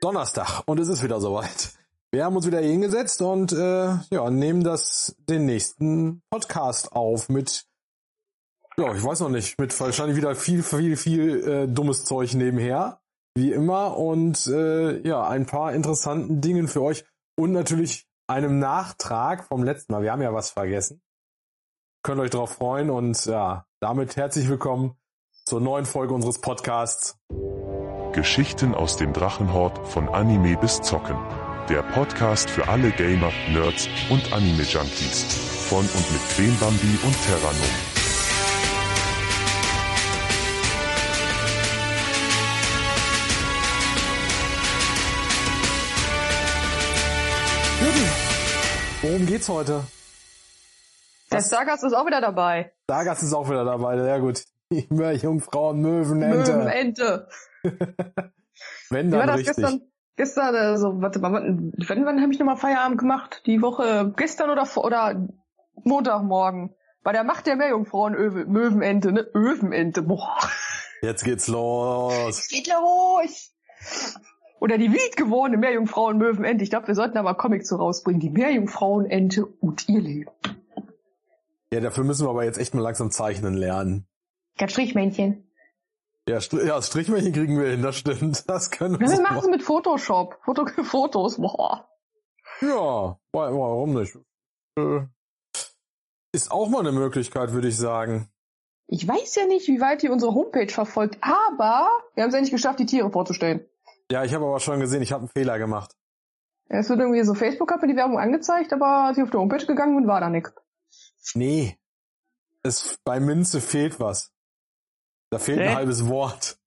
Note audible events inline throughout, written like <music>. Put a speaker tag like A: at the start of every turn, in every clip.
A: Donnerstag und es ist wieder soweit. Wir haben uns wieder hier hingesetzt und äh, ja, nehmen das den nächsten Podcast auf mit ja, ich weiß noch nicht, mit wahrscheinlich wieder viel, viel, viel äh, dummes Zeug nebenher, wie immer und äh, ja, ein paar interessanten Dingen für euch und natürlich einem Nachtrag vom letzten Mal. Wir haben ja was vergessen. Könnt euch drauf freuen und ja, damit herzlich willkommen zur neuen Folge unseres Podcasts.
B: Geschichten aus dem Drachenhort von Anime bis Zocken. Der Podcast für alle Gamer, Nerds und Anime-Junkies. Von und mit Queen Bambi und Terranum.
A: Worum geht's heute?
C: Der Stargast ist auch wieder dabei.
A: Dagas ist auch wieder dabei, sehr gut. <laughs> Immer Jungfrauen, Möwen,
C: Möwen,
A: Ente.
C: Ente.
A: Wenn
C: Wie
A: dann
C: war das
A: richtig.
C: gestern? Gestern, äh, so, warte mal, wann, wann, wann habe ich nochmal Feierabend gemacht? Die Woche, äh, gestern oder, vor- oder Montagmorgen. Bei der Macht der Meerjungfrauen Öwe- Möwenente, ne? Öwenente, boah.
A: Jetzt geht's los.
C: Geht los! Oder die wild gewordene Meerjungfrauen Möwenente. Ich glaube, wir sollten da mal Comics so rausbringen. Die Meerjungfrauenente und ihr Leben.
A: Ja, dafür müssen wir aber jetzt echt mal langsam zeichnen lernen.
C: Ganz Strichmännchen.
A: Ja, Str ja das Strichmännchen kriegen wir hin, das stimmt. Das können wir.
C: Wir
A: so
C: machen es mit Photoshop. Foto <laughs> Fotos, boah.
A: Ja, wa- warum nicht? Äh, Ist auch mal eine Möglichkeit, würde ich sagen.
C: Ich weiß ja nicht, wie weit die unsere Homepage verfolgt, aber wir haben es ja nicht geschafft, die Tiere vorzustellen.
A: Ja, ich habe aber schon gesehen, ich habe einen Fehler gemacht.
C: Es wird irgendwie so Facebook hat mir die Werbung angezeigt, aber als ich auf die Homepage gegangen bin, war da nichts.
A: Nee. Es, bei Minze fehlt was. Da fehlt ein
C: Hä?
A: halbes Wort.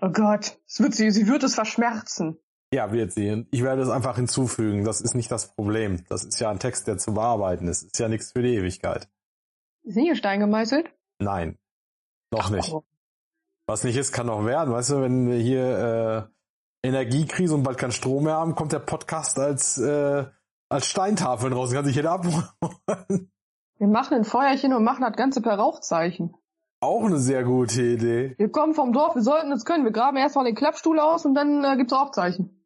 C: Oh Gott, es wird sie, sie wird es verschmerzen.
A: Ja, wird sie. Ich werde es einfach hinzufügen. Das ist nicht das Problem. Das ist ja ein Text, der zu bearbeiten ist. Ist ja nichts für die Ewigkeit.
C: Ist nicht in Stein gemeißelt?
A: Nein. Noch nicht.
C: Oh.
A: Was nicht ist, kann noch werden. Weißt du, wenn wir hier äh, Energiekrise und bald kein Strom mehr haben, kommt der Podcast als, äh, als Steintafeln raus. Kann sich jeder abholen. <laughs>
C: Wir machen ein Feuerchen und machen das Ganze per Rauchzeichen.
A: Auch eine sehr gute Idee.
C: Wir kommen vom Dorf, wir sollten es können. Wir graben erstmal den Klappstuhl aus und dann äh, gibt's Rauchzeichen.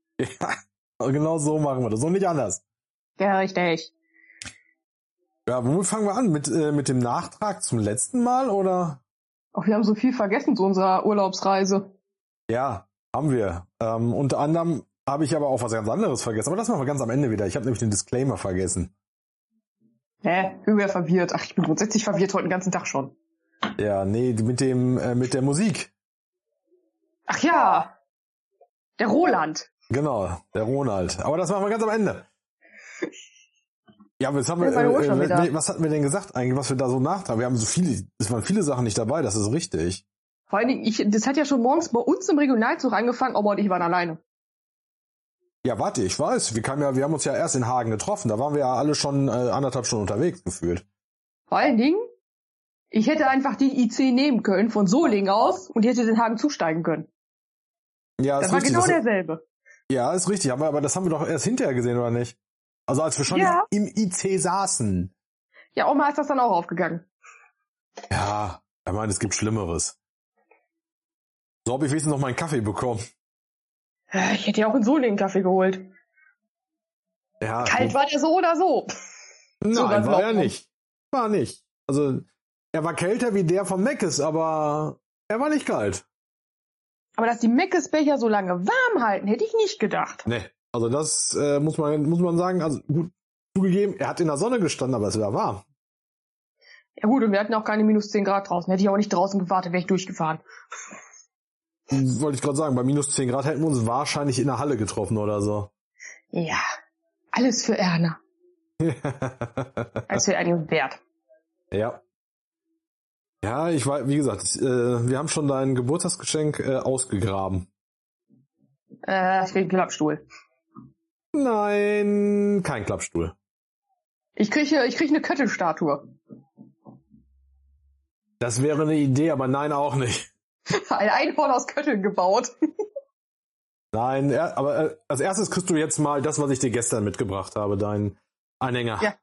A: Aber Genau so machen wir das. Und nicht anders.
C: Ja, richtig.
A: Ja, womit fangen wir an? Mit, äh, mit dem Nachtrag zum letzten Mal oder?
C: Auch wir haben so viel vergessen zu unserer Urlaubsreise.
A: Ja, haben wir. Ähm, unter anderem habe ich aber auch was ganz anderes vergessen. Aber das machen wir ganz am Ende wieder. Ich habe nämlich den Disclaimer vergessen.
C: Hä? Ich bin wieder verwirrt. Ach, ich bin grundsätzlich verwirrt heute den ganzen Tag schon.
A: Ja, nee, mit dem, äh, mit der Musik.
C: Ach ja, der Roland.
A: Genau, der Ronald. Aber das machen wir ganz am Ende. Ja, aber jetzt haben wir,
C: Ja, meine Uhr
A: äh,
C: schon wieder.
A: äh, nee, was hatten wir denn gesagt eigentlich, was wir da so nachtragen? Wir haben so viele, es waren viele Sachen nicht dabei, das ist richtig.
C: Vor allen Dingen, ich, das hat ja schon morgens bei uns im Regionalzug angefangen, aber und ich waren alleine.
A: Ja, warte, ich weiß, wir kamen ja, wir haben uns ja erst in Hagen getroffen, da waren wir ja alle schon äh, anderthalb Stunden unterwegs gefühlt.
C: Vor allen Dingen, ich hätte einfach die IC nehmen können von Solingen aus und die hätte den Hagen zusteigen können.
A: Ja,
C: Das,
A: ist
C: war
A: richtig.
C: genau
A: das,
C: derselbe.
A: ja, ist richtig, aber, aber das haben wir doch erst hinterher gesehen, oder nicht? Also als wir schon
C: Ja.
A: im IC saßen.
C: Ja, Oma ist das dann auch aufgegangen.
A: Ja, ich meine, es gibt Schlimmeres. So habe ich wenigstens noch meinen Kaffee bekommen.
C: Äh, Ich hätte ja auch in Solingen einen Kaffee geholt.
A: Ja,
C: Kalt war der so oder so.
A: Nein,
C: So ganz
A: war er
C: laut.
A: nicht. War nicht. Also, er war kälter wie der von Meckes, aber er war nicht kalt.
C: Aber dass die Meckesbecher so lange warm halten, hätte ich nicht gedacht.
A: Nee. Also, das äh, muss, man, muss man sagen. Also, gut, zugegeben, er hat in der Sonne gestanden, aber es war warm.
C: Ja gut, und wir hatten auch keine minus 10 Grad draußen. Hätte ich auch nicht draußen gewartet, wäre ich durchgefahren.
A: Wollte ich gerade sagen, bei minus 10 Grad hätten wir uns wahrscheinlich in der Halle getroffen oder <laughs> so.
C: Ja, alles für Erna. Alles für einen Wert.
A: ja. Ja, ich war, wie gesagt, ich, äh, wir haben schon dein Geburtstagsgeschenk äh, ausgegraben.
C: Äh, ich will einen Klappstuhl.
A: Nein, kein Klappstuhl.
C: Ich kriege, ich kriege eine Köttelstatue. <laughs>
A: Das wäre eine Idee, aber nein, auch nicht.
C: Ein Einhorn aus Kötteln gebaut.
A: Nein, er, aber äh, als erstes kriegst du jetzt mal das, was ich dir gestern mitgebracht habe, dein Anhänger.
C: Ja.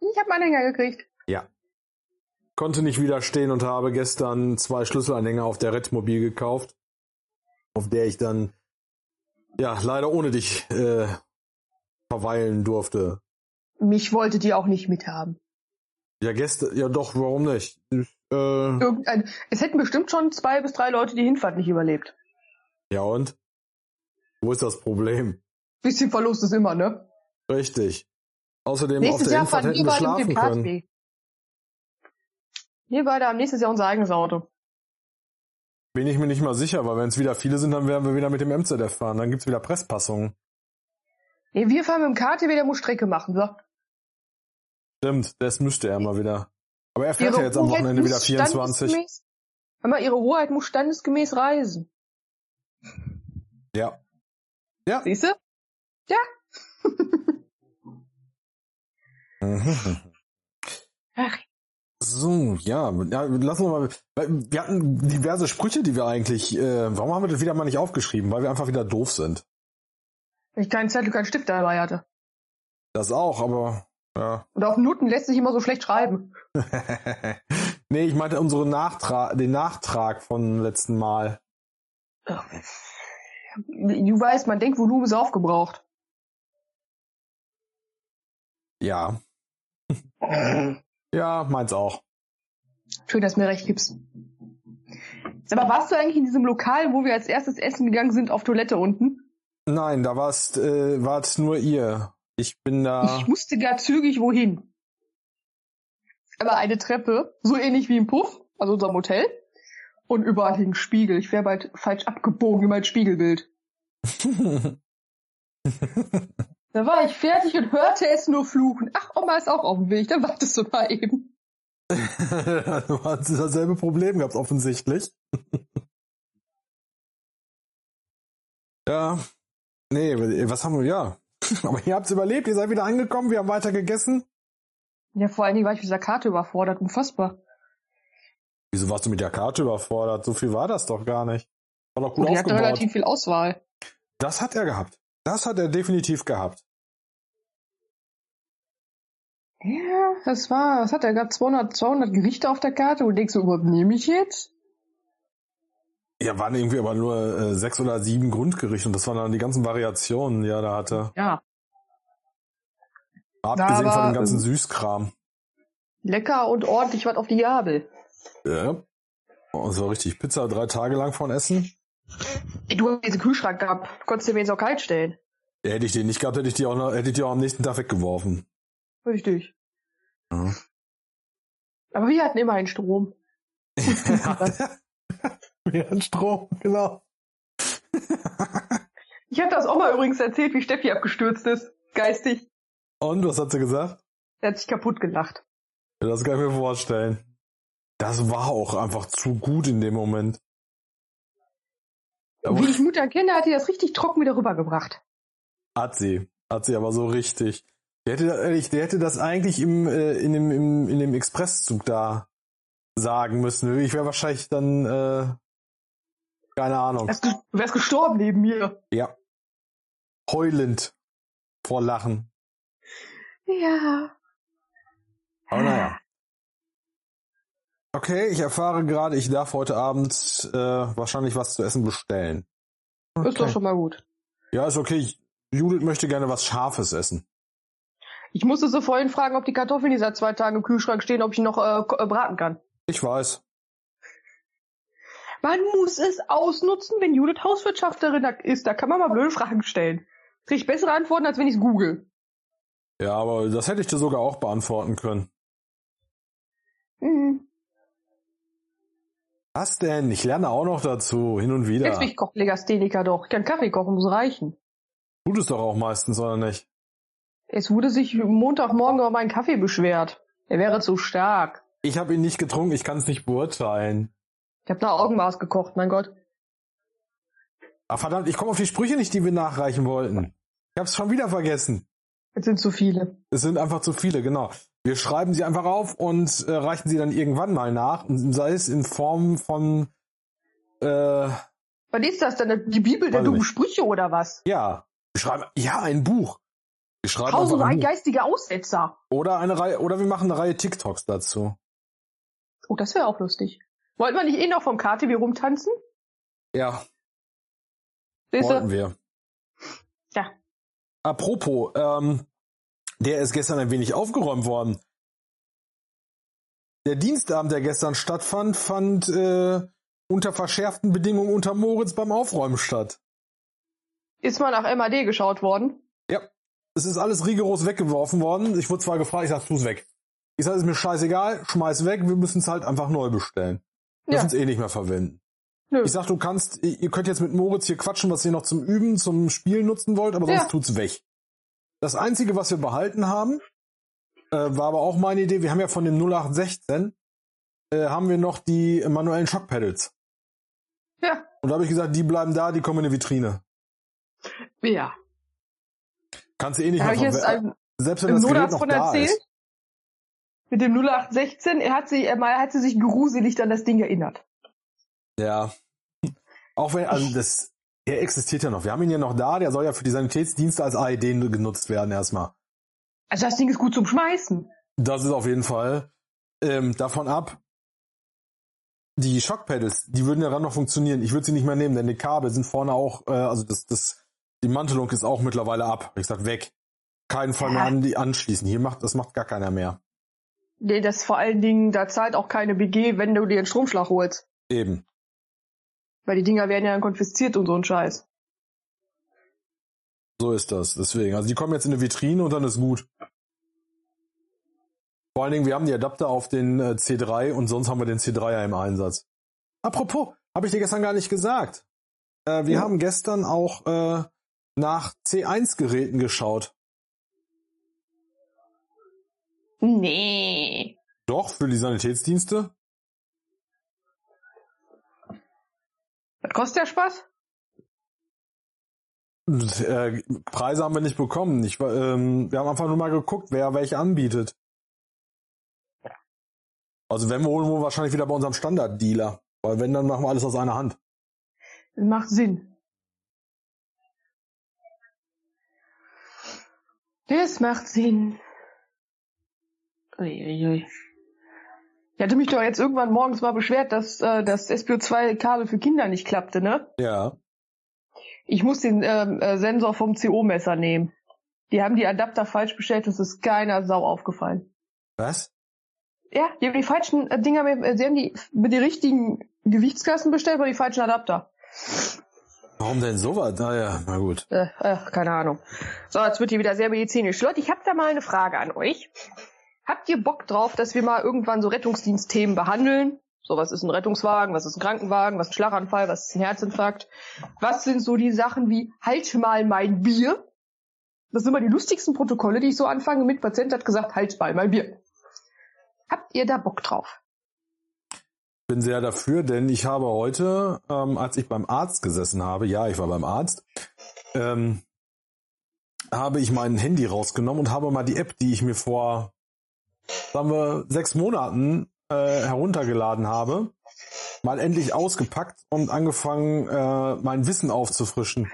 C: Ich habe einen Anhänger gekriegt.
A: Konnte nicht widerstehen und habe gestern zwei Schlüsselanhänger auf der Redmobil gekauft, auf der ich dann ja, leider ohne dich äh, verweilen durfte.
C: Mich wollte die auch nicht mithaben.
A: Ja, gestern, ja doch, warum nicht? Ich, äh,
C: Irgendein, es hätten bestimmt schon zwei bis drei Leute die Hinfahrt nicht überlebt.
A: ja und? Wo ist das Problem?
C: Bisschen Verlust ist immer, ne?
A: Richtig. Außerdem auf
C: nächstes
A: der
C: Jahr
A: Infahrt
C: fahren
A: hätten
C: wir
A: wir
C: beide
A: schlafen
C: mit dem
A: können.
C: Radweg. Wir beide haben nächstes Jahr unser eigenes Auto.
A: Bin ich mir nicht mal sicher, weil wenn es wieder viele sind, dann werden wir wieder mit dem MZF fahren. Dann gibt's wieder Presspassungen.
C: Nee, wir fahren mit dem KTW, der muss Strecke machen. So.
A: Stimmt, das müsste er mal wieder. Aber er fährt ja jetzt am
C: Hoheit
A: Wochenende
C: muss
A: wieder 24.
C: standesgemäß- Hör mal, ihre Hoheit muss standesgemäß reisen.
A: Ja. Ja.
C: Siehst du?
A: Mhm.
C: Ach,
A: So, ja, ja, lassen wir mal. weil Wir hatten diverse Sprüche, die wir eigentlich. Äh, warum haben wir das wieder mal nicht aufgeschrieben? Weil wir einfach wieder doof sind.
C: wenn ich keinen Zettel, keinen Stift dabei hatte.
A: Das auch, aber ja.
C: Und auf Noten lässt sich immer so schlecht schreiben.
A: <laughs> nee, ich meinte unsere Nachtrag, den Nachtrag von letzten Mal.
C: Du weißt, mein Denkvolumen ist aufgebraucht. <laughs>
A: Ja. ja, meins auch.
C: Schön, dass du mir recht gibst. Aber warst du eigentlich in diesem Lokal, wo wir als erstes essen gegangen sind, auf Toilette unten?
A: Nein, da warst, äh, wart nur ihr. Ich bin da. <laughs>
C: Ich musste gar zügig wohin. Aber eine Treppe, so ähnlich wie im Puff, also unserem Hotel. Und überall hing Spiegel. Ich wäre bald falsch abgebogen in mein Spiegelbild. Da war ich fertig und hörte es nur fluchen. Ach, Oma ist auch auf dem Weg, dann wartest du mal eben.
A: du hast dasselbe Problem gehabt, offensichtlich. <laughs> ja. Nee, was haben wir? Ja. <laughs> Aber ihr habt's überlebt, ihr seid wieder angekommen, wir haben weiter gegessen.
C: Ja, vor allen Dingen war ich mit dieser Karte überfordert, unfassbar.
A: Wieso warst du mit der Karte überfordert? So viel war das doch gar nicht. War doch gut
C: Und die hatte
A: ausgebaut.
C: relativ viel Auswahl.
A: das hat er gehabt. Das hat er definitiv gehabt.
C: Ja, das war, was hat er gerade 200, 200 Gerichte auf der Karte und denkst du, übernehme ich jetzt?
A: Ja, waren irgendwie aber nur äh, sechs oder sieben Grundgerichte und das waren dann die ganzen Variationen, die er da hatte.
C: Ja.
A: Mal Abgesehen
C: Aber,
A: von dem ganzen Süßkram.
C: Lecker und ordentlich was auf die Gabel.
A: Ja. Oh, so richtig. Pizza drei Tage lang von Essen.
C: Ey, du hast diesen Kühlschrank gehabt. Du konntest den mir jetzt auch kalt stellen.
A: Hätte ich den nicht gehabt, hätte ich die auch, noch, hätte ich die auch am nächsten Tag weggeworfen.
C: Richtig.
A: Ja.
C: Aber wir hatten
A: <laughs>
C: immerhin Strom.
A: Wie ein Strom, genau.
C: Ich hab das Oma übrigens erzählt, wie Steffi abgestürzt ist. Geistig.
A: Und was hat sie gesagt?
C: Der hat sich kaputt gelacht.
A: Ja, das kann ich mir vorstellen. Das war auch einfach zu gut in dem Moment. Aber
C: Wie ich Mutter kenne, hat die das richtig trocken wieder rübergebracht.
A: hat sie. Hat sie aber so richtig. Der hätte, da- ehrlich, der hätte das eigentlich im, äh, in, dem, im, in dem Expresszug da sagen müssen. Ich wäre wahrscheinlich dann, äh, keine Ahnung.
C: Wärst ge- Du wärst gestorben neben mir.
A: Ja. Heulend. Vor Lachen.
C: Ja.
A: Aber naja. Okay, ich erfahre gerade, ich darf heute Abend äh, wahrscheinlich was zu essen bestellen.
C: Ist doch schon mal gut.
A: Ja, ist okay. Ich, Judith möchte gerne was Scharfes essen.
C: Ich musste so vorhin fragen, ob die Kartoffeln, die seit zwei Tagen im Kühlschrank stehen, ob ich noch äh, ko- äh, braten kann.
A: Ich weiß.
C: Man muss es ausnutzen, wenn Judith Hauswirtschafterin da- ist. Da kann man mal blöde Fragen stellen. Krieg ich bessere Antworten, als wenn ich google.
A: Ja, aber das hätte ich dir sogar auch beantworten können.
C: Mhm.
A: Was denn? Ich lerne auch noch dazu, hin und wieder.
C: Jetzt bin ich Kochlegastheniker doch. Ich kann Kaffee kochen, muss reichen.
A: Tut es doch auch meistens, oder nicht?
C: Es wurde sich Montagmorgen über meinen Kaffee beschwert. Er wäre zu stark.
A: Ich habe ihn nicht getrunken, ich kann es nicht beurteilen.
C: Ich habe nach Augenmaß gekocht, mein Gott.
A: Ah, verdammt, ich komme auf die Sprüche nicht, die wir nachreichen wollten. Ich hab's schon wieder vergessen.
C: Jetzt sind zu viele.
A: Es sind einfach zu viele, genau. Wir schreiben sie einfach auf und äh, reichen sie dann irgendwann mal nach. Und sei es in Form von, äh,
C: Was ist das denn? Die Bibel der
A: Weiß
C: dummen
A: nicht.
C: Sprüche oder was?
A: ja, wir schreiben, ja, ein Buch. Wir schreiben
C: Tausend
A: einfach ein
C: ein
A: Buch.
C: geistiger Aussetzer.
A: Oder eine Reihe, oder wir machen eine Reihe TikToks dazu.
C: Oh, das wäre auch lustig. Wollten wir nicht eh noch vom KTW rumtanzen?
A: Ja,
C: Siehst
A: wollten
C: du?
A: wir. Apropos, ähm, der ist gestern ein wenig aufgeräumt worden. Der Dienstabend, der gestern stattfand, fand äh, unter verschärften Bedingungen unter Moritz beim Aufräumen statt.
C: Ist mal nach MAD geschaut worden.
A: Ja. Es ist alles rigoros weggeworfen worden. Ich wurde zwar gefragt, ich sag, tu's weg. Ich sag, ist mir scheißegal, schmeiß weg, wir müssen es halt einfach neu bestellen. Wir
C: Ja.
A: müssen es eh nicht mehr verwenden.
C: Nö.
A: Ich sag, du kannst, ihr ihr könnt jetzt mit Moritz hier quatschen, was ihr noch zum Üben, zum Spielen nutzen wollt, aber sonst
C: Ja.
A: tut's weg. Das einzige, was wir behalten haben, äh, war aber auch meine Idee, wir haben ja von dem 0816, äh, haben wir noch die manuellen Shockpedals.
C: Ja.
A: Und da habe ich gesagt, die bleiben da, die kommen in die Vitrine.
C: Ja.
A: Kannst du eh nicht
C: Da habe
A: mehr
C: ich jetzt
A: verwenden.
C: ein,
A: Selbst wenn
C: im
A: das Gerät
C: Notarzt
A: noch
C: von
A: da
C: erzählt.
A: ist.
C: Mit dem 0816 er hat sie, er mal hat sie sich gruselig an das Ding erinnert.
A: Ja. Auch wenn, also das, der existiert ja noch. Wir haben ihn ja noch da, der soll ja für die Sanitätsdienste als AED genutzt werden erstmal.
C: Also das Ding ist gut zum Schmeißen.
A: Das ist auf jeden Fall ähm, davon ab. Die Shockpedals, die würden daran noch funktionieren. Ich würde sie nicht mehr nehmen, denn die Kabel sind vorne auch, äh, also das, das, die Mantelung ist auch mittlerweile ab. Ich sag weg. Keinen Fall mehr
C: Ja.
A: an die anschließen. Hier macht, das macht gar keiner mehr.
C: Nee, das vor allen Dingen, da zahlt auch keine BG, wenn du dir einen Stromschlag holst.
A: Eben.
C: Weil die Dinger werden ja dann konfisziert und so ein Scheiß.
A: So ist das. Deswegen. Also die kommen jetzt in eine Vitrine und dann ist gut. Vor allen Dingen, wir haben die Adapter auf den äh, C3 und sonst haben wir den C3er im Einsatz. Apropos, habe ich dir gestern gar nicht gesagt. Äh, wir
C: Ja.
A: haben gestern auch äh, nach C1-Geräten geschaut.
C: Nee.
A: Doch, für die Sanitätsdienste.
C: Was kostet der Spaß?
A: Und, Äh, Preise haben wir nicht bekommen. Ich, war- ähm, wir haben einfach nur mal geguckt, wer welche anbietet. Also wenn wir holen, wir wahrscheinlich wieder bei unserem Standard-Dealer. Weil wenn, dann machen wir alles aus einer Hand.
C: Macht Sinn. Das macht Sinn. Uiuiui. Ich hatte mich doch jetzt irgendwann morgens mal beschwert, dass äh, das SPO2-Kabel für Kinder nicht klappte, ne?
A: Ja.
C: Ich muss den ähm, äh, Sensor vom CO-Messer nehmen. Die haben die Adapter falsch bestellt, das ist keiner Sau aufgefallen.
A: Was?
C: Ja, die haben die falschen äh, Dinger, mit, äh, sie haben die mit den richtigen Gewichtsklassen bestellt, aber die falschen Adapter.
A: Warum denn sowas? Naja, na gut.
C: Äh, äh, keine Ahnung. So, jetzt wird hier wieder sehr medizinisch. Leute, ich habe da mal eine Frage an euch. Habt ihr Bock drauf, dass wir mal irgendwann so Rettungsdienstthemen behandeln? So, was ist ein Rettungswagen, was ist ein Krankenwagen, was ist ein Schlaganfall, was ist ein Herzinfarkt? Was sind so die Sachen wie, halt mal mein Bier? Das sind immer die lustigsten Protokolle, die ich so anfange mit. Patient hat gesagt, halt mal mein Bier. Habt ihr da Bock drauf?
A: Bin sehr dafür, denn ich habe heute, ähm, als ich beim Arzt gesessen habe, ja, ich war beim Arzt, ähm, habe ich mein Handy rausgenommen und habe mal die App, die ich mir vor, sagen wir, sechs Monaten äh, heruntergeladen habe, mal endlich ausgepackt und angefangen, äh, mein Wissen aufzufrischen.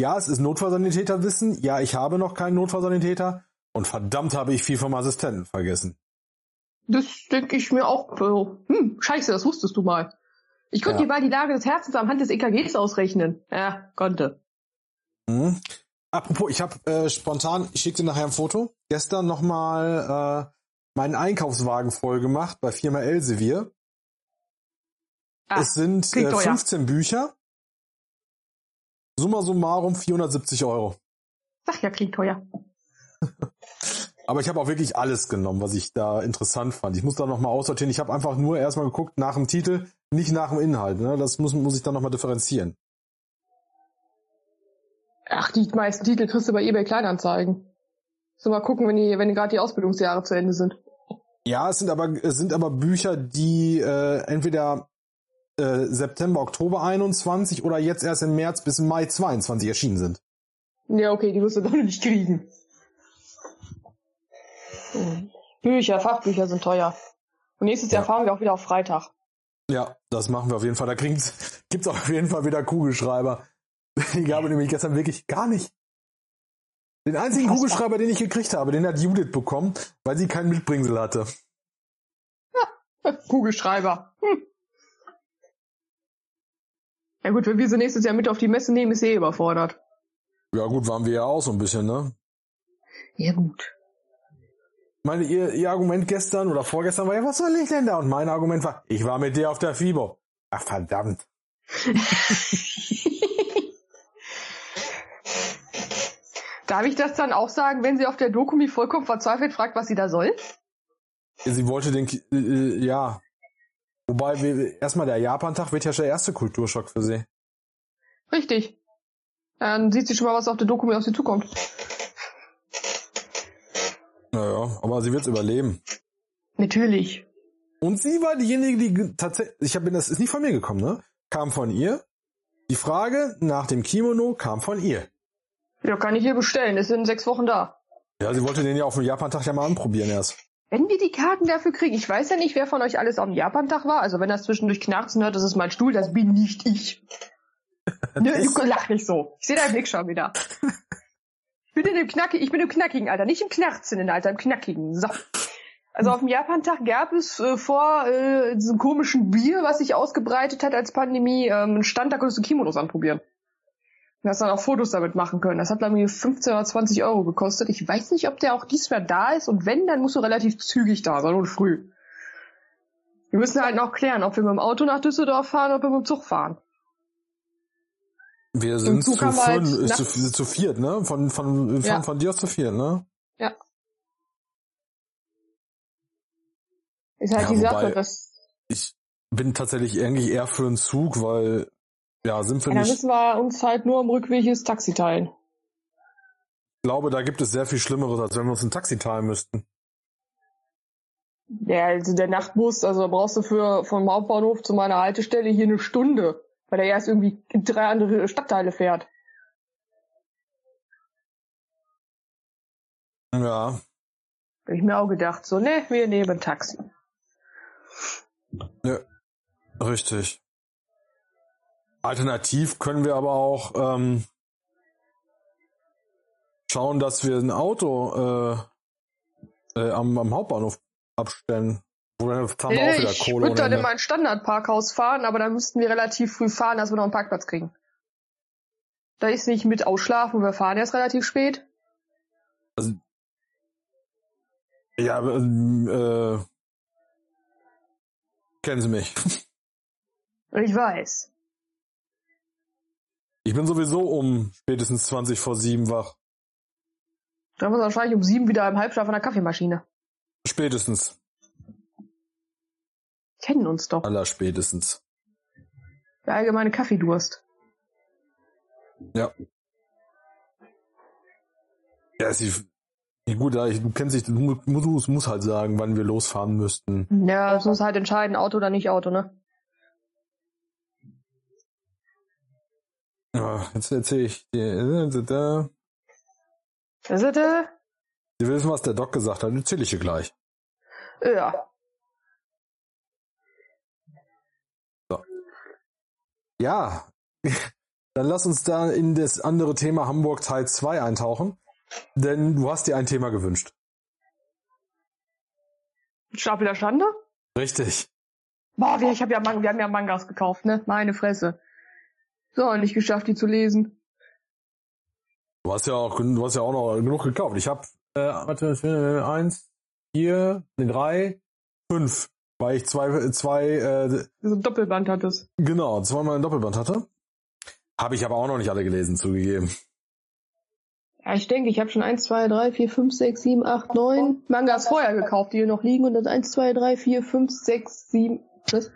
A: Ja, es ist Notfallsanitäterwissen. Ja, ich habe noch keinen Notfallsanitäter. Und verdammt habe ich viel vom Assistenten vergessen.
C: Das denke ich mir auch. so, Hm, scheiße, das wusstest du mal. Ich konnte
A: Ja.
C: dir mal die Lage des Herzens anhand des EKGs ausrechnen. Ja, konnte.
A: Mhm. Apropos, ich habe äh, spontan, ich schicke dir nachher ein Foto, gestern nochmal äh, meinen Einkaufswagen voll gemacht bei Firma Elsevier.
C: Ah,
A: es sind
C: klingt
A: äh,
C: teuer.
A: 15 Bücher. Summa summarum 470 Euro.
C: Sag ja, klingt teuer.
A: Aber ich habe auch wirklich alles genommen, was ich da interessant fand. Ich muss da nochmal aussortieren. Ich habe einfach nur erstmal geguckt nach dem Titel, nicht nach dem Inhalt. Ne? Das muss, muss ich dann nochmal differenzieren.
C: Ach, die meisten Titel kriegst du bei eBay Kleinanzeigen. So mal gucken, wenn die, wenn gerade die Ausbildungsjahre zu Ende sind.
A: Ja, es sind aber, es sind aber Bücher, die äh, entweder äh, September, Oktober 21 oder jetzt erst im März bis Mai 22 erschienen sind.
C: Ja, okay, die wirst du doch nicht kriegen. Hm. Bücher, Fachbücher sind teuer. Und nächstes Jahr
A: Ja.
C: fahren wir auch wieder auf Freitag.
A: Ja, das machen wir auf jeden Fall. Da gibt's gibt's auf jeden Fall wieder Kugelschreiber. <laughs> Die gab es nämlich gestern wirklich gar nicht. Den einzigen
C: Unfassbar.
A: Kugelschreiber, den ich gekriegt habe, den hat Judith bekommen, weil sie keinen Mitbringsel hatte.
C: Kugelschreiber. Hm. Ja gut, wenn wir sie nächstes Jahr mit auf die Messe nehmen, ist sie eh überfordert.
A: Ja gut, waren wir ja auch so ein bisschen, ne?
C: Ja, gut.
A: Ich meine, ihr, ihr Argument gestern oder vorgestern war ja, was soll ich denn da? Und mein Argument war, ich war mit dir auf der Fieber. Ach verdammt.
C: Darf ich das dann auch sagen, wenn sie auf der Dokumi vollkommen verzweifelt fragt, was sie da soll?
A: Sie wollte den, Ki- äh, äh, ja. Wobei, wir, erstmal der Japan-Tag wird ja schon der erste Kulturschock für sie.
C: Richtig. Dann sieht sie schon mal, was auf der Dokumi auf sie zukommt.
A: Naja, aber sie wird's überleben.
C: Natürlich.
A: Und sie war diejenige, die tatsächlich, ich habe das ist nicht von mir gekommen, ne? Kam von ihr. Die Frage nach dem Kimono kam von ihr.
C: Ja, kann ich hier bestellen. Ist in sechs Wochen da.
A: Ja, sie wollte den ja auf dem Japan-Tag ja mal anprobieren erst.
C: Wenn wir die Karten dafür kriegen, ich weiß ja nicht, wer von euch alles am Japan-Tag war. Also wenn das zwischendurch knarzen hört, das ist mein Stuhl, das bin nicht ich. Nö, Nico, lach nicht so. Ich sehe deinen Blick schon wieder. Ich bin in dem Knacki, ich bin im knackigen Alter, nicht im knarzenden Alter, im knackigen. So. Also auf dem Japan-Tag gab es äh, vor äh, diesem komischen Bier, was sich ausgebreitet hat als Pandemie, ähm, einen Stand, da konntest du Kimonos anprobieren. Du hast dann auch Fotos damit machen können. Das hat glaube ich 15 oder 20 Euro gekostet. Ich weiß nicht, ob der auch diesmal da ist und wenn, dann musst du relativ zügig da sein und früh. Wir müssen halt noch klären, ob wir mit dem Auto nach Düsseldorf fahren oder mit dem Zug fahren.
A: Wir sind zu,
C: Zug haben
A: fünf,
C: wir halt
A: ist
C: nach-
A: zu, sind zu viert, ne? Von, von, von,
C: Ja.
A: von dir aus zu viert, ne?
C: Ist halt
A: Ja,
C: die
A: wobei-
C: Sache, dass
A: Ich bin tatsächlich eigentlich eher für einen Zug, weil, ja, sind wir
C: ja, dann
A: nicht.
C: müssen wir uns halt nur am Rückweg das Taxi teilen.
A: Ich glaube, da gibt es sehr viel Schlimmeres, als wenn wir uns ein Taxi teilen müssten.
C: Ja, also der Nachtbus, also da brauchst du für vom Hauptbahnhof zu meiner Haltestelle hier eine Stunde, weil der erst irgendwie in drei andere Stadtteile fährt.
A: Ja.
C: Hab ich mir auch gedacht, so, ne, wir nehmen Taxi.
A: Richtig. Alternativ können wir aber auch ähm, schauen, dass wir ein Auto äh, äh, am, am Hauptbahnhof abstellen. Oder haben wir auch wieder
C: Äh, ich
A: Kohle
C: würde dann
A: ohne
C: in
A: Ende.
C: mein Standardparkhaus fahren, aber dann müssten wir relativ früh fahren, dass wir noch einen Parkplatz kriegen. Da ist nicht mit ausschlafen, wir fahren erst relativ spät.
A: Ja, ähm, äh, kennen Sie mich.
C: Ich weiß.
A: Ich bin sowieso um spätestens 20 vor 7 wach.
C: Dann muss wahrscheinlich um sieben wieder im Halbschlaf an der Kaffeemaschine.
A: Spätestens.
C: Kennen uns doch.
A: Aller spätestens.
C: Der allgemeine Kaffeedurst.
A: Ja, ist die, ja, gut, ja, ich, du kennst dich, du mu- du musst halt sagen, wann wir losfahren müssten.
C: Ja, das muss halt entscheiden, Auto oder nicht Auto, ne?
A: Ja, jetzt erzähle ich dir. äh, Sie
C: Das ist, äh,
A: wissen, was der Doc gesagt hat. Erzähle ich dir gleich.
C: Äh, ja.
A: Ja. <laughs> Dann lass uns da in das andere Thema Hamburg Teil 2 eintauchen. Denn du hast dir ein Thema gewünscht.
C: Stapel der Schande?
A: Richtig.
C: Boah, wir, ich hab ja Mang wir haben ja Mangas gekauft, ne? Meine Fresse. So, nicht geschafft, die zu lesen.
A: Du hast ja auch, du hast ja auch noch genug gekauft. Ich habe äh, warte, äh, eins, vier, nee, drei, fünf. Weil ich zwei, zwei, äh,
C: So ein Doppelband hat es.
A: genau, zweimal ein Doppelband hatte. Habe ich aber auch noch nicht alle gelesen, zugegeben.
C: Ja, ich denke, ich habe schon 1, 2, 3, 4, 5, 6, 7, 8, 9 Mangas vorher gekauft, die hier noch liegen. Und dann 1, 2, 3, 4, 5, 6, 7, was?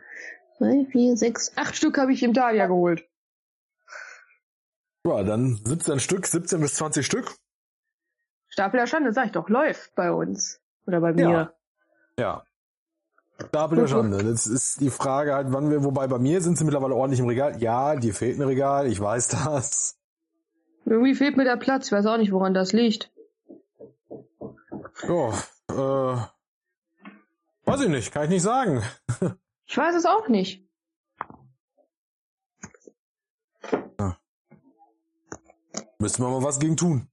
C: 2, 4, 6, 8 Stück habe ich im Dahlia geholt.
A: Ja, dann 17 Stück, 17 bis 20 Stück.
C: Stapel der Schande, sag ich doch, läuft bei uns. Oder bei
A: Ja.
C: mir.
A: Ja. Stapel der Schande. Das ist die Frage halt, wann wir, wobei bei mir sind sie mittlerweile ordentlich im Regal. Ja, dir fehlt ein Regal, ich weiß das.
C: Irgendwie fehlt mir der Platz, ich weiß auch nicht, woran das liegt.
A: Ja, äh, weiß ich nicht, kann ich nicht sagen.
C: Ich weiß es auch nicht.
A: Müssen wir mal was gegen tun.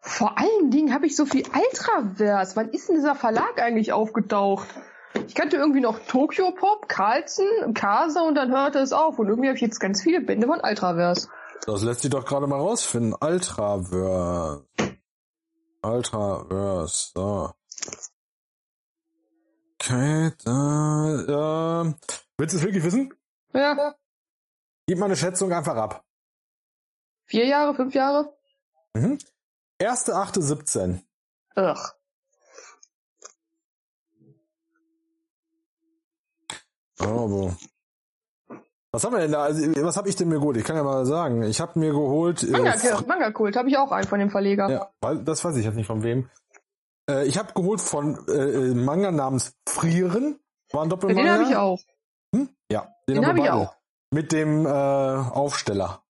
C: Vor allen Dingen habe ich so viel Ultraverse. Wann ist denn dieser Verlag eigentlich aufgetaucht? Ich kannte irgendwie noch Tokyo Pop, Carlson, Kasa und dann hörte es auf. Und irgendwie habe ich jetzt ganz viele Bände von Ultraverse.
A: Das lässt sich doch gerade mal rausfinden. Ultraverse. Ultraverse, so. Okay, da, äh, willst du es wirklich wissen?
C: Ja.
A: Gib mal eine Schätzung einfach ab.
C: Vier Jahre, fünf Jahre?
A: Mhm. Erste, achte, 17.
C: Ugh.
A: Aber. Was haben wir denn da? Also, was habe ich denn mir geholt? Ich kann ja mal sagen. Ich habe mir geholt. Äh,
C: Manga,
A: Fr-
C: Manga Kult, habe ich auch einen von dem Verleger.
A: ja, weil, das weiß ich jetzt nicht von wem. Äh, ich habe geholt von äh, äh, Manga namens Frieren. War ein
C: Den
A: Doppelmanga.
C: habe ich auch.
A: Ja,
C: Den
A: haben wir
C: hab ich
A: beide.
C: auch.
A: Mit dem äh, Aufsteller.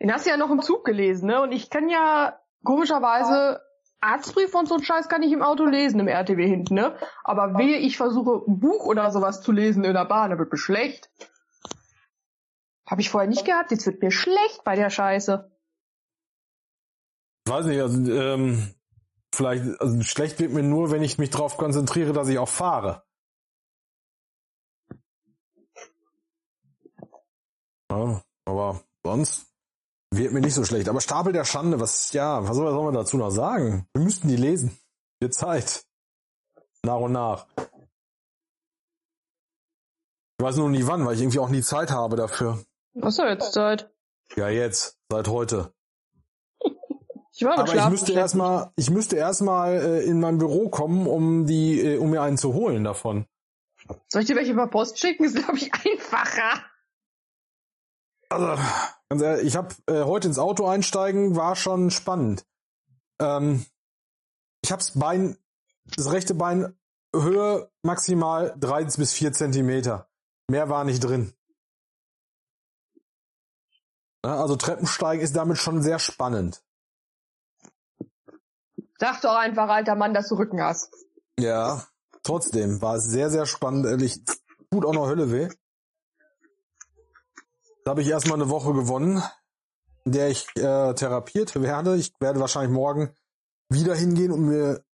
C: Den hast du ja noch im Zug gelesen, ne? Und ich kann ja komischerweise Arztbrief und so einen Scheiß kann ich im Auto lesen, im RTW hinten, ne? Aber wehe, ich versuche ein Buch oder sowas zu lesen in der Bahn, da wird mir schlecht. Habe ich vorher nicht gehabt, jetzt wird mir schlecht bei der Scheiße.
A: Ich weiß nicht, also, ähm, vielleicht, also schlecht wird mir nur, wenn ich mich darauf konzentriere, dass ich auch fahre. Ja, aber sonst wird mir nicht so schlecht. Aber Stapel der Schande, was, ja, was soll was soll man dazu noch sagen? Wir müssten die lesen. Wird Zeit. Nach und nach. Ich weiß nur nie wann, weil ich irgendwie auch nie Zeit habe dafür.
C: Was soll jetzt Zeit?
A: Ja, jetzt, seit heute.
C: Ich war mit
A: Aber ich
C: Schlafen.
A: müsste erstmal, ich müsste erstmal äh, in mein Büro kommen, um die, äh, um mir einen zu holen davon.
C: Soll ich dir welche per Post schicken? <laughs> Ist, glaube ich, einfacher.
A: Also, ganz ehrlich, ich habe äh, heute ins Auto einsteigen, war schon spannend. Ähm, ich hab's Bein, das rechte Bein Höhe maximal drei bis vier Zentimeter. Mehr war nicht drin. Na, also Treppensteigen ist damit schon sehr spannend.
C: Sag doch einfach, alter Mann, dass du Rücken hast.
A: Ja. Trotzdem war es sehr, sehr spannend. Ehrlich, tut auch noch Hölle weh. Da habe ich erstmal eine Woche gewonnen, in der ich äh, therapiert werde. Ich werde wahrscheinlich morgen wieder hingehen und mir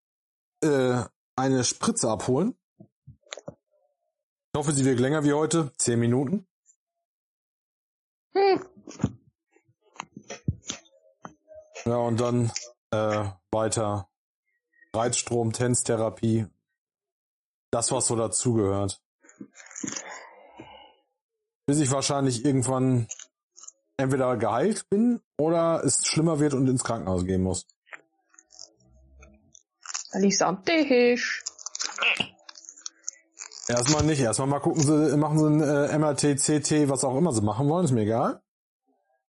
A: äh, eine Spritze abholen. Ich hoffe, sie wirkt länger wie heute. Zehn Minuten.
C: Hm.
A: Ja, und dann äh, weiter Reizstrom, Tänztherapie. Das, was so dazugehört. Bis ich wahrscheinlich irgendwann entweder geheilt bin oder es schlimmer wird und ins Krankenhaus gehen muss.
C: Da liegst du am Tisch.
A: Erstmal nicht. Erstmal mal gucken sie, machen sie ein äh, MRT, CT, was auch immer sie machen wollen, ist mir egal.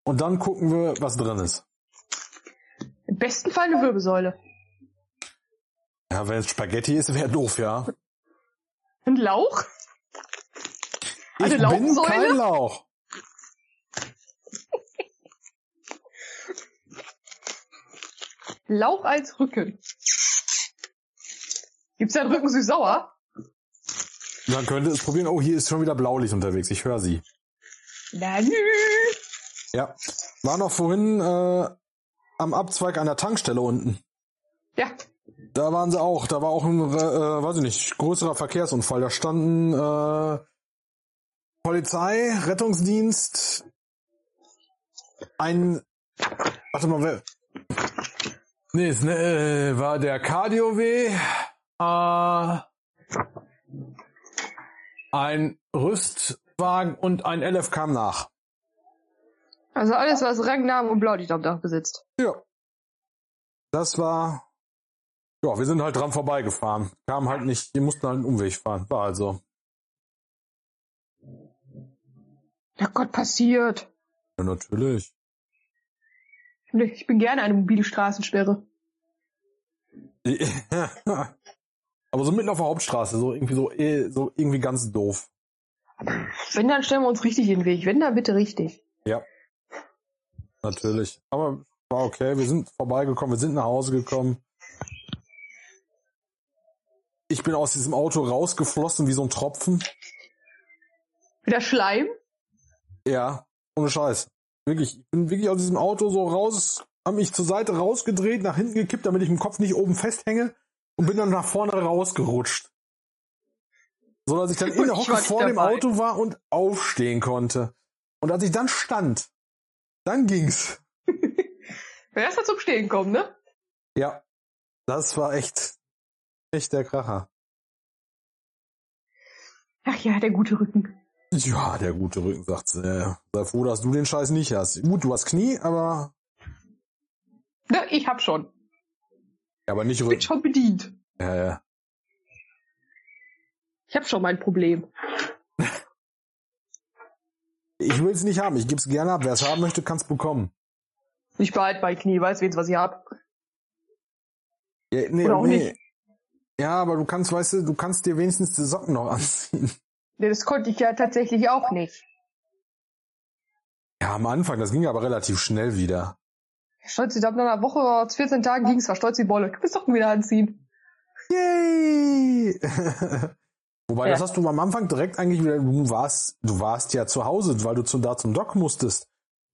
A: Und dann gucken wir, was drin ist.
C: Im besten Fall eine Wirbelsäule.
A: Ja, wenn es Spaghetti ist, wäre doof, ja.
C: Ein Lauch?
A: Ich
C: Eine
A: bin
C: Lauchsäule?
A: kein Lauch.
C: Lauch als Rücken. Gibt's da einen Rücken süß sauer?
A: Man könnte es probieren. Oh, hier ist schon wieder Blaulicht unterwegs. Ich höre sie.
C: Na nö.
A: Ja. War noch vorhin äh, am Abzweig einer Tankstelle unten.
C: Ja,
A: Da waren sie auch. Da war auch ein, äh, äh, weiß ich nicht, größerer Verkehrsunfall. Da standen äh, Polizei, Rettungsdienst, ein. Warte mal, wer. Nee, es, ne, äh, war der KDOW, äh, ein Rüstwagen und ein LF kam nach.
C: also alles, was Rangnamen und Blaulicht am Dach besitzt.
A: Ja. Das war. Ja, wir sind halt dran vorbeigefahren. Kamen halt nicht, wir mussten halt einen Umweg fahren. War also.
C: Na Gott, passiert.
A: Ja, natürlich. <laughs>
C: Nee, Ich bin gerne eine mobile Straßensperre.
A: Aber so mitten auf der Hauptstraße, so irgendwie so, eh, so irgendwie ganz doof.
C: Wenn, dann stellen wir uns richtig in den Weg. Wenn, dann bitte richtig.
A: Natürlich. Aber war okay. Wir sind vorbeigekommen, wir sind nach Hause gekommen. Ich bin aus diesem Auto rausgeflossen wie so ein Tropfen.
C: Wieder Schleim?
A: Ja, ohne Scheiß. Wirklich, ich bin wirklich aus diesem Auto so raus, habe mich zur Seite rausgedreht, nach hinten gekippt, damit ich im Kopf nicht oben festhänge und bin dann nach vorne rausgerutscht. So dass ich dann in der
C: Ich
A: Hocke
C: war nicht
A: vor dem
C: dabei.
A: Auto war und aufstehen konnte. Und als ich dann stand, Dann ging's.
C: Wer ist da zum Stehen kommen, ne?
A: Ja, das war echt, echt der Kracher.
C: Ach ja, der gute Rücken.
A: Ja, der gute Rücken sagt, äh, sei froh, dass du den Scheiß nicht hast. Gut, du hast Knie, aber,
C: Ne, ich hab schon.
A: ja, aber nicht
C: Bin
A: Rücken.
C: schon bedient.
A: Ja, ja.
C: Ich hab schon mein Problem.
A: Ich will's nicht haben, ich geb's gerne ab. Wer es haben möchte, kann's bekommen.
C: Ich behalte mein Knie, weiß wenigstens, was ich hab.
A: Ja, nee,
C: Oder auch
A: nee. Ja, aber du kannst, weißt du, du kannst dir wenigstens die Socken noch <laughs> anziehen.
C: Ne, Das konnte ich ja tatsächlich auch nicht.
A: Ja, am Anfang, das ging aber relativ schnell wieder.
C: Stolz, ich glaube, nach einer Woche oder 14 Tagen ging's, war stolz die Bolle. Du bist doch wieder anziehen.
A: Yay! <laughs> Wobei,
C: Ja.
A: das hast du am Anfang direkt eigentlich wieder, du warst, du warst ja zu Hause, weil du zu, da zum Doc musstest.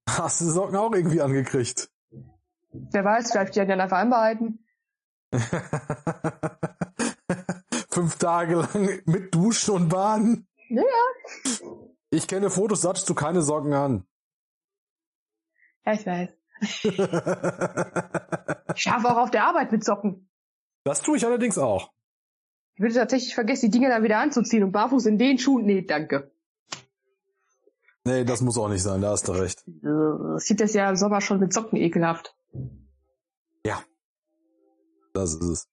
A: Hast du die Socken auch irgendwie angekriegt. <laughs>
C: Wer weiß, vielleicht die hat ja einfach einbehalten.
A: Fünf Tage lang mit Duschen und Baden.
C: Ja,
A: Ich kenne Fotos, da hattest du keine Socken an.
C: Ja, ich weiß. Ich schaffe auch auf der Arbeit mit Socken.
A: <laughs> Das tue ich allerdings auch.
C: Ich würde tatsächlich vergessen, die Dinger dann wieder anzuziehen und barfuß in den Schuhen. Nee, danke.
A: Nee, das muss auch nicht sein, da hast du recht.
C: Äh, Sieht das ja im Sommer schon mit Socken ekelhaft.
A: Das ist es.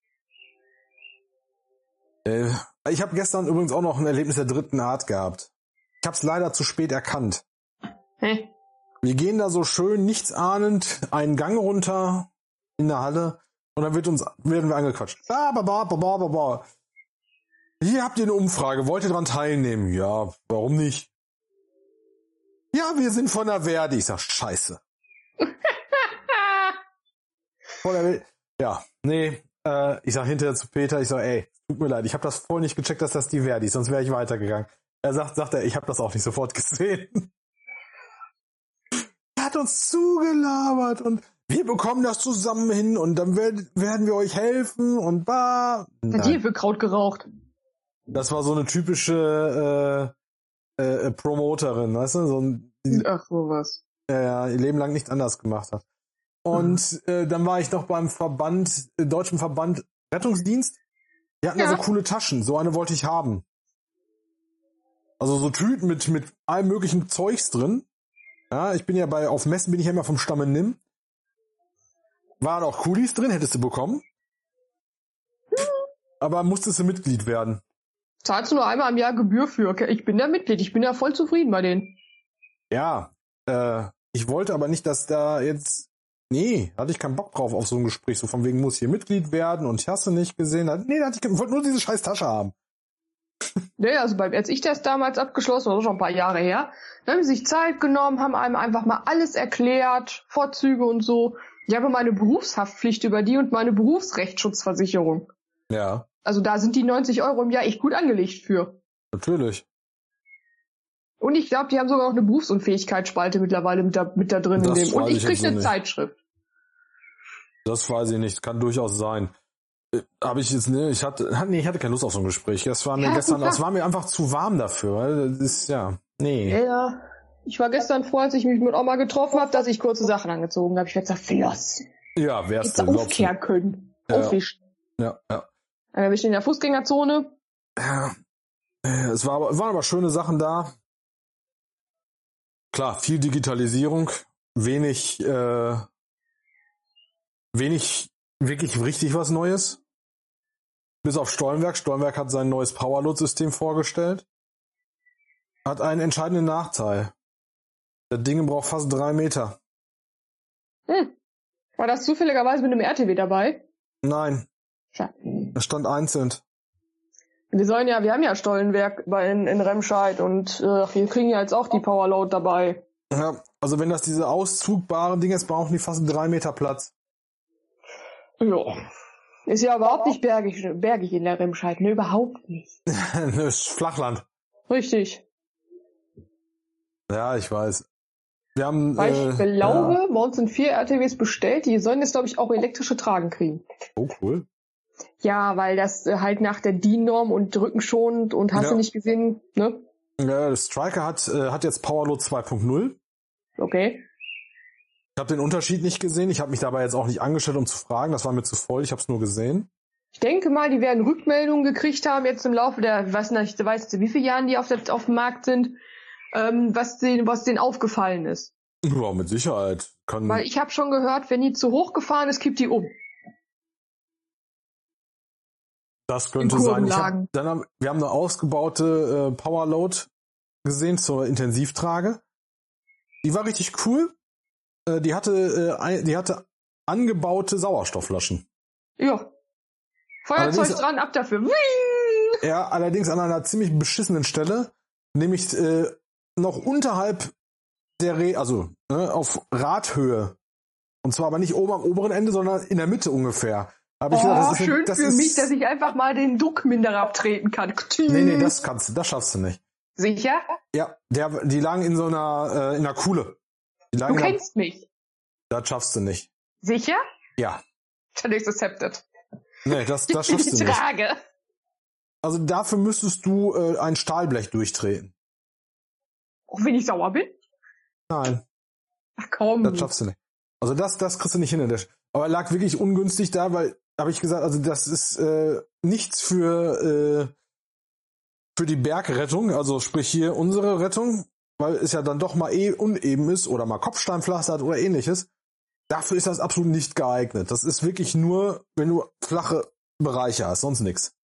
A: Äh, ich habe gestern übrigens auch noch ein Erlebnis der dritten Art gehabt. Ich habe es leider zu spät erkannt.
C: Hä?
A: Wir gehen da so schön, nichts ahnend, einen Gang runter in der Halle und dann wird uns, werden wir angequatscht. Ba, ba, ba, ba, ba, ba, ba. Hier habt ihr eine Umfrage, wollt ihr dran teilnehmen? Ja, warum nicht? Ja, wir sind von der Werde. Ich sag, scheiße.
C: Ah,
A: Voll erwähnt. Ja, nee, äh, ich sag hinterher zu Peter, ich sag, ey, tut mir leid, ich habe das voll nicht gecheckt, dass das die Verdi ist, sonst wäre ich weitergegangen. Er sagt, sagt er, ich habe das auch nicht sofort <laughs> gesehen. er hat uns zugelabert und wir bekommen das zusammen hin und dann werd, werden wir euch helfen und ba.
C: hat
A: Nein.
C: hier für Kraut geraucht.
A: Das war so eine typische äh, äh, äh, Promoterin, weißt du? So ein, die,
C: Ach, sowas.
A: der ja ihr Leben lang nicht anders gemacht hat. Und äh, dann war ich noch beim Verband, äh, Deutschen Verband Rettungsdienst. Die hatten ja.
C: Ja.
A: so coole Taschen, so eine wollte ich haben. Also so Tüten mit, mit allem möglichen Zeugs drin. Ja, ich bin ja bei, auf Messen bin ich ja immer vom Stamme Nimm. Waren auch Coolies drin, hättest du bekommen. Aber musstest du Mitglied werden.
C: Zahlst du nur einmal am Jahr Gebühr für? Okay, ich bin da Mitglied. Ich bin da voll zufrieden bei denen.
A: Ja, äh, ich wollte aber nicht, dass da jetzt. Nee, hatte ich keinen Bock drauf auf so ein Gespräch. So von wegen muss hier Mitglied werden und ich hasse nicht gesehen. Nee, da hatte ich keinen- wollte nur diese scheiß Tasche haben.
C: Naja, also beim, als ich das damals abgeschlossen habe, schon ein paar Jahre her, da haben sie sich Zeit genommen, haben einem einfach mal alles erklärt, Vorzüge und so. Ich habe meine Berufshaftpflicht über die und meine Berufsrechtsschutzversicherung.
A: Ja,
C: Also da sind die 90 Euro im Jahr echt gut angelegt für.
A: natürlich.
C: Und ich glaube, die haben sogar noch eine Berufsunfähigkeitsspalte mittlerweile mit da, mit da drin.
A: Das
C: in dem. Und
A: weiß
C: ich
A: ich
C: krieg
A: jetzt
C: eine
A: nicht.
C: Zeitschrift.
A: Das weiß ich nicht. Kann durchaus sein. Äh, Habe ich jetzt, ne, ich hatte, nee, ich hatte keine Lust auf so ein Gespräch. Das war mir
C: Ja, Äh,
A: gestern,
C: super.
A: das war mir einfach zu warm dafür. weil Das ist, ja, nee.
C: Ja, ich war gestern froh, als ich mich mit Oma getroffen habe, dass ich kurze Sachen angezogen habe. Ich werde gesagt, floss.
A: Ja, wär's
C: Hättest
A: denn,
C: du
A: glaubst du?
C: aufkehren können.
A: Ja.
C: Aufwischen.
A: Ja, ja.
C: Dann bin ich in der Fußgängerzone.
A: Äh, Es war aber, waren aber schöne Sachen da. Klar, viel Digitalisierung, wenig, äh, wenig wirklich richtig was Neues. Bis auf Stollenberg. Stollenberg hat sein neues Powerload-System vorgestellt. Hat einen entscheidenden Nachteil. Das Ding braucht fast drei Meter.
C: Hm. War das zufälligerweise mit einem RTW dabei?
A: Nein,
C: Schade.
A: es stand einzeln.
C: Wir sollen ja, wir haben ja Stollenwerk bei, in, in Remscheid und äh, wir kriegen ja jetzt auch die Powerload dabei.
A: Ja, also wenn das diese auszugbaren Dinge ist, brauchen die fast drei Meter Platz. <laughs>
C: Ja. Ist ja überhaupt nicht bergig, bergig in der Remscheid. Ne, überhaupt nicht.
A: Das ist Flachland.
C: Richtig.
A: Ja, ich weiß. Wir haben.
C: Weil ich
A: äh,
C: glaube,
A: Ja.
C: bei uns sind vier RTWs bestellt. Die sollen jetzt, glaube ich, auch elektrische Tragen kriegen.
A: Oh, cool.
C: Ja, weil das äh, halt nach der DIN-Norm und drückenschonend und hast
A: Ja.
C: du nicht gesehen, ne?
A: Ja, der Striker hat, äh, hat jetzt Powerload 2.0.
C: Okay.
A: Ich habe den Unterschied nicht gesehen. Ich habe mich dabei jetzt auch nicht angestellt, um zu fragen. Das war mir zu voll. Ich habe es nur gesehen.
C: Ich denke mal, die werden Rückmeldungen gekriegt haben jetzt im Laufe der, weiß nicht, weißt du, wie viele Jahren die auf, der, auf dem Markt sind, ähm, was, denen, was denen aufgefallen ist.
A: Ja, mit Sicherheit. Kann,
C: Weil ich habe schon gehört, wenn die zu hoch gefahren ist, kippt die um.
A: das könnte
C: in
A: sein. Ich
C: Kurvenlagen.
A: hab, dann haben, wir haben eine ausgebaute äh, Powerload gesehen zur Intensivtrage. Die war richtig cool. Äh, die hatte, äh, ein, die hatte angebaute Sauerstoffflaschen.
C: Ja. Feuerzeug
A: Allerdings-
C: dran, ab dafür. Wing!
A: Ja, allerdings an einer ziemlich beschissenen Stelle, nämlich äh, noch unterhalb der Re also ne, auf Radhöhe. Und zwar aber nicht oben am oberen Ende, sondern in der Mitte ungefähr. Aber
C: Oh,
A: ich gedacht, das ist,
C: schön
A: das
C: für
A: ist,
C: mich, dass ich einfach mal den Druck minder abtreten kann.
A: Nee, nee, das kannst du, das schaffst du nicht.
C: Sicher?
A: Ja, der, die lagen in so einer, äh, in einer Kuhle. Die
C: Du
A: lagen in einer,
C: kennst mich.
A: das schaffst du nicht.
C: Sicher?
A: Ja.
C: Dann ist accepted.
A: Nee, das,
C: <laughs>
A: das schaffst
C: ich
A: du nicht.
C: trage.
A: Also dafür müsstest du äh, ein Stahlblech durchtreten.
C: Auch Oh, wenn ich sauer bin?
A: Nein.
C: Ach komm.
A: Das schaffst du nicht. Also das, das kriegst du nicht hin. in der Sch- Aber lag wirklich ungünstig da, weil, habe ich gesagt, also das ist äh, nichts für, äh, für die Bergrettung, also sprich hier unsere Rettung, weil es ja dann doch mal eh uneben ist oder mal Kopfsteinpflaster hat oder ähnliches. Dafür ist das absolut nicht geeignet. Das ist wirklich nur, wenn du flache Bereiche hast, sonst nichts.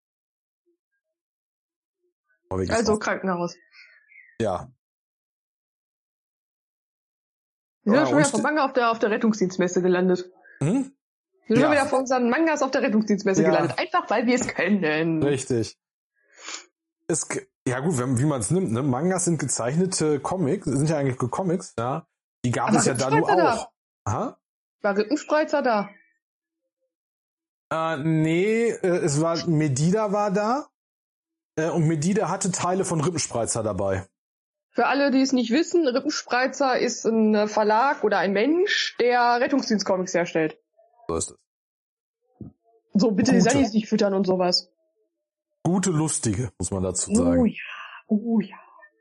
C: also Krankenhaus.
A: ja.
C: Wir
A: Ja,
C: sind schon wieder
A: und-
C: vom Manga auf der, auf der Rettungsdienstmesse gelandet.
A: Hm?
C: Wir sind
A: Ja.
C: schon wieder von unseren Mangas auf der Rettungsdienstmesse
A: Ja.
C: gelandet. Einfach weil wir es können.
A: Richtig. Es, ge- ja gut, wenn, wie man es nimmt, ne? Mangas sind gezeichnete Comics, sind ja eigentlich Comics, ja. Die gab
C: Aber
A: es ja
C: gibt's
A: da nur
C: weiter da?
A: auch. Aha.
C: War Rippenspreizer da?
A: Äh, nee, äh, es war Medida war da. Äh, und Medida hatte Teile von Rippenspreizer dabei.
C: Für alle, die es nicht wissen, Rippenspreizer ist ein äh, Verlag oder ein Mensch, der Rettungsdienstcomics herstellt.
A: So ist es.
C: So, bitte die
A: Gute.
C: Sunnies nicht füttern und sowas.
A: Gute, lustige, muss man dazu sagen.
C: Oh ja, oh ja.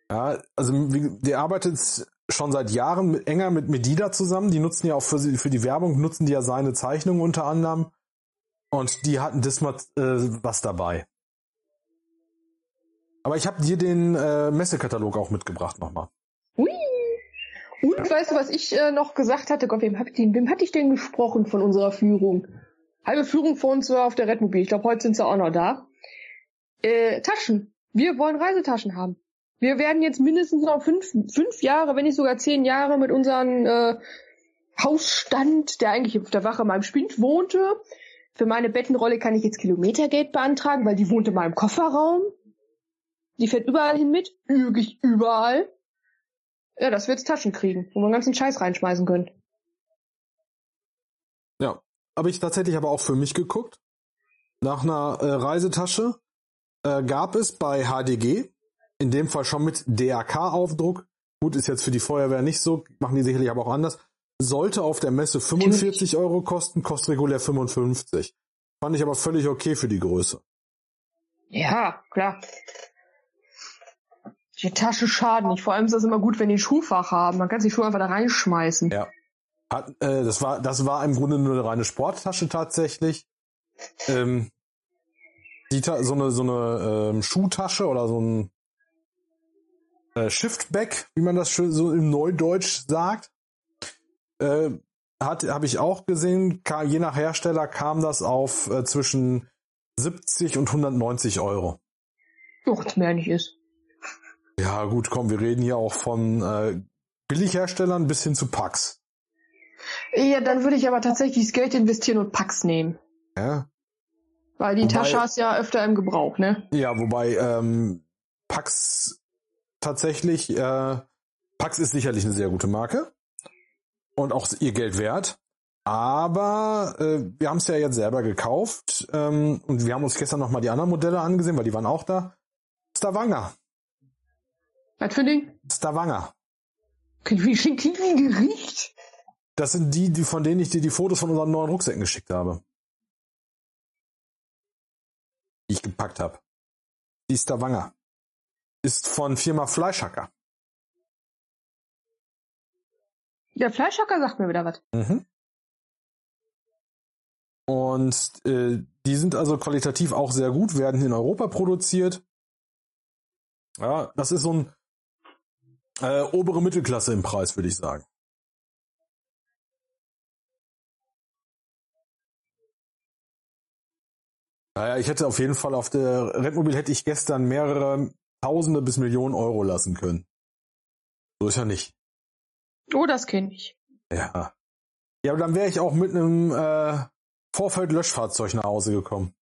A: Ja, also wie- die arbeitet schon seit Jahren mit, enger mit Medida zusammen. Die nutzen ja auch für, sie- für die Werbung, nutzen die ja seine Zeichnungen unter anderem. Und die hatten diesmal äh, was dabei. Aber ich habe dir den äh, Messekatalog auch mitgebracht nochmal.
C: Ui. Und weißt du, was ich äh, noch gesagt hatte? Gott, wem, hab ich den, wem hatte ich denn gesprochen von unserer Führung? Halbe Führung vor uns war auf der Redmobil. Ich glaube, heute sind sie auch noch da. Äh, Taschen. Wir wollen Reisetaschen haben. Wir werden jetzt mindestens noch fünf, fünf Jahre, wenn nicht sogar zehn Jahre mit unserem äh, Hausstand, der eigentlich auf der Wache in meinem Spind wohnte. Für meine Bettenrolle kann ich jetzt Kilometergeld beantragen, weil die wohnt in meinem Kofferraum. Die fährt überall hin mit. Wirklich überall. Ja, dass wir jetzt Taschen kriegen, wo wir den ganzen Scheiß reinschmeißen können.
A: Ja. Habe ich tatsächlich aber auch für mich geguckt. Nach einer äh, Reisetasche äh, gab es bei HDG, in dem Fall schon mit DAK-Aufdruck, gut, ist jetzt für die Feuerwehr nicht so, machen die sicherlich aber auch anders, sollte auf der Messe 45 Euro kosten, kostet regulär 55. Fand ich aber völlig okay für die Größe.
C: Ja, klar. Die Taschen schaden nicht. Vor allem ist das immer gut, wenn die ein Schuhfach haben. Man kann sich Schuhe einfach da reinschmeißen.
A: Ja. Hat, äh, das, war, das war im Grunde nur eine reine Sporttasche tatsächlich. Ähm, die Ta so eine, so eine ähm, Schuhtasche oder so ein äh, Shiftback, wie man das schön so im Neudeutsch sagt. Äh, hat habe ich auch gesehen, kam, je nach Hersteller kam das auf äh, zwischen 70 und 190 Euro.
C: Nichts mehr nicht ist.
A: Ja gut, komm, wir reden hier auch von äh, Billigherstellern bis hin zu Packs.
C: Ja, dann würde ich aber tatsächlich das Geld investieren und Packs nehmen.
A: Ja?
C: Weil die
A: Wobei-
C: Tasche hast du ja öfter im Gebrauch, ne?
A: Ja, wobei ähm, Pax tatsächlich, äh, Pax ist sicherlich eine sehr gute Marke und auch ihr Geld wert. Aber äh, wir haben es ja jetzt selber gekauft ähm, und wir haben uns gestern nochmal die anderen Modelle angesehen, weil die waren auch da. Stavanger,
C: Was für ein Ding?
A: Stavanger.
C: Klingt wie, klingt wie ein Gericht.
A: Das sind die, die, von denen ich dir die Fotos von unseren neuen Rucksäcken geschickt habe. Die ich gepackt habe. Die Stavanger. Ist von Firma Fleischhacker.
C: Der Fleischhocker sagt mir wieder was.
A: Mhm. Und äh, die sind also qualitativ auch sehr gut, werden in Europa produziert. Ja, das ist so ein äh, obere Mittelklasse im Preis, würde ich sagen. Naja, ich hätte auf jeden Fall auf der Redmobil hätte ich gestern mehrere Tausende bis Millionen Euro lassen können. So ist ja nicht.
C: Oh, das kenne ich.
A: Ja. Ja, aber dann wäre ich auch mit einem äh, Vorfeld-Löschfahrzeug nach Hause gekommen.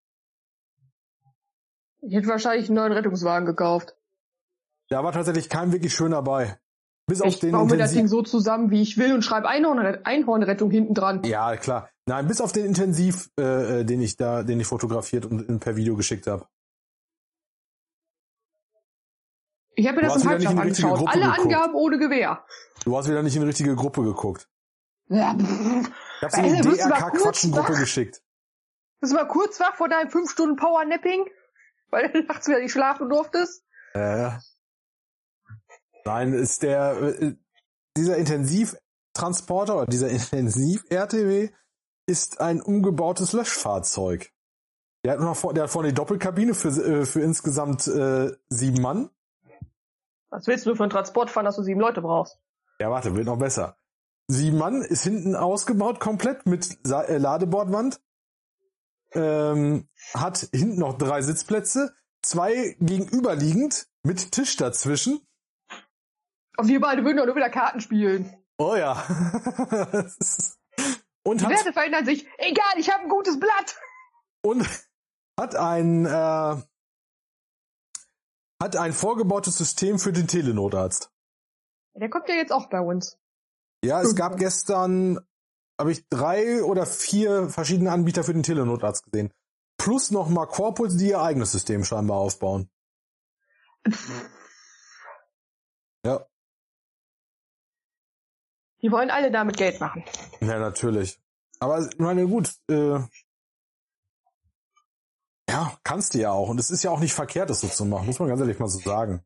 C: Ich hätte wahrscheinlich einen neuen Rettungswagen gekauft.
A: Da war tatsächlich kein wirklich schön dabei. Bis auf
C: Ich
A: den
C: baue mir das
A: Intensiv-
C: Ding so zusammen, wie ich will und schreibe Einhorn Einhornrettung hinten dran.
A: Ja, klar. Nein, bis auf den Intensiv, äh, äh, den ich da, den ich fotografiert und in- per Video geschickt habe.
C: Ich habe mir
A: Du
C: das
A: hast
C: im
A: wieder nicht in
C: Halbschlaf
A: die richtige
C: angeschaut.
A: Gruppe
C: Alle
A: geguckt.
C: Angaben ohne Gewehr.
A: Du hast wieder nicht in die richtige Gruppe geguckt.
C: Ja,
A: Ich
C: pff.
A: habe sie
C: Ey,
A: in die
C: willst Äh, du mal kurz
A: DRK-Quatschengruppe
C: wach-
A: geschickt.
C: Bist du mal kurz wach vor deinem 5 Stunden Powernapping? Weil du <laughs> nachts wieder nicht schlafen durftest?
A: Äh, nein, ist der äh, dieser Intensivtransporter oder dieser <laughs> Intensiv-RTW ist ein umgebautes Löschfahrzeug. Der hat, noch vor, der hat vorne die Doppelkabine für, äh, für insgesamt äh, sieben Mann.
C: Was willst du für einen Transport fahren, dass du sieben Leute brauchst?
A: Ja, warte, wird noch besser. Sieben Mann ist hinten ausgebaut komplett mit Sa äh, Ladebordwand. Ähm, hat hinten noch drei Sitzplätze, zwei gegenüberliegend mit Tisch dazwischen.
C: Und wir beide würden doch nur wieder Karten spielen.
A: Oh ja. <laughs> und
C: Die
A: hat
C: Werte verändern sich. Egal, ich habe ein gutes Blatt.
A: und hat ein äh, hat ein vorgebautes System für den Telenotarzt.
C: Der kommt ja jetzt auch bei uns.
A: Ja, es gab gestern, habe ich drei oder vier verschiedene Anbieter für den Telenotarzt gesehen. Plus nochmal Corpuls, die ihr eigenes System scheinbar aufbauen. Ja.
C: Die wollen alle damit Geld machen.
A: Ja, natürlich. Aber ich meine, gut, äh, ja, kannst du ja auch. Und es ist ja auch nicht verkehrt, das so zu machen, muss man ganz ehrlich mal so sagen.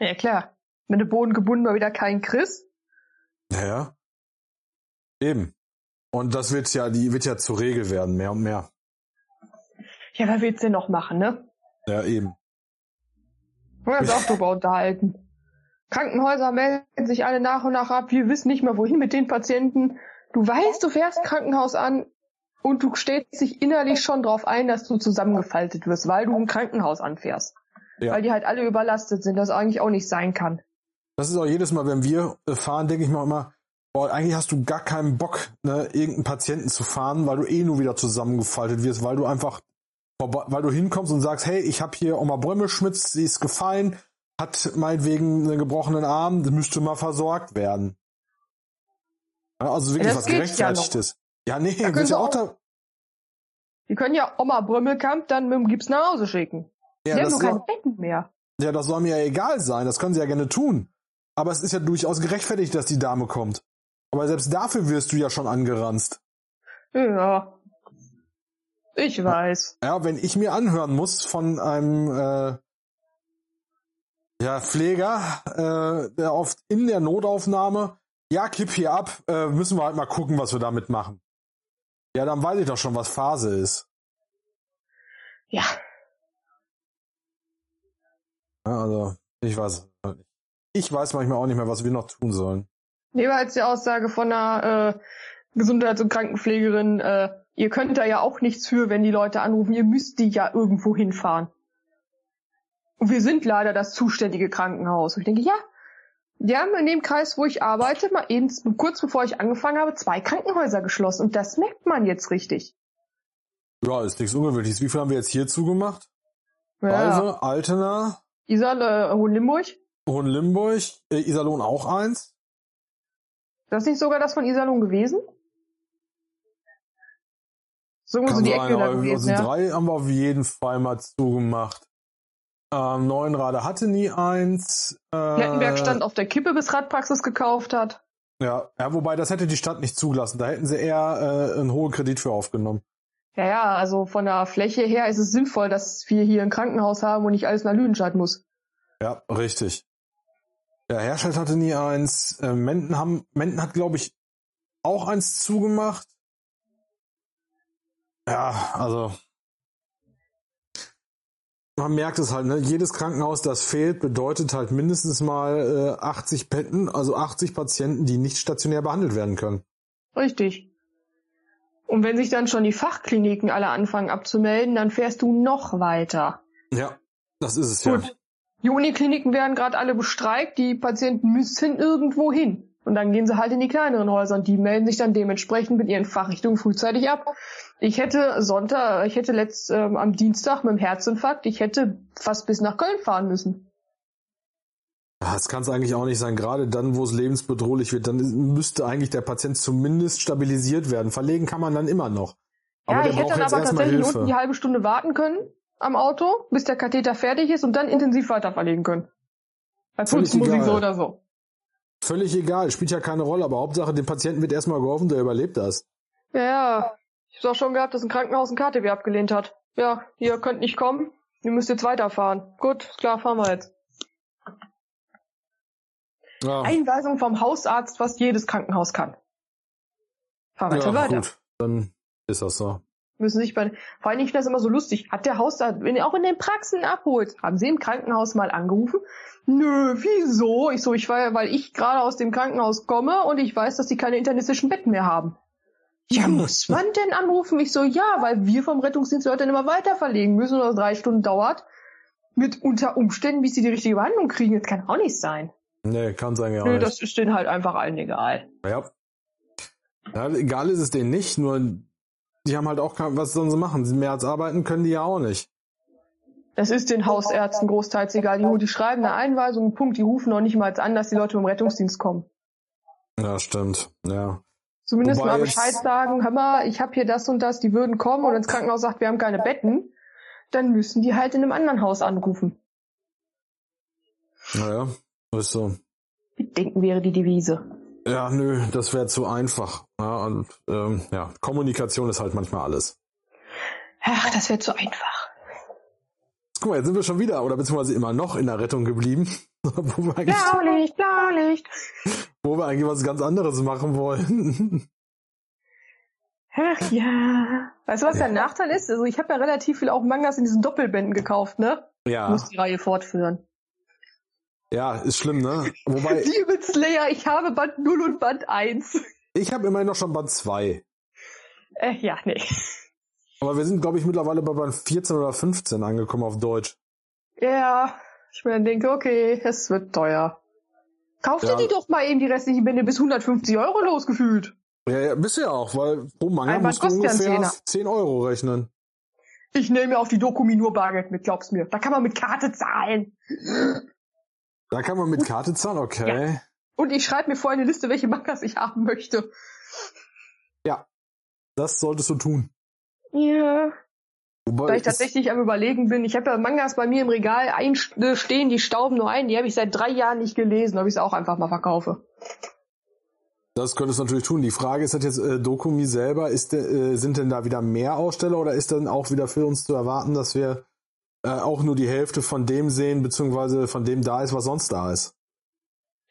C: Ja, klar. Mit dem Boden gebunden war wieder kein Chris.
A: Naja. Eben. Und das wird ja, die wird ja zur Regel werden, mehr und mehr.
C: Ja, wer will's denn noch machen, ne?
A: Ja, eben. <laughs>
C: Wir haben uns auch drüber unterhalten. Krankenhäuser melden sich alle nach und nach ab. Wir wissen nicht mehr, wohin mit den Patienten. Du weißt, du fährst ein Krankenhaus an und du stellst dich innerlich schon drauf ein, dass du zusammengefaltet wirst, weil du ein Krankenhaus anfährst.
A: Ja.
C: Weil die halt alle überlastet sind, das eigentlich auch nicht sein kann.
A: Das ist auch jedes Mal, wenn wir äh, fahren, denke ich mal immer, boah, eigentlich hast du gar keinen Bock, ne, irgendeinen Patienten zu fahren, weil du eh nur wieder zusammengefaltet wirst, weil du einfach, vorbe- weil du hinkommst und sagst, hey, ich habe hier Oma Brömmelschmitz, sie ist gefallen, hat meinetwegen einen gebrochenen Arm, die müsste mal versorgt werden. Ja, also wirklich
C: Ja, das
A: was
C: geht ja
A: gerechtfertigtes. Ja, nee,
C: können
A: wird
C: sie
A: ja auch
C: auch-
A: da.
C: Die können ja Oma Brömmelkamp dann mit dem Gips nach Hause schicken.
A: Ja,
C: die haben
A: das
C: nur
A: ist ja-
C: kein Becken mehr.
A: Ja, das soll mir ja egal sein, das können sie ja gerne tun. Aber es ist ja durchaus gerechtfertigt, dass die Dame kommt. Aber selbst dafür wirst du ja schon angeranzt.
C: Ja. Ich weiß.
A: Ja, wenn ich mir anhören muss von einem äh, ja, Pfleger, äh, der oft in der Notaufnahme, ja, kipp hier ab, äh, müssen wir halt mal gucken, was wir damit machen. Ja, dann weiß ich doch schon, was Phase ist.
C: Ja.
A: Ja, also, ich weiß. halt nicht. Ich weiß manchmal auch nicht mehr, was wir noch tun sollen.
C: Lieber als die Aussage von einer äh, Gesundheits- und Krankenpflegerin, äh, ihr könnt da ja auch nichts für, wenn die Leute anrufen, ihr müsst die ja irgendwo hinfahren. Und wir sind leider das zuständige Krankenhaus. Und ich denke, ja, wir haben in dem Kreis, wo ich arbeite, mal eben kurz bevor ich angefangen habe, zwei Krankenhäuser geschlossen. Und das merkt man jetzt richtig.
A: Ja, ist nichts Ungewöhnliches. Wie viel haben wir jetzt hierzu gemacht?
C: Ja. Also.
A: Also, Altena,
C: Isal, äh, Hohenlimburg.
A: Hohenlimburg, äh, Iserlohn auch eins.
C: Das ist nicht sogar das von Iserlohn gewesen? So muss
A: Kann
C: Um die
A: sein,
C: Ecke ne? da
A: aber wir
C: gewesen,
A: sind
C: ja.
A: drei haben wir auf jeden Fall mal zugemacht. Ähm, Neuenrade hatte nie eins. Äh,
C: Nettenberg stand auf der Kippe, bis Radpraxis gekauft hat.
A: Ja, ja, wobei das hätte die Stadt nicht zugelassen. Da hätten sie eher äh, einen hohen Kredit für aufgenommen.
C: Ja, ja, also von der Fläche her ist es sinnvoll, dass wir hier ein Krankenhaus haben und nicht alles nach Lüdenscheid muss.
A: Ja, richtig. Ja, Herschelt hatte nie eins. Äh, Menden, haben, Menden hat, glaube ich, auch eins zugemacht. Ja, also. Man merkt es halt, ne? Jedes Krankenhaus, das fehlt, bedeutet halt mindestens mal äh, 80 Betten, also 80 Patienten, die nicht stationär behandelt werden können.
C: Richtig. Und wenn sich dann schon die Fachkliniken alle anfangen abzumelden, dann fährst du noch weiter.
A: Ja, das ist es ja.
C: Gut. Die Unikliniken werden gerade alle bestreikt, die Patienten müssen irgendwo hin. Und dann gehen sie halt in die kleineren Häuser und die melden sich dann dementsprechend mit ihren Fachrichtungen frühzeitig ab. Ich hätte Sonntag, ich hätte letzt ähm, am Dienstag mit dem Herzinfarkt, ich hätte fast bis nach Köln fahren müssen.
A: Ah, Das kann es eigentlich auch nicht sein. Gerade dann, wo es lebensbedrohlich wird, dann müsste eigentlich der Patient zumindest stabilisiert werden. Verlegen kann man dann immer noch. Aber
C: ja,
A: der
C: ich hätte
A: braucht
C: dann
A: jetzt
C: aber
A: erstmal
C: tatsächlich
A: Hilfe.
C: unten die halbe Stunde warten können am Auto, bis der Katheter fertig ist und dann intensiv weiter verlegen können. Bei
A: Völlig
C: Putzen muss ich
A: egal.
C: so oder so.
A: Völlig egal, spielt ja keine Rolle, aber Hauptsache dem Patienten wird erstmal geholfen, der überlebt das.
C: Ja, ja. Ich hab's auch schon gehabt, dass ein Krankenhaus ein KTW abgelehnt hat. Ja, ihr könnt nicht kommen. Ihr müsst jetzt weiterfahren. Gut, ist klar, fahren wir jetzt.
A: Ja,
C: Einweisung vom Hausarzt, was jedes Krankenhaus kann. Fahr weiter,
A: ja
C: weiter.
A: gut, dann ist das so.
C: Müssen sich bei, vor allem, ich finde das immer so lustig. Hat der Hausarzt, wenn er auch in den Praxen abholt, haben sie im Krankenhaus mal angerufen? Nö, wieso? Ich so, ich war, ja- weil ich gerade aus dem Krankenhaus komme und ich weiß, dass die keine internistischen Betten mehr haben. Ja, muss man denn anrufen? Ich so, ja, weil wir vom Rettungsdienst die Leute dann immer weiter verlegen müssen oder drei Stunden dauert. Mit unter Umständen, bis sie die richtige Behandlung kriegen. Das kann auch nicht sein.
A: Nee, kann sein ja auch
C: Nö,
A: nicht.
C: das ist denen halt einfach allen egal.
A: Ja. ja. Egal ist es denen nicht, nur die haben halt auch kein, was sollen sie machen? Sie- Mehr als arbeiten können die ja auch nicht.
C: Das ist den Hausärzten großteils egal. Die, die schreiben eine Einweisung, einen Punkt, die rufen noch nicht mal an, dass die Leute vom Rettungsdienst kommen.
A: Ja, stimmt. Ja.
C: Zumindest
A: Wobei
C: mal
A: jetzt-
C: Bescheid sagen, hör mal, ich habe hier das und das, die würden kommen und ins Krankenhaus sagt, wir haben keine Betten, dann müssen die halt in einem anderen Haus anrufen.
A: Naja, ist so.
C: Denken wäre die Devise.
A: Ja, nö, das wäre zu einfach. Ja, und ähm, ja, Kommunikation ist halt manchmal alles.
C: Ach, das wäre zu einfach.
A: Guck mal, jetzt sind wir schon wieder, oder beziehungsweise immer noch in der Rettung geblieben, <laughs> wo wir eigentlich,
C: Blaulicht, Blaulicht.
A: wo wir eigentlich was ganz anderes machen wollen. <laughs>
C: Ach ja. Weißt du, was der Nachteil ist? Also ich habe ja relativ viel auch Mangas in diesen Doppelbänden gekauft, ne?
A: Ja.
C: Muss die Reihe fortführen.
A: Ja, ist schlimm, ne?
C: <laughs>
A: Wobei,
C: Demon Slayer, ich habe Band 0 und Band 1.
A: ich habe immerhin noch schon Band 2.
C: Äh, ja, nee.
A: Aber wir sind, glaube ich, mittlerweile bei Band 14 oder 15 angekommen auf Deutsch.
C: Ja, ich mir dann denke, okay, es wird teuer. Kauf dir
A: Ja.
C: die doch mal eben die restlichen Bände bis 150 Euro losgefühlt.
A: Ja, ja, bist du ja auch, weil pro Manga
C: Ein
A: musst
C: Band
A: du
C: kostet ja einen
A: ungefähr
C: Zehner.
A: 10 Euro rechnen.
C: Ich nehme mir auf die Dokumi nur Bargeld mit, glaub's mir. Da kann man mit Karte zahlen.
A: Da kann man mit Karte zahlen, okay.
C: Und ich schreibe mir vorher eine Liste, welche Mangas ich haben möchte.
A: Das solltest du tun.
C: Ja.
A: Wobei
C: Weil ich tatsächlich am überlegen bin. Ich habe ja Mangas bei mir im Regal ein, äh, stehen, die stauben nur ein. Die habe ich seit drei Jahren nicht gelesen, ob ich sie auch einfach mal verkaufe.
A: das könntest du natürlich tun. Die Frage ist halt jetzt, äh, Dokumi selber, ist, de- äh, sind denn da wieder mehr Aussteller oder ist dann auch wieder für uns zu erwarten, dass wir äh, auch nur die Hälfte von dem sehen, beziehungsweise von dem da ist, was sonst da ist?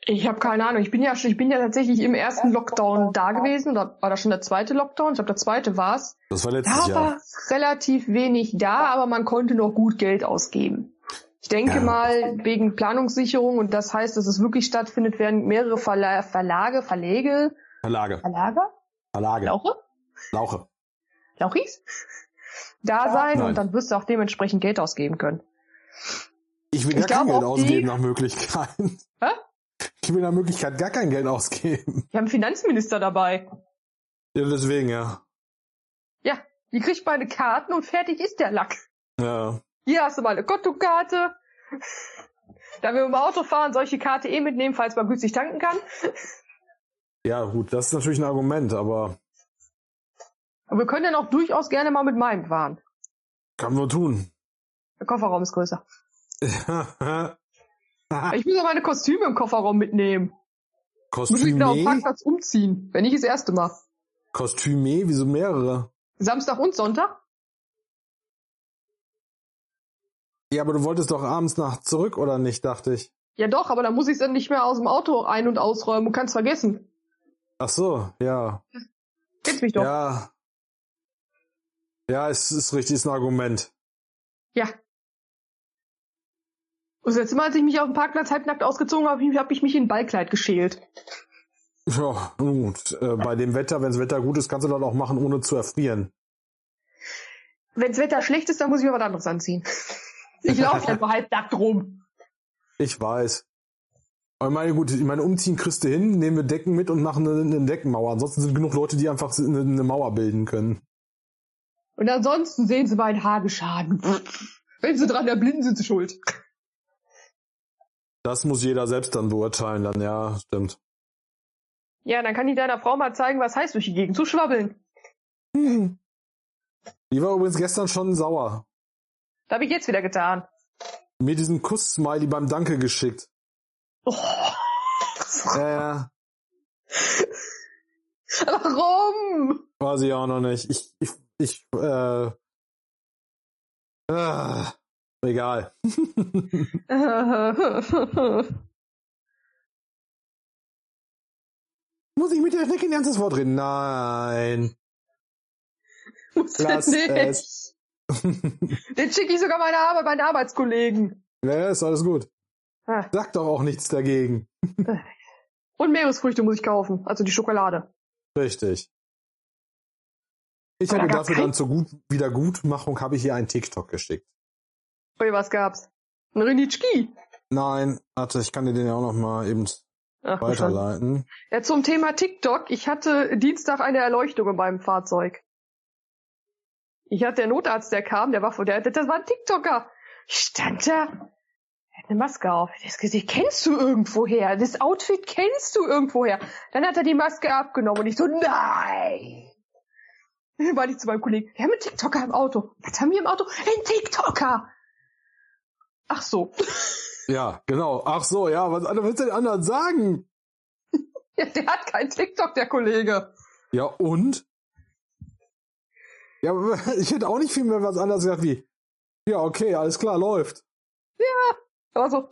C: Ich habe keine Ahnung. Ich bin ja schon, ich bin ja tatsächlich im ersten Lockdown da gewesen. Da war da schon der zweite Lockdown. Ich glaube, der zweite war's.
A: Das war letztes
C: Da
A: Jahr.
C: war relativ wenig da, aber man konnte noch gut Geld ausgeben. Ich denke
A: Ja.
C: mal, wegen Planungssicherung und das heißt, dass es wirklich stattfindet, werden mehrere Verla Verlage, Verlege,
A: Verlage.
C: Verlage,
A: Verlage.
C: Lauche,
A: Lauche.
C: Lauchis, da sein
A: Nein.
C: und dann wirst du auch dementsprechend Geld ausgeben können.
A: Ich will
C: Ich
A: gar kein
C: glaube
A: Geld
C: auch die-
A: ausgeben nach Möglichkeit.
C: Hä?
A: Ich will nach Möglichkeit gar kein Geld ausgeben.
C: Wir haben einen Finanzminister dabei.
A: Ja, deswegen, ja.
C: Die kriegt meine Karten und fertig ist der Lack.
A: Ja.
C: Hier hast du meine Kottokarte. Da wir im Auto fahren, solche Karte eh mitnehmen, falls man günstig tanken kann.
A: ja, gut, das ist natürlich ein Argument, aber
C: Aber wir können dann auch durchaus gerne mal mit meinem fahren.
A: kann man tun. <laughs>
C: Der Kofferraum ist größer.
A: Kostüm?
C: Ich muss ja meine Kostüme im Kofferraum mitnehmen. Muss ich wieder auf dem Parkplatz umziehen, wenn nicht das erste Mal.
A: Kostüme, wieso mehrere?
C: Samstag und Sonntag?
A: Ja, aber du wolltest doch abends nach zurück, oder nicht, dachte ich.
C: Ja doch, aber dann muss ich es dann nicht mehr aus dem Auto ein- und ausräumen und kann's vergessen.
A: Ach so, ja.
C: Kennst mich doch. Ja.
A: Ja. Ja, es ist richtig, ist ein Argument.
C: Und das letzte Mal, als ich mich auf dem Parkplatz halbnackt ausgezogen habe, habe ich mich in ein Ballkleid geschält.
A: Ja, gut. Äh, bei dem Wetter, wenn das Wetter gut ist, kannst du das auch machen, ohne zu erfrieren.
C: Wenn's Wetter schlecht ist, dann muss ich mir was anderes anziehen. <laughs> Ich laufe halt nur halbnackt rum.
A: Ich weiß. Aber ich meine, gut, ich meine, umziehen kriegst du hin, nehmen wir Decken mit und machen eine, eine Deckenmauer. Ansonsten sind genug Leute, die einfach eine, eine Mauer bilden können.
C: Und ansonsten sehen sie meinen Hageschaden. Wenn sie dran erblinden, sind sie schuld.
A: Das muss jeder selbst dann beurteilen, dann ja, stimmt.
C: Ja, dann kann ich deiner Frau mal zeigen, was heißt, durch die Gegend zu schwabbeln.
A: Die war übrigens gestern schon sauer.
C: Das habe ich jetzt wieder getan.
A: Mir diesen Kuss-Smiley beim Danke geschickt.
C: Oh. <laughs>
A: Ja, ja,
C: Warum? <laughs>
A: war sie auch noch nicht. Ich, ich, ich, äh, äh egal. Muss ich mit der Schnecke ein ernstes Wort reden? Nein.
C: Muss <laughs> er
A: Lass
C: nicht.
A: es.
C: Den schicke ich sogar meine Arbeit, meinen Arbeitskollegen.
A: Ja, ja, Ne, ist alles gut.
C: Ah.
A: Sag doch auch nichts dagegen.
C: Und Meeresfrüchte muss ich kaufen, also die Schokolade.
A: Richtig. Ich
C: Aber
A: habe
C: da gab's
A: dafür
C: kein-
A: dann zur gut Wiedergutmachung habe ich ihr einen TikTok geschickt.
C: Ui, was gab's? Ein Renitschki.
A: Nein, warte, ich kann dir den ja auch noch mal eben
C: Ach, schon.
A: weiterleiten.
C: ja, Äh, zum Thema TikTok. Ich hatte Dienstag eine Erleuchtung in meinem Fahrzeug. Ich hatte der Notarzt, der kam, der war vor der, das war ein TikToker. Ich stand da, er hat eine Maske auf. Das Gesicht kennst du irgendwoher. Das Outfit kennst du irgendwoher. Dann hat er die Maske abgenommen und ich so, nein. Dann war ich zu meinem Kollegen, wir haben einen TikToker im Auto. Was haben wir im Auto? Ein TikToker. Ach so. <laughs>
A: Ja, genau. Ach so, ja, was anderes willst du den anderen sagen?
C: Ja, der hat kein TikTok, der Kollege.
A: Ja, und? Ja, <laughs> aber ich hätte auch nicht viel mehr was anderes gesagt wie, ja, okay, alles klar, läuft.
C: Aber so,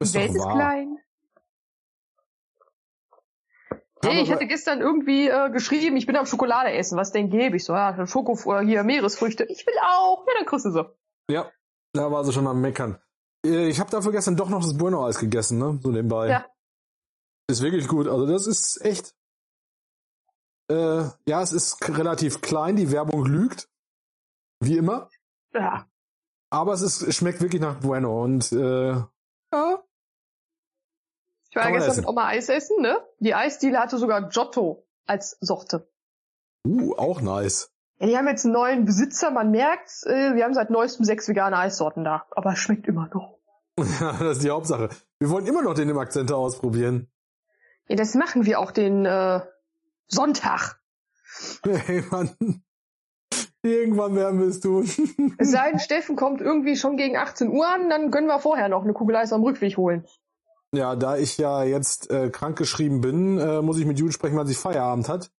A: Ist
C: Die Welt
A: doch
C: ist
A: wahr.
C: klein.
A: Aber
C: Nee, ich
A: bei-
C: hatte gestern irgendwie äh, geschrieben, ich bin am Schokolade essen. Was denn gebe ich? So, ja, Schoko oder hier Meeresfrüchte. Ich will auch. Ja, dann kriegst du so.
A: Ja, da war sie schon am Meckern. Äh, Ich habe dafür gestern doch noch das Bueno-Eis gegessen, ne? So nebenbei.
C: Ja.
A: Ist wirklich gut. Also das ist echt. Äh, ja, es ist k- relativ klein, die Werbung lügt. Wie immer.
C: Ja.
A: Aber es, ist, es schmeckt wirklich nach Bueno und äh, ja.
C: Ich war
A: Kann man
C: ja gestern
A: essen.
C: mit Oma Eis essen, ne? Die Eisdiele hatte sogar Giotto als Sorte.
A: Uh, auch nice.
C: Ja, die haben jetzt einen neuen Besitzer, man merkt's. Äh, wir haben seit neuestem sechs vegane Eissorten da. Aber es schmeckt immer noch.
A: Ja, <laughs> das ist die Hauptsache. Wir wollen immer noch den im Akzenter ausprobieren. <laughs>
C: Ja, das machen wir auch den äh, Sonntag.
A: Hey, Mann. Irgendwann werden wir es tun. <laughs>
C: Es sei denn, Steffen kommt irgendwie schon gegen 18 Uhr an, dann können wir vorher noch eine Kugel Eis am Rückweg holen.
A: Ja, da ich ja jetzt äh, krankgeschrieben bin, äh, muss ich mit Jude sprechen, wann sie Feierabend hat.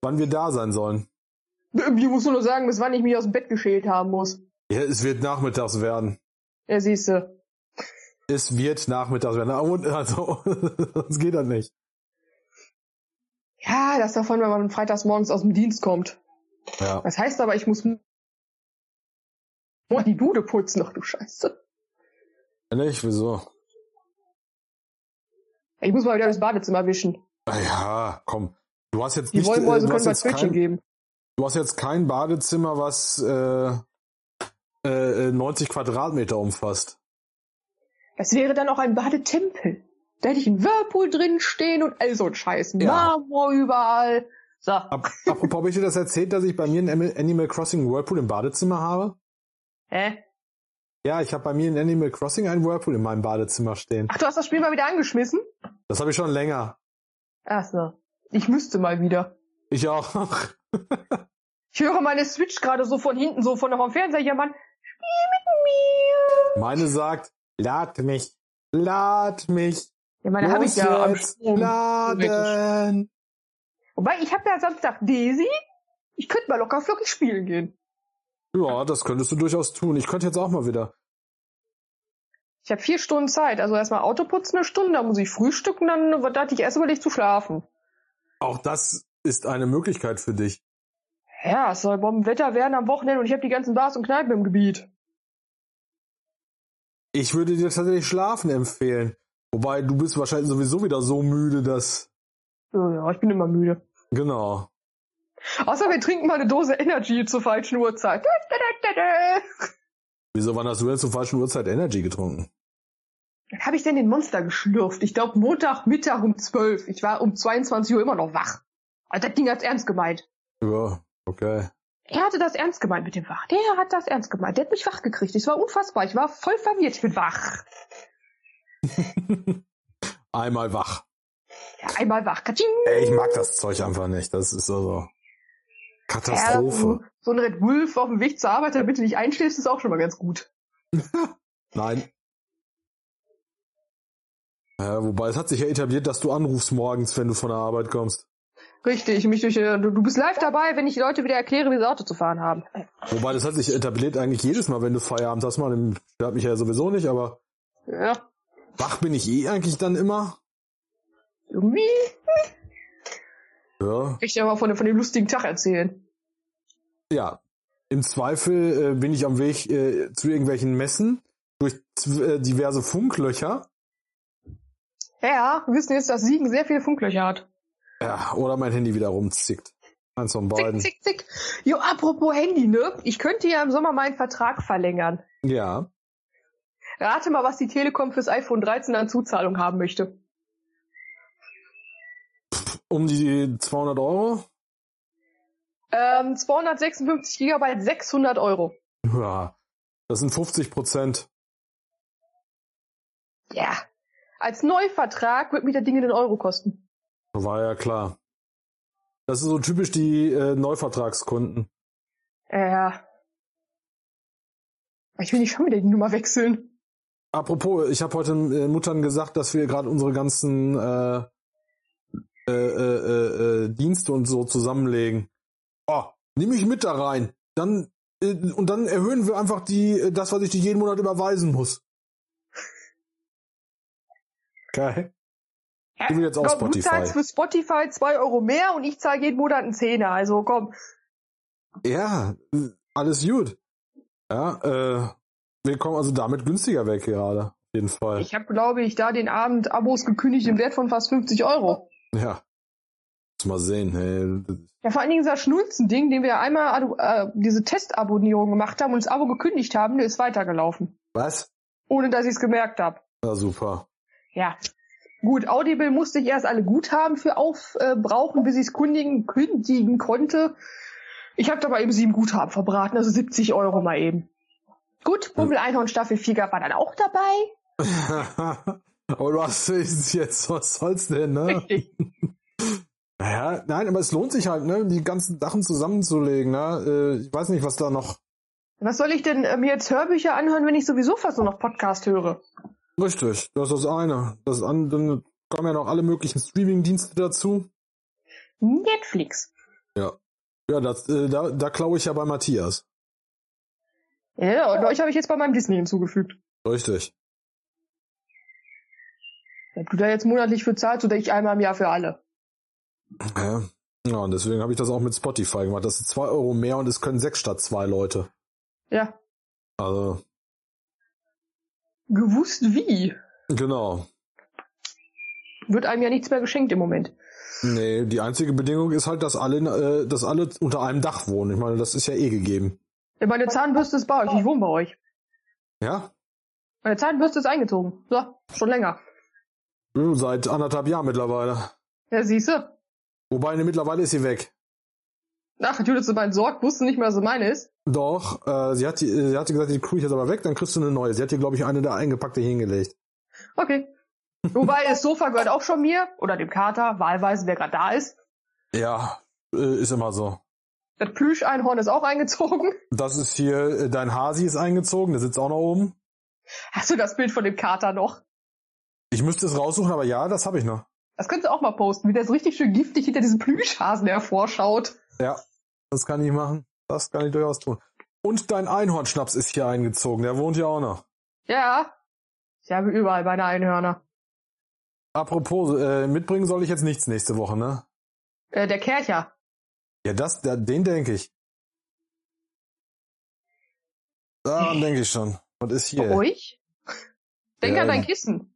A: Wann wir da sein sollen.
C: Ich muss nur noch sagen, bis wann ich mich aus dem Bett geschält haben muss.
A: Ja, es wird nachmittags werden.
C: Ja, siehste.
A: Es wird nachmittags werden. Ah, und, Also, <laughs> das geht dann nicht.
C: Ja, das davon, wenn man freitags morgens aus dem Dienst kommt.
A: Ja.
C: Das heißt aber, ich muss m- die Bude putzen, ach du Scheiße.
A: Nicht? Wieso?
C: Ich muss mal wieder das Badezimmer wischen.
A: Ah ja, komm. Du hast jetzt
C: Die
A: nicht, äh,
C: Wollmäuse
A: du,
C: können
A: hast
C: was
A: jetzt
C: Tötchen
A: kein,
C: geben.
A: du hast jetzt kein Badezimmer, was äh, äh, äh, 90 Quadratmeter umfasst.
C: Das wäre dann auch ein Badetempel. Da hätte ich einen Whirlpool drin stehen und all so ein Scheiß.
A: Ja.
C: Marmor überall. So.
A: Ap apropos, habe ich dir das erzählt, dass ich bei mir einen Animal Crossing Whirlpool im Badezimmer habe?
C: Hä?
A: Ja, ich habe bei mir in Animal Crossing einen Whirlpool in meinem Badezimmer stehen.
C: Ach, du hast das Spiel mal wieder angeschmissen?
A: Das habe ich schon länger.
C: Ach so. Ich müsste mal wieder.
A: Ich auch. <laughs>
C: Ich höre meine Switch gerade so von hinten, so von vom Fernseher jammern. Spiel
A: Meine sagt, lad mich, lad mich.
C: mit mir. Ja, meine habe ich
A: Los
C: ja am
A: jetzt,
C: Strom.
A: Laden.
C: Wobei, ich habe ja Samstag Daisy. Ich könnte mal locker flockig spielen gehen.
A: Ja, das könntest du durchaus tun. Ich könnte jetzt auch mal wieder.
C: Ich habe vier Stunden Zeit. Also erstmal Autoputzen eine Stunde, dann muss ich frühstücken, dann da hatte ich erst überlegt zu schlafen.
A: Auch das ist eine Möglichkeit für dich.
C: Ja, es soll Bombenwetter werden am Wochenende und ich habe die ganzen Bars und Kneipen im Gebiet.
A: Ich würde dir tatsächlich Schlafen empfehlen. Wobei, du bist wahrscheinlich sowieso wieder so müde, dass...
C: Ja, ja, ich bin immer müde.
A: Genau.
C: Außer wir trinken mal eine Dose Energy zur falschen Uhrzeit.
A: Wieso wann hast du denn zur falschen Uhrzeit Energy getrunken?
C: Wann habe ich denn den Monster geschlürft? Ich glaube Montagmittag um 12. Ich war um 22 Uhr immer noch wach. Also das Ding hat's ernst gemeint.
A: Ja, okay.
C: Er hatte das ernst gemeint mit dem Wach. Der hat das ernst gemeint. Der hat mich wach gekriegt. Es war unfassbar. Ich war voll verwirrt. Ich bin wach.
A: Einmal wach.
C: Ja, einmal wach. Katsching.
A: Ey, ich mag das Zeug einfach nicht. Das ist also Katastrophe.
C: Ja, so ein Red Wolf auf dem Weg zur Arbeit, damit du nicht einschläfst, ist auch schon mal ganz gut.
A: Nein. Ja, wobei, es hat sich ja etabliert, dass du anrufst morgens, wenn du von der Arbeit kommst.
C: Richtig, mich durch, äh, du, du bist live dabei, wenn ich die Leute wieder erkläre, wie sie Auto zu fahren haben.
A: Wobei, das hat sich etabliert eigentlich jedes Mal, wenn du Feierabend hast. Man stört mich ja sowieso nicht, aber
C: Ja,
A: wach bin ich eh eigentlich dann immer.
C: irgendwie
A: Ja.
C: kann ich dir mal von, dem- von dem lustigen Tag erzählen.
A: ja. Im Zweifel äh, bin ich am Weg äh, zu irgendwelchen Messen durch zw- äh, diverse Funklöcher.
C: Ja, wir wissen jetzt, dass Siegen sehr viele Funklöcher hat.
A: Ja, oder mein Handy wieder rumzickt. Eins von beiden.
C: Zick, zick, zick. Jo, apropos Handy, ne? Ich könnte ja im Sommer meinen Vertrag verlängern.
A: Ja.
C: Rate mal, was die Telekom fürs iPhone 13 an Zuzahlung haben möchte.
A: Um die 200 Euro?
C: Ähm, 256 Gigabyte, 600 Euro.
A: Ja. Das sind 50 Prozent.
C: Ja. Als Neuvertrag wird mir das Ding den Euro kosten.
A: War ja klar. Das ist so typisch die äh, Neuvertragskunden.
C: Äh, Ja. Ich will nicht schon wieder die Nummer wechseln.
A: Apropos, ich habe heute äh, Muttern gesagt, dass wir gerade unsere ganzen äh, äh, äh, äh, äh, Dienste und so zusammenlegen. Oh, nimm mich mit da rein. Dann äh, und dann erhöhen wir einfach die äh, das, was ich dir jeden Monat überweisen muss. Okay.
C: Ja,
A: Ich will jetzt auch
C: komm, Du
A: Spotify.
C: zahlst für Spotify 2 Euro mehr und ich zahle jeden Monat einen Zehner. Also komm,
A: Ja, äh, alles gut. Ja, äh, wir kommen also damit günstiger weg gerade. Auf jeden Fall.
C: ich habe, glaube ich, da den Abend Abos gekündigt im Wert von fast 50 Euro.
A: Ja. Muss mal sehen, hey.
C: Ja, vor allen Dingen dieser Schnulzen-Ding, den wir einmal adu- äh, diese Testabonierung gemacht haben und das Abo gekündigt haben, der ist weitergelaufen.
A: Was?
C: Ohne dass ich es gemerkt habe.
A: Na super. <laughs>
C: Ja. Gut, Audible musste ich erst alle Guthaben für aufbrauchen, bis ich es kündigen, kündigen konnte. Ich habe da mal eben sieben Guthaben verbraten, also 70 Euro mal eben. Gut, Bummel Einhorn Staffel 4 gab war dann auch dabei.
A: aber du hast es jetzt, was soll's denn, ne?
C: Richtig.
A: Naja, nein, aber es lohnt sich halt, ne, die ganzen Sachen zusammenzulegen, ne? Äh, ich weiß nicht, was da noch.
C: Was soll ich denn äh, mir jetzt Hörbücher anhören, wenn ich sowieso fast nur noch Podcast höre?
A: Richtig, das ist das eine. Das an, dann kommen ja noch alle möglichen Streaming-Dienste dazu.
C: Netflix.
A: Ja, das, äh, da, da klaue ich ja bei Matthias.
C: Ja, und euch habe ich jetzt bei meinem Disney hinzugefügt.
A: Richtig.
C: Wenn du da jetzt monatlich für zahlst, so denke ich einmal im Jahr für alle.
A: Ja, ja und deswegen habe ich das auch mit Spotify gemacht. Das sind zwei Euro mehr und es können sechs statt zwei Leute.
C: Ja.
A: Also,
C: Gewusst wie.
A: genau.
C: Wird einem ja nichts mehr geschenkt im Moment.
A: Nee, die einzige Bedingung ist halt, dass alle, äh, dass alle unter einem Dach wohnen. Ich meine, das ist ja eh gegeben.
C: Ja, Meine Zahnbürste ist bei euch, ich wohne bei euch.
A: Ja?
C: Meine Zahnbürste ist eingezogen. So, schon länger.
A: Du, Hm, Seit anderthalb Jahren mittlerweile.
C: Ja, siehste.
A: Wobei, ne, mittlerweile ist sie weg.
C: Ach, Judith ist entsorgt, wusste nicht mehr, was sie meine ist.
A: Doch, äh, sie hat, die, äh, sie hatte gesagt, die Crew ist jetzt aber weg, dann kriegst du eine neue. Sie hat dir, glaube ich, eine da eingepackte hingelegt.
C: Okay. Wobei, das Sofa gehört auch schon mir oder dem Kater, wahlweise, wer gerade da ist.
A: Ja, äh, ist immer so.
C: Das Plüscheinhorn ist auch eingezogen.
A: Das ist hier, äh, dein Hasi ist eingezogen, der sitzt auch noch oben.
C: Hast du das Bild von dem Kater noch?
A: Ich müsste es raussuchen, aber ja, das habe ich noch.
C: Das könntest du auch mal posten, wie der so richtig schön giftig hinter diesem Plüschhasen hervorschaut.
A: Das kann ich machen. Das kann ich durchaus tun. Und dein Einhornschnaps ist hier eingezogen, der wohnt hier auch noch.
C: Ja, Ich habe überall meine Einhörner.
A: Apropos, äh, mitbringen soll ich jetzt nichts nächste Woche, ne?
C: Äh, der Kercher.
A: Ja, das, da, den denke ich. Daran denke ich schon. Und ist hier.
C: Euch? Denk
A: Ja,
C: an dein
A: ja.
C: Kissen.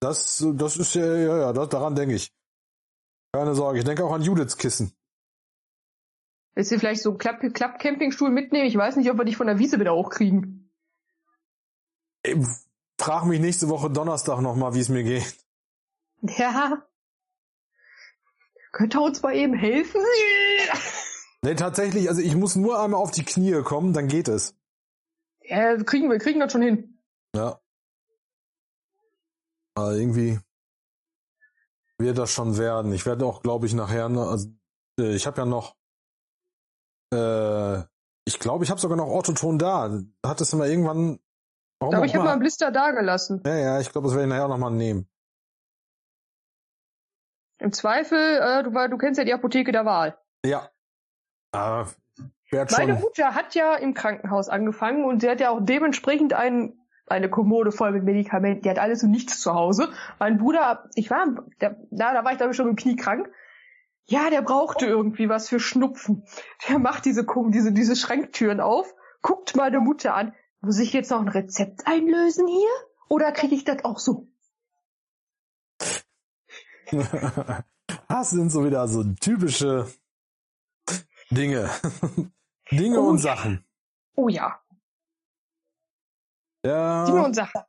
A: Das, das ist ja, ja, ja, das, daran denke ich. Keine Sorge, ich denke auch an Judiths Kissen.
C: Willst du vielleicht so einen Klapp- Klapp-Campingstuhl mitnehmen? Ich weiß nicht, ob wir dich von der Wiese wieder hochkriegen.
A: Ähm, Frag mich nächste Woche Donnerstag nochmal, wie es mir geht.
C: Ja. Könnt ihr uns mal eben helfen? <laughs>
A: Nee, tatsächlich, also ich muss nur einmal auf die Knie kommen, dann geht es.
C: Ja, kriegen wir, kriegen das schon hin.
A: Ja. Aber irgendwie wird das schon werden. Ich werde auch, glaube ich, nachher, noch- also äh, ich habe ja noch, äh, ich glaube, ich habe sogar noch Orthoton da. Hattest du mal irgendwann, warum
C: Aber
A: auch
C: ich habe mal einen Blister dagelassen.
A: Ja, ja, ich glaube, das werde ich nachher auch nochmal nehmen.
C: Im Zweifel, äh, du, weil du kennst ja die Apotheke der Wahl.
A: Ja. Aber werd
C: Meine
A: schon.
C: Mutter hat ja im Krankenhaus angefangen und sie hat ja auch dementsprechend ein, eine Kommode voll mit Medikamenten. Die hat alles und nichts zu Hause. Mein Bruder, ich war, der, na, da war ich glaube ich schon mit dem Knie krank. Ja, der brauchte irgendwie was für Schnupfen. Der macht diese, Kom- diese, diese Schranktüren auf, guckt meine Mutter an. Muss ich jetzt noch ein Rezept einlösen hier? Oder kriege ich das auch so?
A: <laughs> Das sind so wieder so typische Dinge. <laughs> Dinge
C: Oh
A: und
C: ja.
A: Sachen.
C: Oh ja, Dinge
A: Ja.
C: und Sachen.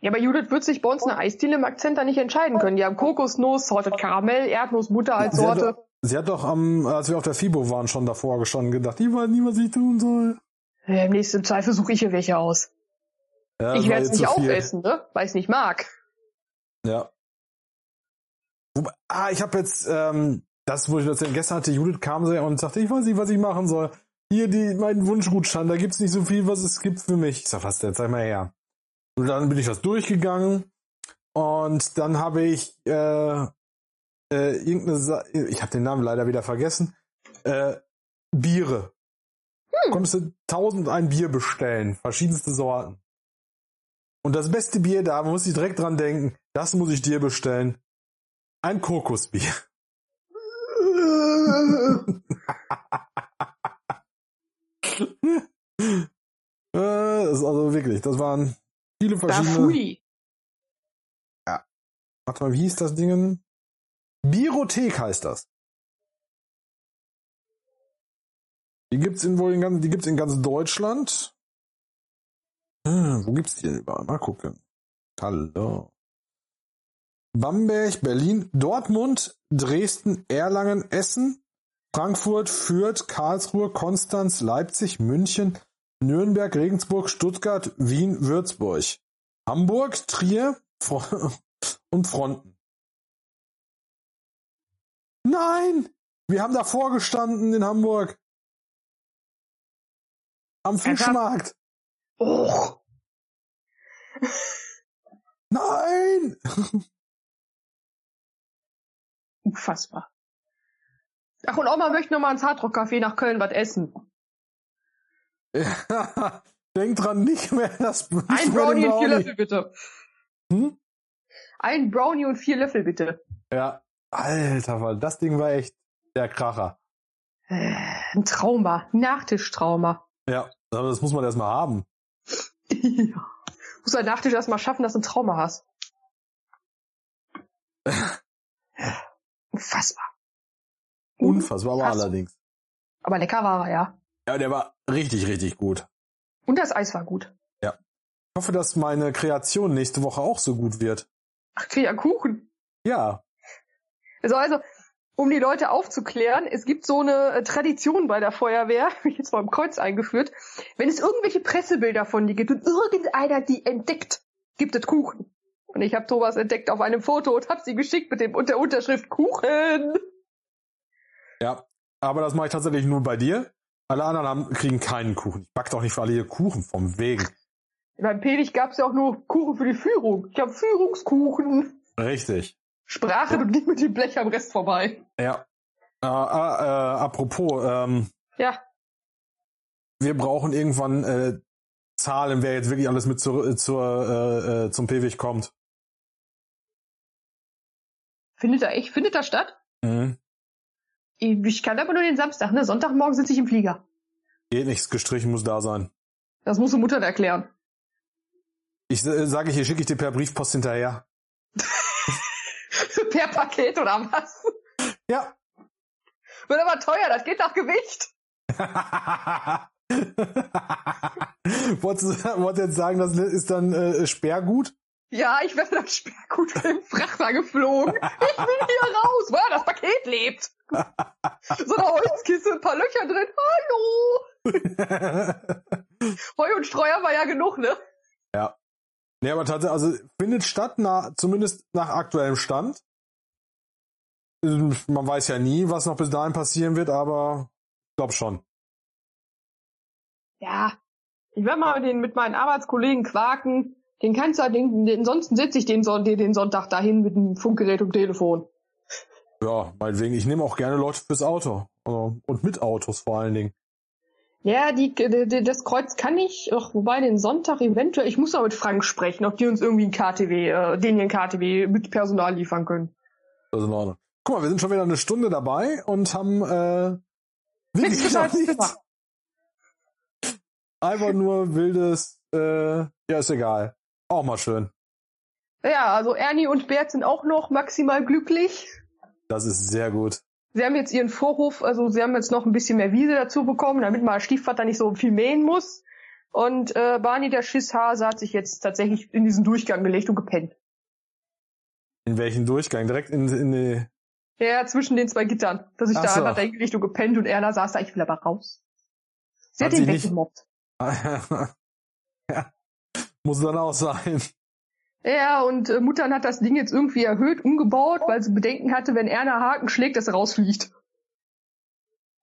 C: Ja, aber Judith wird sich bei uns eine Eisdiele im Akzent da nicht entscheiden können. Die haben Kokosnuss, Sorte Karamell, Erdnuss, Butter als
A: Sie hat
C: Sorte.
A: Sie hat doch am, als wir auf der FIBO waren, schon davor gestanden gedacht, ich weiß nie, was ich tun soll.
C: Äh, Im nächsten Zweifel suche ich hier welche aus.
A: Ja, das
C: ich
A: war
C: werde es
A: ihr zu
C: nicht
A: viel.
C: aufessen, ne? Weil ich es nicht mag.
A: Ja. Wobei, ah, ich habe jetzt, ähm, das muss ich erzählen, gestern hatte Judith kam sie und sagte, ich weiß nicht, was ich machen soll. Hier, die, mein Wunschgutschein, da gibt's nicht so viel, was es gibt für mich. Ich sag, was denn, zeig mal her. Und dann bin ich das durchgegangen und dann habe ich, äh, äh, irgendeine, Sa ich habe den Namen leider wieder vergessen, äh, Biere. Konntest du tausend ein Bier bestellen, verschiedenste Sorten. Und das beste Bier da, muss ich direkt dran denken, das muss ich dir bestellen. Ein Kokosbier. <laughs> Äh, das ist also wirklich, das waren viele
C: Da
A: verschiedene.
C: fui.
A: Warte mal, wie hieß das Ding? Birothek heißt das. Die gibt's in wohl in ganz, die gibt's in ganz Deutschland. Hm, wo gibt's die denn überall? Mal gucken. Hallo. Bamberg, Berlin, Dortmund, Dresden, Erlangen, Essen, Frankfurt, Fürth, Karlsruhe, Konstanz, Leipzig, München, Nürnberg, Regensburg, Stuttgart, Wien, Würzburg, Hamburg, Trier Fro- <laughs> und um Fronten. Nein! Wir haben davor gestanden in Hamburg. Am
C: Ernsthaft?
A: Fischmarkt.
C: Och.
A: Nein! <laughs>
C: Unfassbar. Ach, und Oma möchte nochmal ins Hardrock-Café nach Köln was essen.
A: Ja, Denk dran, nicht mehr das nicht
C: Ein
A: mehr den
C: Brownie und vier Löffel bitte.
A: Hm?
C: Ein Brownie und vier Löffel bitte.
A: Ja, alter, Mann, das Ding war echt der Kracher.
C: Äh, ein Trauma. Nachtischtrauma. <laughs>
A: Ja, aber das muss man erstmal haben.
C: ja. Muss dein Nachtisch erstmal schaffen, dass du ein Trauma
A: <laughs>
C: hast. Unfassbar.
A: Unfassbar aber
C: Mhm. Krass.
A: allerdings.
C: Aber lecker war er, ja.
A: Ja, der war richtig, richtig gut.
C: Und das Eis war gut.
A: Ich hoffe, dass meine Kreation nächste Woche auch so gut wird.
C: Ach, krieg ich einen Kuchen.
A: Ja.
C: Also, also, um die Leute aufzuklären, es gibt so eine äh, Tradition bei der Feuerwehr, <laughs> hab ich jetzt mal im Kreuz eingeführt, wenn es irgendwelche Pressebilder von dir gibt und irgendeiner die entdeckt, gibt es Kuchen. Und ich habe Thomas entdeckt auf einem Foto und habe sie geschickt mit dem unter Unterschrift Kuchen.
A: Ja. Aber das mache ich tatsächlich nur bei dir. Alle anderen haben, kriegen keinen Kuchen. Ich back doch nicht für alle hier Kuchen vom Wegen.
C: Beim Penig gab es ja auch nur Kuchen für die Führung. Ich habe Führungskuchen.
A: Richtig.
C: Sprache und ging mit dem Blech am Rest vorbei.
A: Ja. Äh, äh, äh, apropos, ähm,
C: Ja,
A: wir brauchen irgendwann äh, Zahlen, wer jetzt wirklich alles mit zur, zur, äh, zum P-Weg kommt.
C: Findet da echt, findet da statt?
A: Mhm.
C: Ich kann aber nur den Samstag, ne? Sonntagmorgen sitze ich im Flieger.
A: Geht nichts gestrichen, muss da sein.
C: Das musst du Muttern erklären.
A: Ich äh, sage hier, schicke ich dir per Briefpost hinterher.
C: per Paket oder was?
A: Ja. <laughs>
C: Wird aber teuer, das geht nach Gewicht.
A: Wolltest wollt jetzt sagen, das ist dann äh, Sperrgut? <laughs>
C: Ja, ich werde dann Sperrgut für den Frachter geflogen. Ich will hier raus, weil das Paket lebt. So eine Holzkiste, ein paar Löcher drin. Hallo! Heu und Streuer war ja genug, ne?
A: Nee, aber tatsächlich, also findet statt, na, zumindest nach aktuellem Stand. Ähm, Man weiß ja nie, was noch bis dahin passieren wird, aber ich glaube schon.
C: Ja. Ich werde mal mit, den, mit meinen Arbeitskollegen quaken. Den kannst du halt, den, den, ansonsten sitze ich den, Son- den den Sonntag dahin mit dem Funkgerät und Telefon.
A: Ja, meinetwegen, ich nehme auch gerne Leute fürs Auto. Also, und mit Autos vor allen Dingen.
C: Ja, die, die, die- das Kreuz kann ich, ach, wobei den Sonntag eventuell, ich muss mal mit Frank sprechen, ob die uns irgendwie ein KTW, äh, den hier ein KTW mit Personal liefern können.
A: Das ist in Ordnung. Guck mal, wir sind schon wieder eine Stunde dabei und haben äh, wirklich
C: Nichts
A: noch
C: Gescheites
A: nichts.
C: gemacht.
A: Einfach nur wildes, äh, ja, ist egal. Auch mal schön.
C: Ja, also Ernie und Bert sind auch noch maximal glücklich.
A: Das ist sehr gut.
C: Sie haben jetzt ihren Vorhof, also sie haben jetzt noch ein bisschen mehr Wiese dazu bekommen, damit mal Stiefvater nicht so viel mähen muss. Und äh, Barney, der Schisshase, hat sich jetzt tatsächlich in diesen Durchgang gelegt und gepennt.
A: In welchen Durchgang? Direkt in, in die.
C: Ja, zwischen den zwei Gittern. Dass ich
A: Ach
C: da
A: so.
C: hat er hingelegt und gepennt und Erna saß da, ich will aber raus. Sie
A: Hat
C: hat,
A: sie
C: ihn
A: nicht-
C: weggemobbt.
A: ja. <laughs> Muss dann auch sein.
C: Ja, und äh, Muttern hat das Ding jetzt irgendwie erhöht, umgebaut, weil sie Bedenken hatte, wenn Erna Haken schlägt, dass er rausfliegt.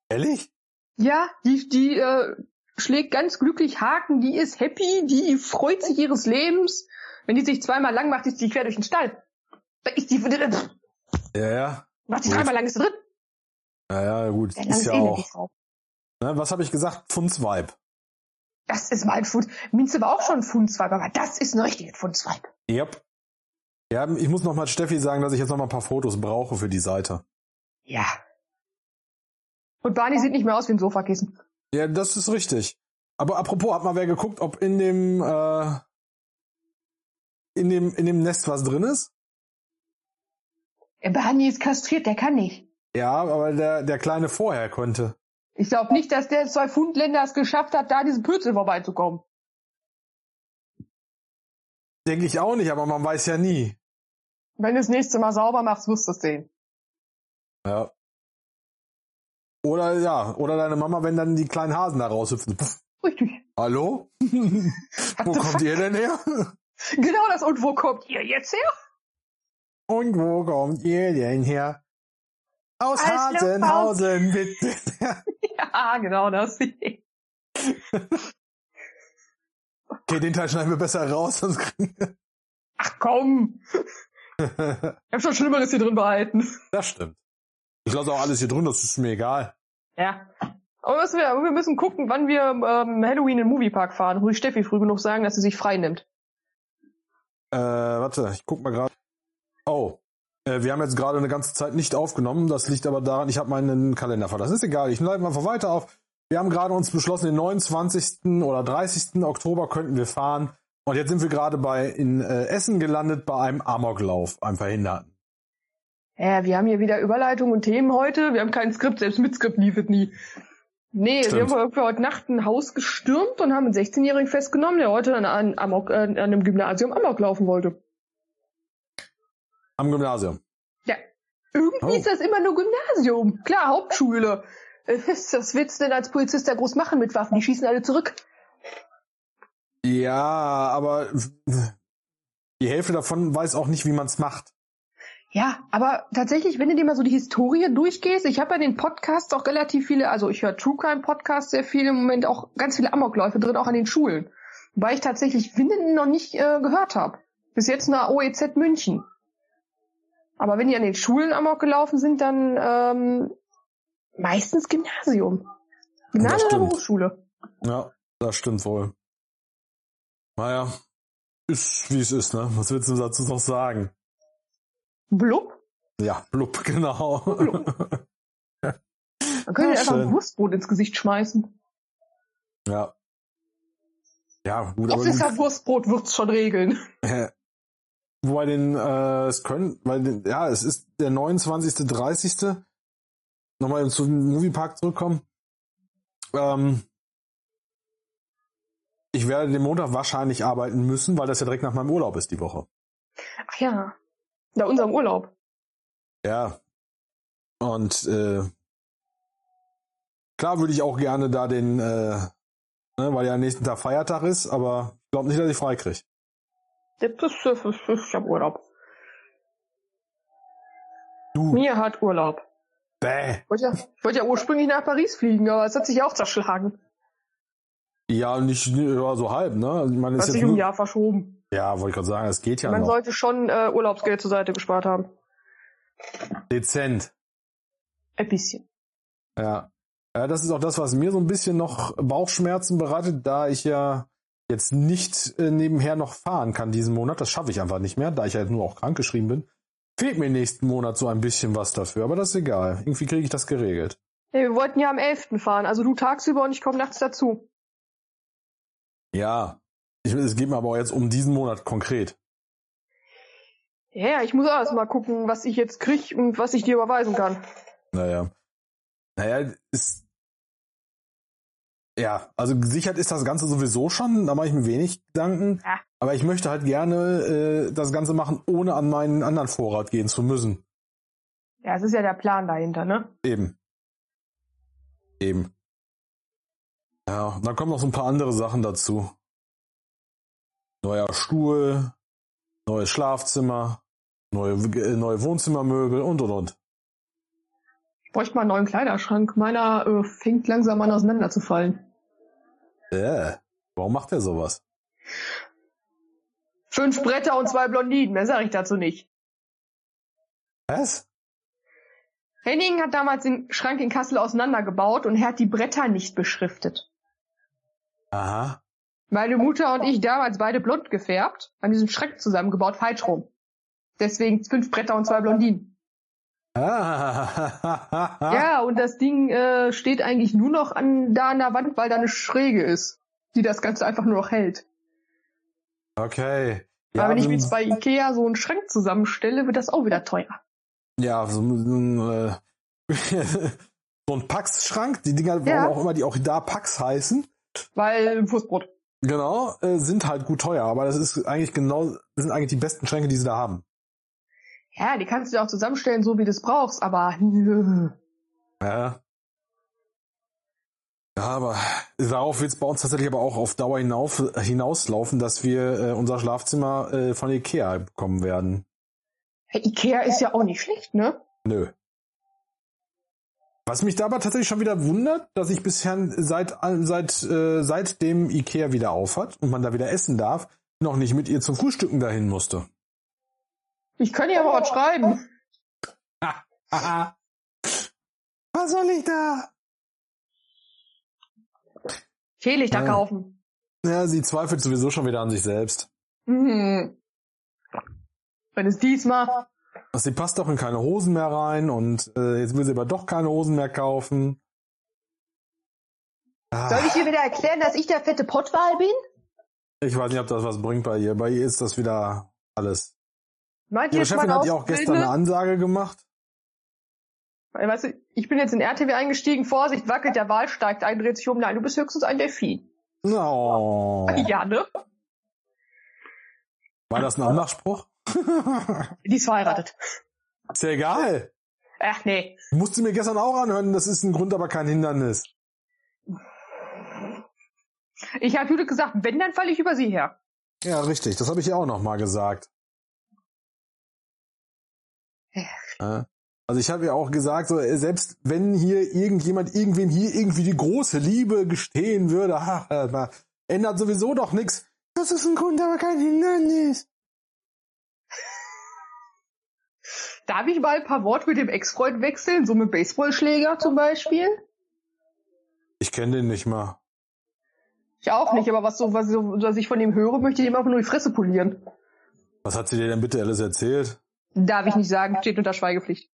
A: Ehrlich?
C: Ja, die, die äh, schlägt ganz glücklich Haken, die ist happy, die freut sich ihres Lebens. Wenn die sich zweimal lang macht, ist die quer durch den Stall. Da ist die, pff,
A: Ja, ja.
C: macht die
A: Gut.
C: dreimal lang, ist sie drin.
A: Ja, ja, gut.
C: Ja,
A: Ist
C: langes
A: ja
C: Elend, die
A: auch.
C: Frau.
A: Ne, was habe ich gesagt? Pfundsweib.
C: Das ist mein Fund. Minze war auch schon ein Fundzweig, aber das ist ein richtiger Fundzweig.
A: Yep. Ja, ich muss noch mal Steffi sagen, dass ich jetzt noch mal ein paar Fotos brauche für die Seite.
C: Ja. Und Barney sieht nicht mehr aus wie ein Sofakissen.
A: Ja, das ist richtig. Aber apropos, hat mal wer geguckt, ob in dem äh, in dem in dem Nest was drin ist?
C: Barney ist kastriert, der kann nicht.
A: Ja, aber der der kleine vorher könnte.
C: Ich glaube nicht, dass der zwei Fundländer es geschafft hat, da diesen Pürzel vorbeizukommen.
A: Denke ich auch nicht, aber man weiß ja nie.
C: Wenn du das nächste Mal sauber machst, wirst du es sehen.
A: Ja. Oder ja, oder deine Mama, wenn dann die kleinen Hasen da raushüpfen. Pff,
C: Richtig.
A: hallo?
C: What
A: Wo
C: the
A: kommt ihr denn her?
C: Genau das. Und wo kommt ihr jetzt her? <laughs>
A: Und wo kommt ihr denn her? Aus
C: Aus
A: Hasenhausen, bitte.
C: Ja, genau das. <laughs> ja,
A: Okay, den Teil schneiden wir besser raus, sonst kriegen <laughs>
C: komm.
A: wir.
C: Ich hab schon Schlimmeres hier drin behalten.
A: Das stimmt. Ich lasse auch alles hier drin, das ist mir egal.
C: Ja. Aber müssen wir, wir müssen gucken, wann wir ähm, Halloween in den Moviepark fahren. Ruhig Steffi früh genug sagen, dass sie sich frei nimmt.
A: Äh, warte, ich guck mal gerade. Oh. Äh, wir haben jetzt gerade eine ganze Zeit nicht aufgenommen. Das liegt aber daran, ich habe meinen Kalender verlassen. Ist egal, ich leite einfach weiter auf. Wir haben gerade uns beschlossen, den 29. oder 30. Oktober könnten wir fahren. Und jetzt sind wir gerade bei in äh, Essen gelandet bei einem Amoklauf, einem Verhinderten.
C: Ja, Äh, wir haben hier wieder Überleitung und Themen heute. Wir haben kein Skript, selbst mit Skript lief es nie. Nee,
A: Stimmt.
C: wir haben für heute Nacht ein Haus gestürmt und haben einen 16-Jährigen festgenommen, der heute an, an, Amok, äh, an einem Gymnasium Amok laufen wollte.
A: Am Gymnasium.
C: Irgendwie
A: Oh.
C: ist das immer nur Gymnasium. Klar, Hauptschule. <laughs> Äh, Was willst du denn als Polizist da groß machen mit Waffen? Die schießen alle zurück.
A: Ja, aber die Hälfte davon weiß auch nicht, wie man es macht.
C: Ja, aber tatsächlich, wenn du dir mal so die Historie durchgehst, ich habe ja den Podcasts auch relativ viele, also ich höre True Crime Podcasts sehr viel im Moment, auch ganz viele Amokläufe drin, auch an den Schulen. Wobei ich tatsächlich Winden noch nicht äh, gehört habe. Bis jetzt nach OEZ München. Aber wenn die an den Schulen Amok gelaufen sind, dann ähm, meistens Gymnasium.
A: Das
C: Gymnasium oder
A: stimmt.
C: Hochschule.
A: Ja, das stimmt wohl. Naja, ist wie es ist, ne? Was willst du dazu noch sagen?
C: Blub.
A: Ja, blub, <laughs> genau.
C: Blub. Dann können wir
A: Ja,
C: einfach
A: schön.
C: ein Wurstbrot ins Gesicht schmeißen.
A: <laughs> ja. Ja, gut, aber
C: Officer Wurstbrot wird's schon regeln.
A: <laughs> Hä? Wobei den, äh, es können, weil, den, ja, es ist der 29., 30. Nochmal zum Moviepark zurückkommen. Ähm, ich werde den Montag wahrscheinlich arbeiten müssen, weil das ja direkt nach meinem Urlaub ist, die Woche.
C: Ach ja. Na, unserem Urlaub.
A: Ja. Und, äh, klar würde ich auch gerne da den, äh, ne, weil ja am nächsten Tag Feiertag ist, aber ich glaube nicht, dass ich frei kriege.
C: Das ist, das ist, das ist, ich hab Urlaub.
A: Du,
C: Mir hat Urlaub.
A: bäh.
C: Ich wollte ja, ich wollte ja ursprünglich nach Paris fliegen, aber es hat sich ja auch zerschlagen.
A: Ja, nicht, ja, so halb, ne? Also, Ich meine,
C: Hat
A: ist
C: sich
A: jetzt
C: um ein
A: nur,
C: Jahr verschoben.
A: Ja, wollte ich gerade sagen, es geht ja genau.
C: Man
A: noch.
C: sollte schon äh, Urlaubsgeld zur Seite gespart haben.
A: Dezent.
C: Ein bisschen.
A: Ja. ja. Das ist auch das, was mir so ein bisschen noch Bauchschmerzen bereitet, da ich ja jetzt nicht äh, nebenher noch fahren kann diesen Monat. Das schaffe ich einfach nicht mehr, da ich ja jetzt nur auch krankgeschrieben bin. Fehlt mir nächsten Monat so ein bisschen was dafür, aber das ist egal. Irgendwie kriege ich das geregelt.
C: Ja, wir wollten ja am 11. fahren, also du tagsüber und ich komme nachts dazu.
A: Ja. Ich, es geht mir aber auch jetzt um diesen Monat konkret.
C: Ja, ja, ich muss auch erst mal gucken, was ich jetzt krieg und was ich dir überweisen kann.
A: Naja. Naja, ist. Ja, also gesichert ist das Ganze sowieso schon, da mache ich mir wenig Gedanken.
C: Ja.
A: Aber ich möchte halt gerne äh, das Ganze machen, ohne an meinen anderen Vorrat gehen zu müssen.
C: Ja, es ist ja der Plan dahinter, ne?
A: Eben. Eben. Ja, und dann kommen noch so ein paar andere Sachen dazu. Neuer Stuhl, neues Schlafzimmer, neue, äh, neue Wohnzimmermöbel und und und.
C: Ich bräuchte mal einen neuen Kleiderschrank. Meiner äh, fängt langsam an auseinanderzufallen.
A: Äh, warum macht er sowas?
C: Fünf Bretter und zwei Blondinen, mehr sage ich dazu nicht.
A: Was?
C: Henning hat damals den Schrank in Kassel auseinandergebaut und er hat die Bretter nicht beschriftet.
A: Aha.
C: Meine Mutter und ich damals beide blond gefärbt, haben diesen Schrank zusammengebaut, falsch rum. Deswegen fünf Bretter und zwei Blondinen.
A: ja.
C: Ja, und das Ding äh, steht eigentlich nur noch an, da an der Wand, weil da eine Schräge ist, die das Ganze einfach nur noch hält.
A: Okay.
C: Aber
A: Ja, also
C: wenn ich
A: so-
C: mir jetzt bei Ikea so einen Schrank zusammenstelle, wird das auch wieder teuer.
A: ja, so, ein, äh, <laughs> so ein Pax-Schrank, die Dinger,
C: Ja.
A: warum auch immer die auch da Pax heißen,
C: Weil äh, Wurstbrot.
A: genau, äh, sind halt gut teuer, aber das ist eigentlich genau, das sind eigentlich die besten Schränke, die sie da haben.
C: Ja, die kannst du dir auch zusammenstellen, so wie du es brauchst, aber nö.
A: Ja. Ja, aber darauf wird es bei uns tatsächlich aber auch auf Dauer hinauf, hinauslaufen, dass wir äh, unser Schlafzimmer äh, von Ikea bekommen werden.
C: Hey, äh, Ikea ist ja auch nicht schlecht, ne?
A: Nö. Was mich dabei tatsächlich schon wieder wundert, dass ich bisher seit, seit, äh, seitdem Ikea wieder auf hat und man da wieder essen darf, noch nicht mit ihr zum Frühstücken dahin musste.
C: Ich kann dir aber was schreiben.
A: Aha. Was soll ich da?
C: Fehllichter
A: Ja.
C: kaufen.
A: Ja, sie zweifelt sowieso schon wieder an sich selbst.
C: Mhm. Wenn es diesmal.
A: Also sie passt doch in keine Hosen mehr rein und äh, jetzt will sie aber doch keine Hosen mehr kaufen.
C: Soll
A: Ah,
C: ich dir wieder erklären, dass ich der fette Pottwal bin?
A: ich weiß nicht, ob das was bringt bei ihr. Bei ihr ist das wieder alles.
C: Meint ihr
A: Ihre
C: jetzt mal
A: Chefin hat ja auch gestern eine
C: Auszubildende?
A: Ansage gemacht.
C: Äh, Weißt du, ich bin jetzt in RTW eingestiegen, Vorsicht, wackelt der Wal, steigt ein, dreht sich um. Nein, du bist höchstens ein Delfin.
A: No.
C: Ja, ne?
A: Oh, War das ein Anmachspruch?
C: Die ist verheiratet.
A: ist ja egal.
C: Ach, nee.
A: Musste mir gestern auch anhören, das ist ein Grund, aber kein Hindernis.
C: Ich habe Judith gesagt, wenn, dann falle ich über sie her.
A: Ja, richtig, das habe ich ja auch nochmal gesagt. Äh, Also ich habe ja auch gesagt, so, äh, selbst wenn hier irgendjemand irgendwem hier irgendwie die große Liebe gestehen würde, <laughs> ha, ha, na, ändert sowieso doch nichts. Das ist ein Grund, aber kein Hindernis.
C: Darf ich mal ein paar Worte mit dem Ex-Freund wechseln? So mit Baseballschläger zum Beispiel?
A: Ich kenne den nicht mal.
C: Ich auch nicht, aber was so, was, so, was ich von dem höre, möchte ich ihm einfach nur die Fresse polieren.
A: Was hat sie dir denn bitte alles erzählt?
C: Darf ich nicht sagen, steht unter Schweigepflicht.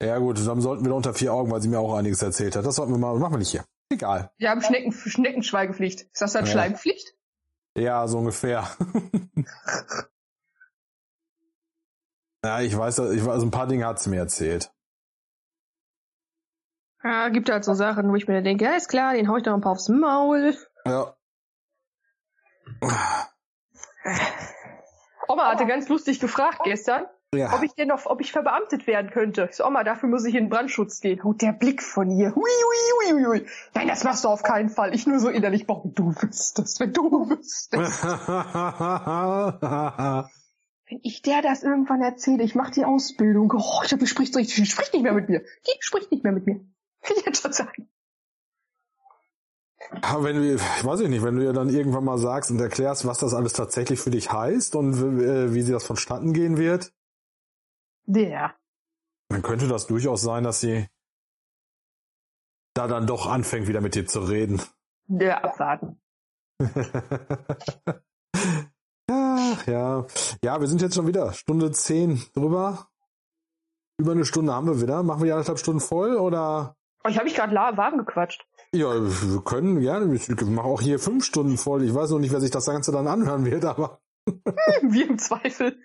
A: Ja gut, dann sollten wir unter vier Augen, weil sie mir auch einiges erzählt hat. Das sollten wir mal, machen wir nicht hier. Egal.
C: Wir haben Schnecken, Schneckenschweigepflicht. Ist das dann
A: Ja.
C: Schleimpflicht?
A: Ja, so ungefähr. <laughs> ja, ich weiß, ich weiß, ein paar Dinge hat sie mir erzählt.
C: Ja, gibt halt so Sachen, wo ich mir dann denke, ja, ist klar, den hau ich doch ein paar aufs Maul.
A: Ja.
C: Oma hatte ganz lustig gefragt gestern,
A: Ja.
C: ob ich denn noch, ob ich verbeamtet werden könnte. Ich so, Oma, dafür muss ich in den Brandschutz gehen. Und der Blick von ihr. Hui, hui, hui, hui, hui. Nein, das machst du auf keinen Fall. Ich nur so innerlich, warum du willst das, wenn du willst das. Wenn ich der das irgendwann erzähle, ich mache die Ausbildung. Oh, ich hab, die spricht, so- die spricht nicht mehr mit mir. Die spricht nicht mehr mit mir. <laughs> Will ich jetzt schon sagen.
A: <laughs> Aber wenn du, ich weiß ich nicht, wenn du ihr dann irgendwann mal sagst und erklärst, was das alles tatsächlich für dich heißt und w- äh, wie sie das vonstatten gehen wird,
C: Der.
A: dann könnte das durchaus sein, dass sie da dann doch anfängt, wieder mit dir zu reden.
C: Der abwarten.
A: Ach, ja. Ja, wir sind jetzt schon wieder Stunde 10 drüber. Über eine Stunde haben wir wieder. Machen wir die anderthalb Stunden voll oder?
C: Oh, ich habe mich gerade warm gequatscht. <laughs>
A: Ja, wir können gerne. Ich mache auch hier fünf Stunden voll. Ich weiß noch nicht, wer sich das Ganze dann anhören wird, aber
C: Wie im Zweifel.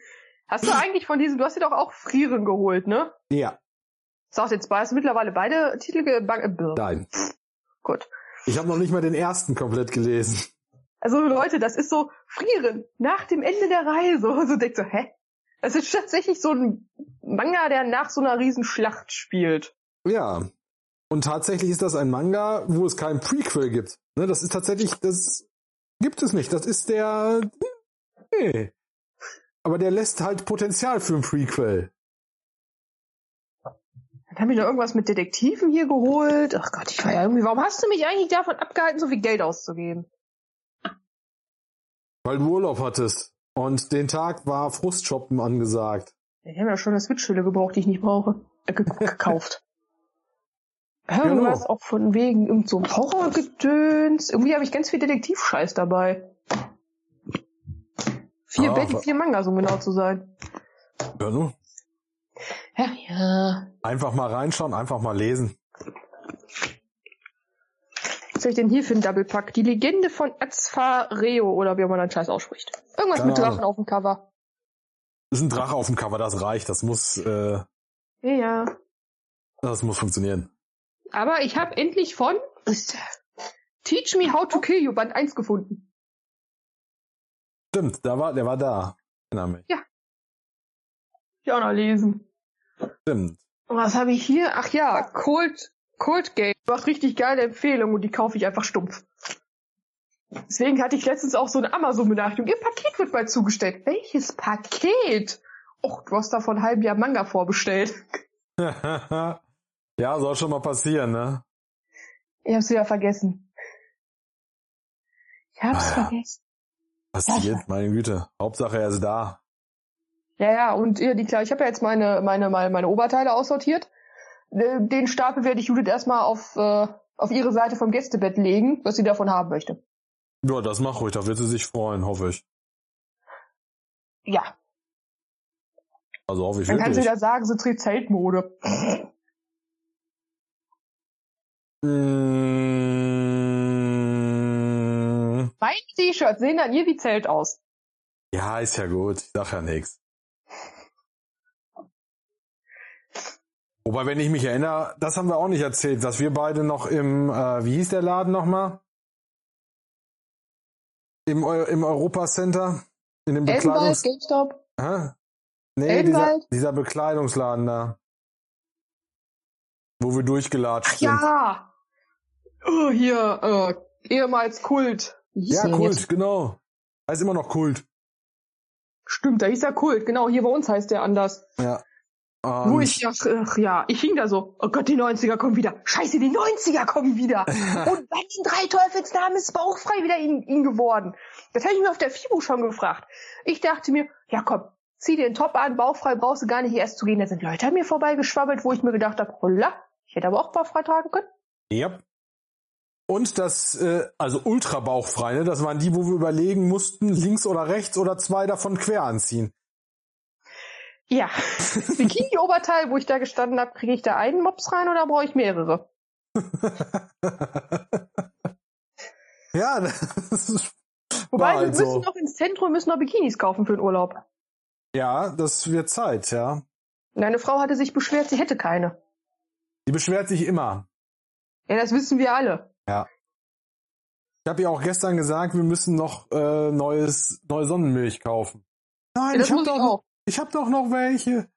C: Hast du eigentlich von diesem, du hast dir doch auch Frieren geholt, ne?
A: ja,
C: Sagt jetzt bei, hast du mittlerweile beide Titel ge bang- äh, bäh.
A: nein.
C: Gut.
A: Ich habe noch nicht mal den ersten komplett gelesen.
C: Also Leute, das ist so Frieren nach dem Ende der Reise. <laughs> Und so denkst du, hä? Das ist tatsächlich so ein Manga, der nach so einer Riesenschlacht spielt.
A: Ja. Und tatsächlich ist das ein Manga, wo es kein Prequel gibt. Ne, das ist tatsächlich, das gibt es nicht. Das ist der. Nee. Aber der lässt halt Potenzial für ein Prequel.
C: Dann hab ich noch irgendwas mit Detektiven hier geholt. Ach Gott, ich war ja irgendwie, warum hast du mich eigentlich davon abgehalten, so viel Geld auszugeben?
A: Weil du Urlaub hattest. Und den Tag war Frustshoppen angesagt.
C: Ich habe ja schon eine Switch-Hülle gebraucht, die ich nicht brauche.
A: <laughs>
C: Äh, ge- gekauft. Irgendwas
A: Genau.
C: auch von wegen irgend so Horrorgedöns. Irgendwie habe ich ganz viel Detektivscheiß dabei. Vier
A: Ah,
C: Betten,
A: wa-
C: vier Mangas, um genau zu sein.
A: Ja, ne?
C: Ja, ja.
A: Einfach mal reinschauen, einfach mal lesen.
C: Was soll ich denn hier für einen Doublepack? Die Legende von Azfareo oder wie man den Scheiß ausspricht. Irgendwas
A: Keine
C: mit Drachen
A: Ahnung.
C: auf dem Cover.
A: Ist ein Drache auf dem Cover, das reicht. Das muss, äh,
C: Ja, ja.
A: das muss funktionieren.
C: Aber ich habe endlich von Teach Me How to Kill You Band 1 gefunden.
A: Stimmt, da war, der war da. Name.
C: Ich auch noch lesen.
A: Stimmt. <laughs>
C: Und was habe ich hier? Ach ja, Cold, Cold Game. Macht richtig geile Empfehlungen und die kaufe ich einfach stumpf. Deswegen hatte ich letztens auch so eine Amazon-Benachrichtigung. Ihr Paket wird bald zugestellt. Welches Paket? Och, du hast da vor einem halben Jahr Manga vorbestellt.
A: ja, soll schon mal passieren, ne?
C: Ich hab's wieder vergessen. Ich hab's
A: Ah ja.
C: vergessen.
A: Passiert, meine Güte. Hauptsache er ist da.
C: Ja, ja, und ja, die klar, ich habe ja jetzt meine, meine, meine, meine Oberteile aussortiert. Äh, Den Stapel werde ich Judith erstmal auf, äh, auf ihre Seite vom Gästebett legen, was sie davon haben möchte.
A: Ja, das mach ruhig, da wird sie sich freuen, hoffe ich.
C: Ja,
A: Also hoffe ich
C: Dann kannst du
A: wirklich.
C: wieder sagen, sie trägt Zeltmode.
A: Mm,
C: Meine T-Shirts sehen dann ihr wie Zelt aus.
A: ja, ist ja gut. Ich sag ja nichts. Wobei, wenn ich mich erinnere, das haben wir auch nicht erzählt, dass wir beide noch im, äh, wie hieß der Laden nochmal? Im, Eu im Europa Center? In dem
C: Elbenwald,
A: Bekleidungs...
C: GameStop.
A: Hä? Ah. Nee, dieser,
C: Elbenwald?
A: dieser Bekleidungsladen da. Wo wir durchgelatscht sind.
C: Ja. Oh, hier, äh, ehemals Kult. Wie hieß
A: Ja,
C: der
A: Kult,
C: jetzt?
A: genau. Heißt immer noch Kult.
C: Stimmt, da hieß er Kult. Genau, hier bei uns heißt der anders.
A: Ja.
C: Wo
A: Und-
C: ich, ach, ach ja, ich hing da so. Oh Gott, die 90er kommen wieder. Scheiße, die 90er kommen wieder. Und bei den drei Teufelsnamen ist bauchfrei wieder ihn, ihn geworden. Das habe ich mir auf der FIBO schon gefragt. Ich dachte mir, ja komm, zieh dir den Top an, bauchfrei brauchst du gar nicht erst zu gehen. Da sind Leute an mir vorbeigeschwabbelt, wo ich mir gedacht habe, holla, ich hätte aber auch bauchfrei tragen können.
A: Yep. Und das, äh, also ultrabauchfrei, ne? das waren die, wo wir überlegen mussten, links oder rechts oder zwei davon quer anziehen.
C: Ja. Bikini-Oberteil, wo ich da gestanden habe, kriege ich da einen Mops rein oder brauche ich mehrere?
A: Ja, <laughs> das ist,
C: Wobei,
A: war
C: wir
A: halt
C: müssen
A: so.
C: noch ins Zentrum, müssen noch Bikinis kaufen für den Urlaub.
A: ja, das wird Zeit, ja.
C: Deine Frau hatte sich beschwert, sie hätte keine.
A: Die beschwert sich immer.
C: Ja, das wissen wir alle.
A: Ich habe ihr auch gestern gesagt, wir müssen noch äh, neues, neue Sonnenmilch kaufen. Nein,
C: Ja, das
A: ich habe
C: muss ich
A: doch,
C: auch.
A: Ich hab doch noch welche.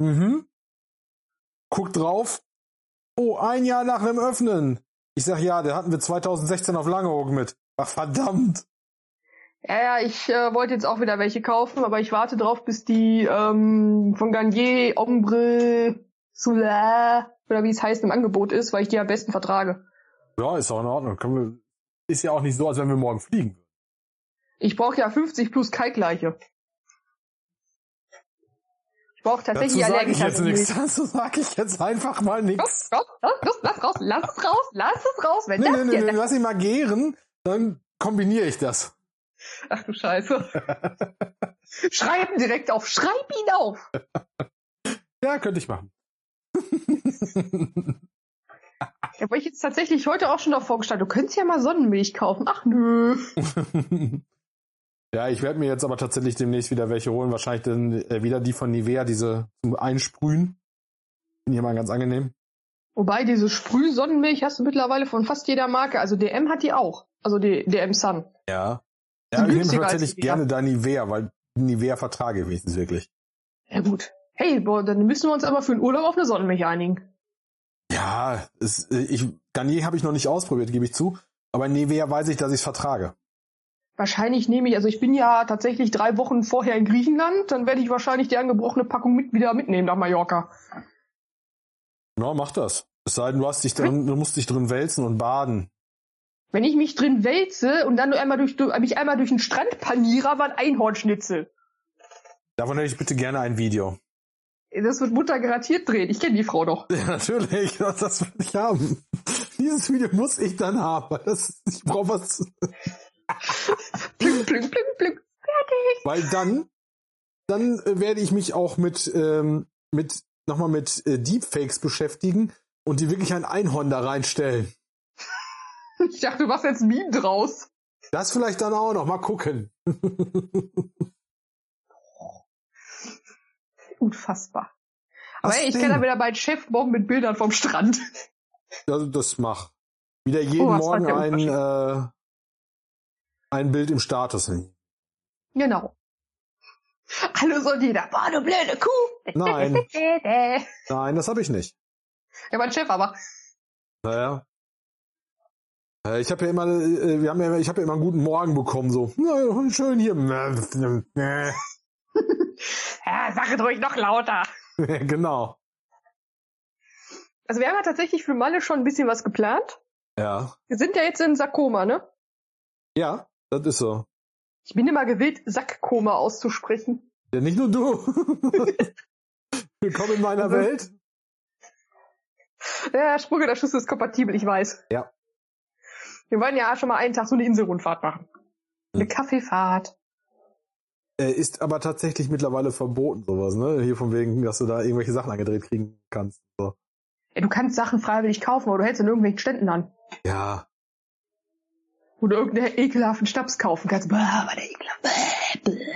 A: Mhm. Guck drauf. Oh, ein Jahr nach dem Öffnen. Ich sag ja, den hatten wir 2016 auf Langeoog mit. Ach verdammt.
C: Ja, ja, ich äh, wollte jetzt auch wieder welche kaufen, aber ich warte drauf, bis die ähm, von Garnier, Ombre, Solar oder wie es heißt im Angebot ist, weil ich die am besten vertrage.
A: Ja, ist auch in Ordnung. Können wir, ist ja auch nicht so, als wenn wir morgen fliegen würden.
C: Ich brauche ja 50 plus Kalkleiche. Ich brauche
A: Dazu
C: tatsächlich
A: sage ich jetzt
C: Allergiker-
A: nichts. Dazu sage ich jetzt einfach mal nichts.
C: Los, los, los, los, lass raus, lass es raus, lass es raus, wenn
A: Nee,
C: das
A: nee, nee,
C: hier...
A: nee, lass ihn mal gären, dann kombiniere ich das.
C: Ach du Scheiße.
A: <laughs>
C: Schreiben direkt auf, schreib ihn auf.
A: Ja, könnte ich machen.
C: Ja, wo ich jetzt tatsächlich heute auch schon davor gestanden, du könntest ja mal Sonnenmilch kaufen. Ach nö.
A: ja, ich werde mir jetzt aber tatsächlich demnächst wieder welche holen. Wahrscheinlich dann äh, wieder die von Nivea, diese zum Einsprühen. Finde ich immer ganz angenehm.
C: Wobei, diese Sprüh-Sonnenmilch hast du mittlerweile von fast jeder Marke. Also DM hat die auch. Also die DM Sun.
A: Ja. Ja,
C: Sind
A: ich nehme
C: günstiger
A: tatsächlich
C: als Nivea.
A: gerne da Nivea, weil Nivea vertrage ich wenigstens wirklich.
C: Ja gut. Hey, boah, dann müssen wir uns aber für den Urlaub auf eine Sonnenmilch einigen.
A: Ja, es, äh, ich, Garnier habe ich noch nicht ausprobiert, gebe ich zu. Aber Nivea weiß ich, dass ich es vertrage.
C: Wahrscheinlich nehme ich, also ich bin ja tatsächlich drei Wochen vorher in Griechenland, dann werde ich wahrscheinlich die angebrochene Packung mit wieder mitnehmen nach Mallorca.
A: Ja, mach das. Es sei denn, du, hast dich
C: Hm?
A: drin, du musst dich drin wälzen und baden.
C: Wenn ich mich drin wälze und dann nur einmal durch, durch mich einmal durch den Strand paniere, war ein Einhornschnitzel.
A: Davon hätte ich bitte gerne ein Video. <laughs>
C: Das wird Mutter garantiert drehen. Ich kenne die Frau doch.
A: Ja, natürlich, <laughs> das will ich haben. Dieses Video muss ich dann haben, weil das, ich brauche was.
C: Plink, plink, plink, plink.
A: Weil dann, dann äh, werde ich mich auch mit, ähm, mit, nochmal mit äh, Deepfakes beschäftigen und die wirklich ein Einhorn da reinstellen.
C: <laughs> Ich dachte, du machst jetzt ein Meme draus.
A: Das vielleicht dann auch noch, mal gucken.
C: Unfassbar. Aber
A: Was
C: ey, ich
A: denn?
C: kann da wieder meinen Chef morgen mit Bildern vom Strand. <laughs>
A: Das, Also, das mach. Wieder jeden
C: Oh, was
A: Morgen
C: hat
A: ein,
C: der
A: äh, ein Bild im Status
C: <laughs>
A: hin.
C: Genau. Alles und jeder. Boah, du blöde Kuh.
A: Nein.
C: Ja,
A: Nein, das habe ich nicht.
C: mein Chef aber.
A: Naja. Äh, Ich habe ja immer, äh, wir haben ja, immer- ich habe ja immer einen guten Morgen bekommen, so "Na, schön hier. <laughs>
C: Ja, sag es ruhig noch lauter.
A: Genau.
C: Also wir haben ja tatsächlich für Malle schon ein bisschen was geplant.
A: Ja.
C: Wir sind ja jetzt in Sakoma, ne?
A: Ja, das ist so.
C: Ich bin immer gewillt, Sackkoma auszusprechen.
A: Ja, nicht nur
C: <laughs>
A: du. Willkommen in meiner
C: Also-
A: Welt.
C: Ja, Sprüche der Schüssel ist kompatibel, ich weiß.
A: Ja.
C: Wir wollen ja schon mal einen Tag so eine Inselrundfahrt machen. Eine
A: Mhm.
C: Kaffeefahrt.
A: Äh, Ist aber tatsächlich mittlerweile verboten, sowas, ne? Hier von wegen, dass du da irgendwelche Sachen angedreht kriegen kannst. So.
C: Ja, du kannst Sachen freiwillig kaufen, aber du hältst in irgendwelchen Ständen an.
A: Ja.
C: Wo du irgendeinen ekelhaften Schnaps kaufen kannst. Bah, war der ekelhaft. Bäh, bäh.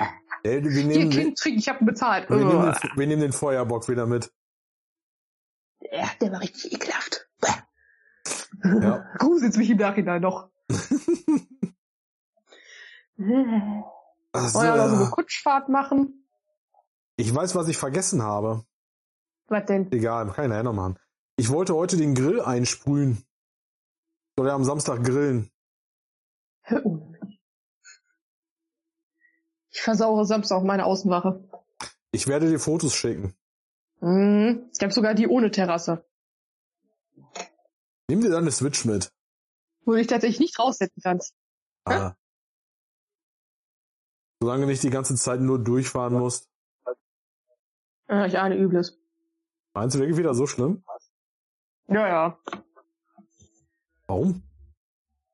A: Ey, wir,
C: Hier,
A: nehmen, wir,
C: Kind, trink, ich hab ihn bezahlt.
A: wir, nehmen den,
C: Ugh.
A: wir nehmen den Feuerbock wieder mit.
C: Ja, der war richtig ekelhaft.
A: Ja.
C: Gruselt mich im
A: <laughs>
C: Nachhinein noch. Wollen
A: Also,
C: wir noch so eine Kutschfahrt machen?
A: ich weiß, was ich vergessen habe.
C: Was denn?
A: Egal, kann ich nachher noch machen. Ich wollte heute den Grill einsprühen. Soll ja am Samstag grillen.
C: Hör ohne mich. Ich versaure Samstag meine Außenwache.
A: Ich werde dir Fotos schicken.
C: Mhm. Es gab sogar die ohne Terrasse.
A: Nimm dir dann eine Switch mit.
C: Wo du dich tatsächlich nicht raussetzen kannst. Hä?
A: Ah. Solange du nicht die ganze Zeit nur durchfahren musst.
C: Ja, Ah, ich ahne Übles.
A: Meinst du wirklich wieder so schlimm?
C: Ja, ja.
A: Warum?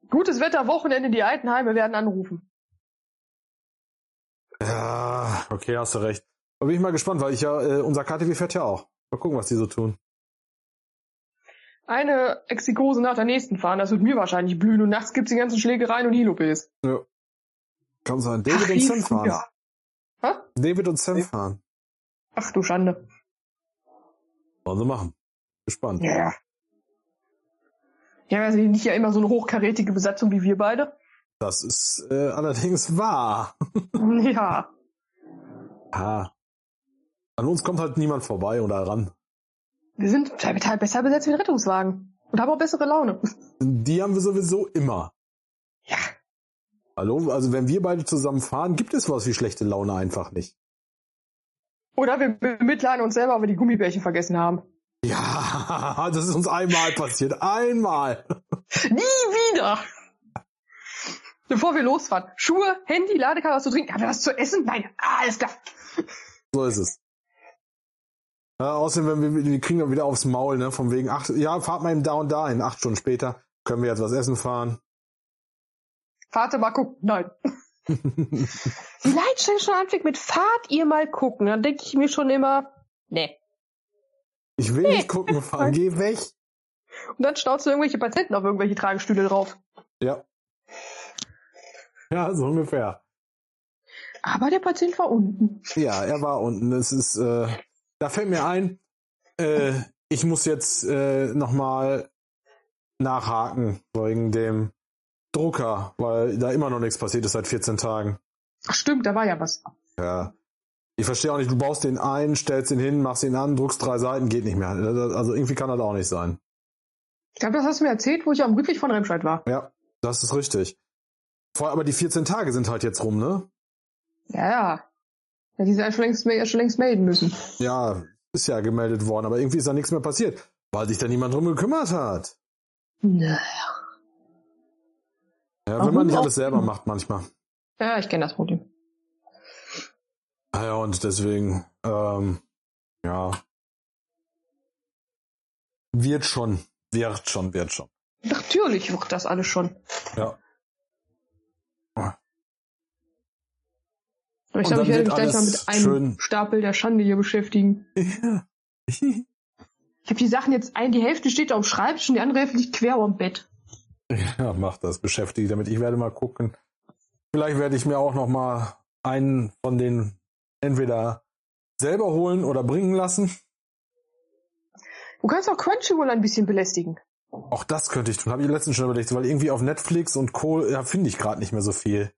C: Gutes Wetter, Wochenende, die Altenheime werden anrufen.
A: Ja, okay, hast du recht. Da bin ich mal gespannt, weil ich ja, äh, unser KTW fährt ja auch. Mal gucken, was die so tun.
C: Eine Exikose nach der nächsten fahren, das wird mir wahrscheinlich blühen und nachts gibt's die ganzen Schlägereien und Hilopes.
A: Kann sein. David
C: Ach,
A: und Sam
C: ja.
A: fahren.
C: Hä?
A: David und Sam fahren.
C: Ach du Schande.
A: Wollen sie machen. Gespannt.
C: Ja, ja. Ja, also nicht ja immer so eine hochkarätige Besatzung wie wir beide. <laughs>
A: Das ist äh, allerdings wahr.
C: ja.
A: Ha. An uns kommt halt niemand vorbei oder ran.
C: Wir sind total besser besetzt wie ein Rettungswagen. Und haben auch bessere Laune. <laughs>
A: Die haben wir sowieso immer.
C: Ja.
A: Hallo, also wenn wir beide zusammen fahren, gibt es was wie schlechte Laune einfach nicht.
C: Oder wir bemitleiden uns selber, weil wir die Gummibärchen vergessen haben.
A: Ja, <laughs> das ist uns einmal passiert. Einmal.
C: Nie wieder! Bevor wir losfahren. Schuhe, Handy, Ladekabel, was zu trinken. Haben wir was zu essen? Nein. Ah, alles klar.
A: So ist es. Ja, außerdem, wenn wir, wir kriegen dann wieder aufs Maul, ne? Von wegen acht, ja, fahrt mal eben da und da hin. Acht Stunden später können wir jetzt was essen fahren.
C: Fahrt ihr mal gucken. Nein. Die Leitstelle schon anfängt mit Fahrt ihr mal gucken. Dann denke ich mir schon immer, nee.
A: Ich will nicht gucken fahren. Geh weg.
C: Und dann schnauzt du irgendwelche Patienten auf irgendwelche Tragestühle drauf.
A: Ja. Ja, so ungefähr.
C: Aber der Patient war unten.
A: Ja, er war unten. Es ist, äh, da fällt mir ein, äh, ich muss jetzt äh, nochmal nachhaken wegen dem Drucker, weil da immer noch nichts passiert ist seit 14 Tagen.
C: Ach stimmt, da war ja was.
A: Ja. Ich verstehe auch nicht, du baust den ein, stellst ihn hin, machst ihn an, druckst drei Seiten, geht nicht mehr. Also irgendwie kann das auch nicht sein.
C: Ich glaube, das hast du mir erzählt, wo ich am Rückweg von Remscheid war.
A: Ja, das ist richtig. Vor aber die 14 Tage sind halt jetzt rum, ne?
C: Ja, ja. Ja, die sind ja schon längst, ja schon längst melden müssen.
A: Ja, ist ja gemeldet worden, aber irgendwie ist da nichts mehr passiert, weil sich da niemand drum gekümmert hat.
C: Nö.
A: Ja, wenn
C: Warum
A: man nicht
C: auch
A: alles selber
C: immer?
A: macht manchmal.
C: Ja, ich kenne das Problem.
A: Ah Ja, und deswegen, ähm, ja. Wird schon, wird schon, wird schon.
C: Natürlich wird das alles schon.
A: Ja.
C: Aber
A: Und
C: ich
A: dann
C: glaube, ich werde
A: wird
C: mich gleich mal
A: alles
C: mit einem
A: schön.
C: Stapel der Schande hier beschäftigen.
A: Ja.
C: Ich habe die Sachen jetzt ein, die Hälfte steht auf dem Schreibtisch und die andere Hälfte liegt quer am Bett.
A: ja, mach das, beschäftige dich damit. Ich werde mal gucken. Vielleicht werde ich mir auch noch mal einen von den entweder selber holen oder bringen lassen.
C: Du kannst auch Crunchyroll ein bisschen belästigen.
A: Auch das könnte ich tun. Habe ich letztens schon überlegt, weil irgendwie auf Netflix und Co. Ja, finde ich gerade nicht mehr so viel.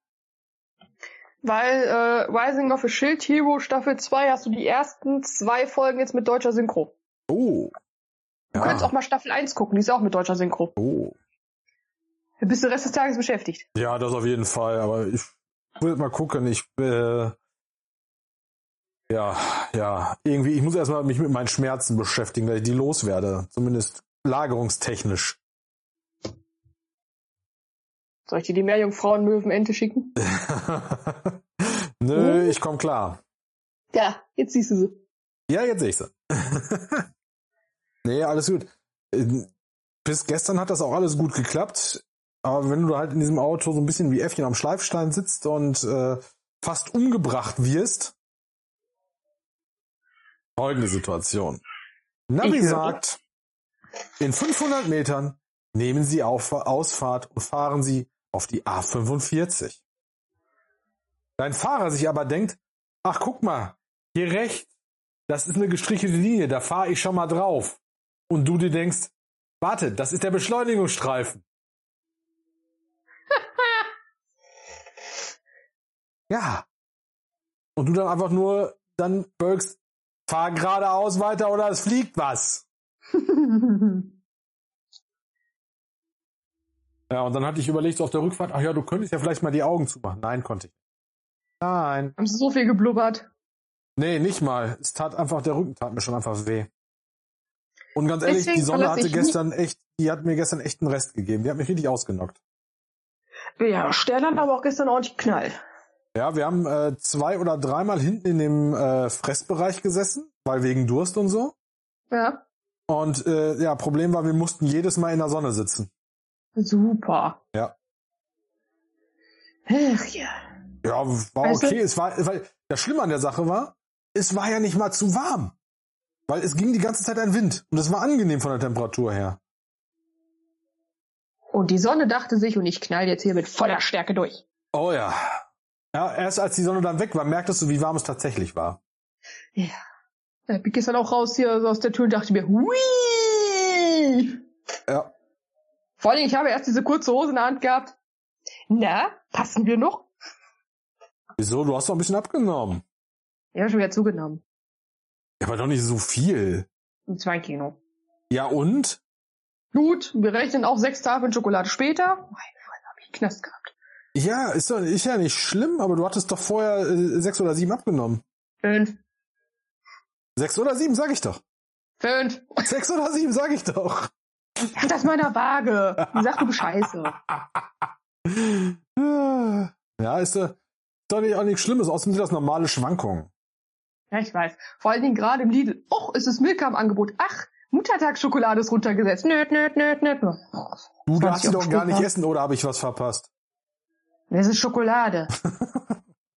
C: Weil äh, Rising of a Shield Hero Staffel 2 hast du die ersten zwei Folgen jetzt mit deutscher Synchro.
A: Oh.
C: Du kannst auch mal Staffel 1 gucken, die ist auch mit deutscher Synchro.
A: Oh.
C: Dann bist du den Rest des Tages beschäftigt.
A: Ja, das auf jeden Fall, aber ich will mal gucken. Ich äh, ja, ja, irgendwie, ich muss erstmal mich mit meinen Schmerzen beschäftigen, dass ich die loswerde. Zumindest lagerungstechnisch.
C: Soll ich dir die Meerjungfrauen, Möwen, Ente schicken? <laughs>
A: Nö,
C: Mhm.
A: ich komm klar.
C: Ja, jetzt siehst du <laughs> sie.
A: Ja, jetzt sehe ich sie. nee, alles gut. Ähm, Bis gestern hat das auch alles gut geklappt. Aber wenn du halt in diesem Auto so ein bisschen wie Äffchen am Schleifstein sitzt und äh, fast umgebracht wirst. Folgende Situation. Navi
C: Ich höre.
A: sagt, in 500 Metern nehmen Sie auf Ausfahrt und fahren Sie auf die A45. Dein Fahrer sich aber denkt, ach guck mal, hier rechts, das ist eine gestrichelte Linie, da fahre ich schon mal drauf. Und du dir denkst, warte, das ist der Beschleunigungsstreifen. ja. Und du dann einfach nur dann bölkst, fahr geradeaus weiter oder es fliegt was. Ja, und dann hatte ich überlegt, so auf der Rückfahrt, ach ja, du könntest ja vielleicht mal die Augen zumachen. Nein, konnte ich. nicht. Nein.
C: Haben sie so viel geblubbert.
A: Nee, nicht mal. Es tat einfach, der Rücken tat mir schon einfach weh. Und ganz ehrlich,
C: Deswegen
A: die Sonne
C: verlasse
A: hatte
C: ich nie-
A: gestern echt, die hat mir gestern echt einen Rest gegeben. Die hat mich richtig ausgenockt.
C: Ja, Stern hat aber auch gestern ordentlich Knall.
A: Ja, wir haben äh, zwei oder dreimal hinten in dem äh, Fressbereich gesessen, weil wegen Durst und so.
C: Ja.
A: Und äh, ja, Problem war, wir mussten jedes Mal in der Sonne sitzen.
C: Super.
A: Ja.
C: Ach ja.
A: Ja, war
C: Weißt du?
A: okay. Es war, weil das Schlimme an der Sache war, es war ja nicht mal zu warm. Weil es ging die ganze Zeit ein Wind. Und es war angenehm von der Temperatur her.
C: Und die Sonne dachte sich, und ich knall jetzt hier mit voller Stärke durch.
A: Oh ja. Ja, erst als die Sonne dann weg war, merktest du, wie warm es tatsächlich war.
C: Da bin ich gestern auch raus hier so aus der Tür und dachte mir, hui!
A: Ja.
C: Vor allem, ich habe erst diese kurze Hose in der Hand gehabt. Na, passen wir noch?
A: Wieso? Du hast doch ein bisschen abgenommen.
C: Ich habe schon wieder zugenommen.
A: Ja, Aber doch nicht so viel.
C: Um zwei Kilo.
A: Ja und?
C: Gut, wir rechnen auch sechs Tafeln Schokolade später. Mein Gott, hab ich einen Knast gehabt.
A: Ja, ist doch ist ja nicht schlimm, aber du hattest doch vorher äh, sechs oder sieben abgenommen.
C: Fünf.
A: Sechs oder sieben, sag ich doch.
C: Fünf.
A: <laughs> Sechs oder sieben, sag ich doch.
C: Sag das meiner Waage. Die sagt, du bist scheiße.
A: Ja, ist äh, doch nicht, auch nichts Schlimmes. Außerdem sind das normale Schwankungen.
C: Ja, ich weiß. Vor allen Dingen gerade im Lidl. Och, ist es Milka im Angebot. Ach, Muttertagsschokolade ist runtergesetzt. Nöt, nöt, nöt, nöt. Oh,
A: Du
C: 20
A: darfst sie
C: Euro
A: doch gar nicht
C: später.
A: essen, oder habe ich was verpasst?
C: Das ist Schokolade.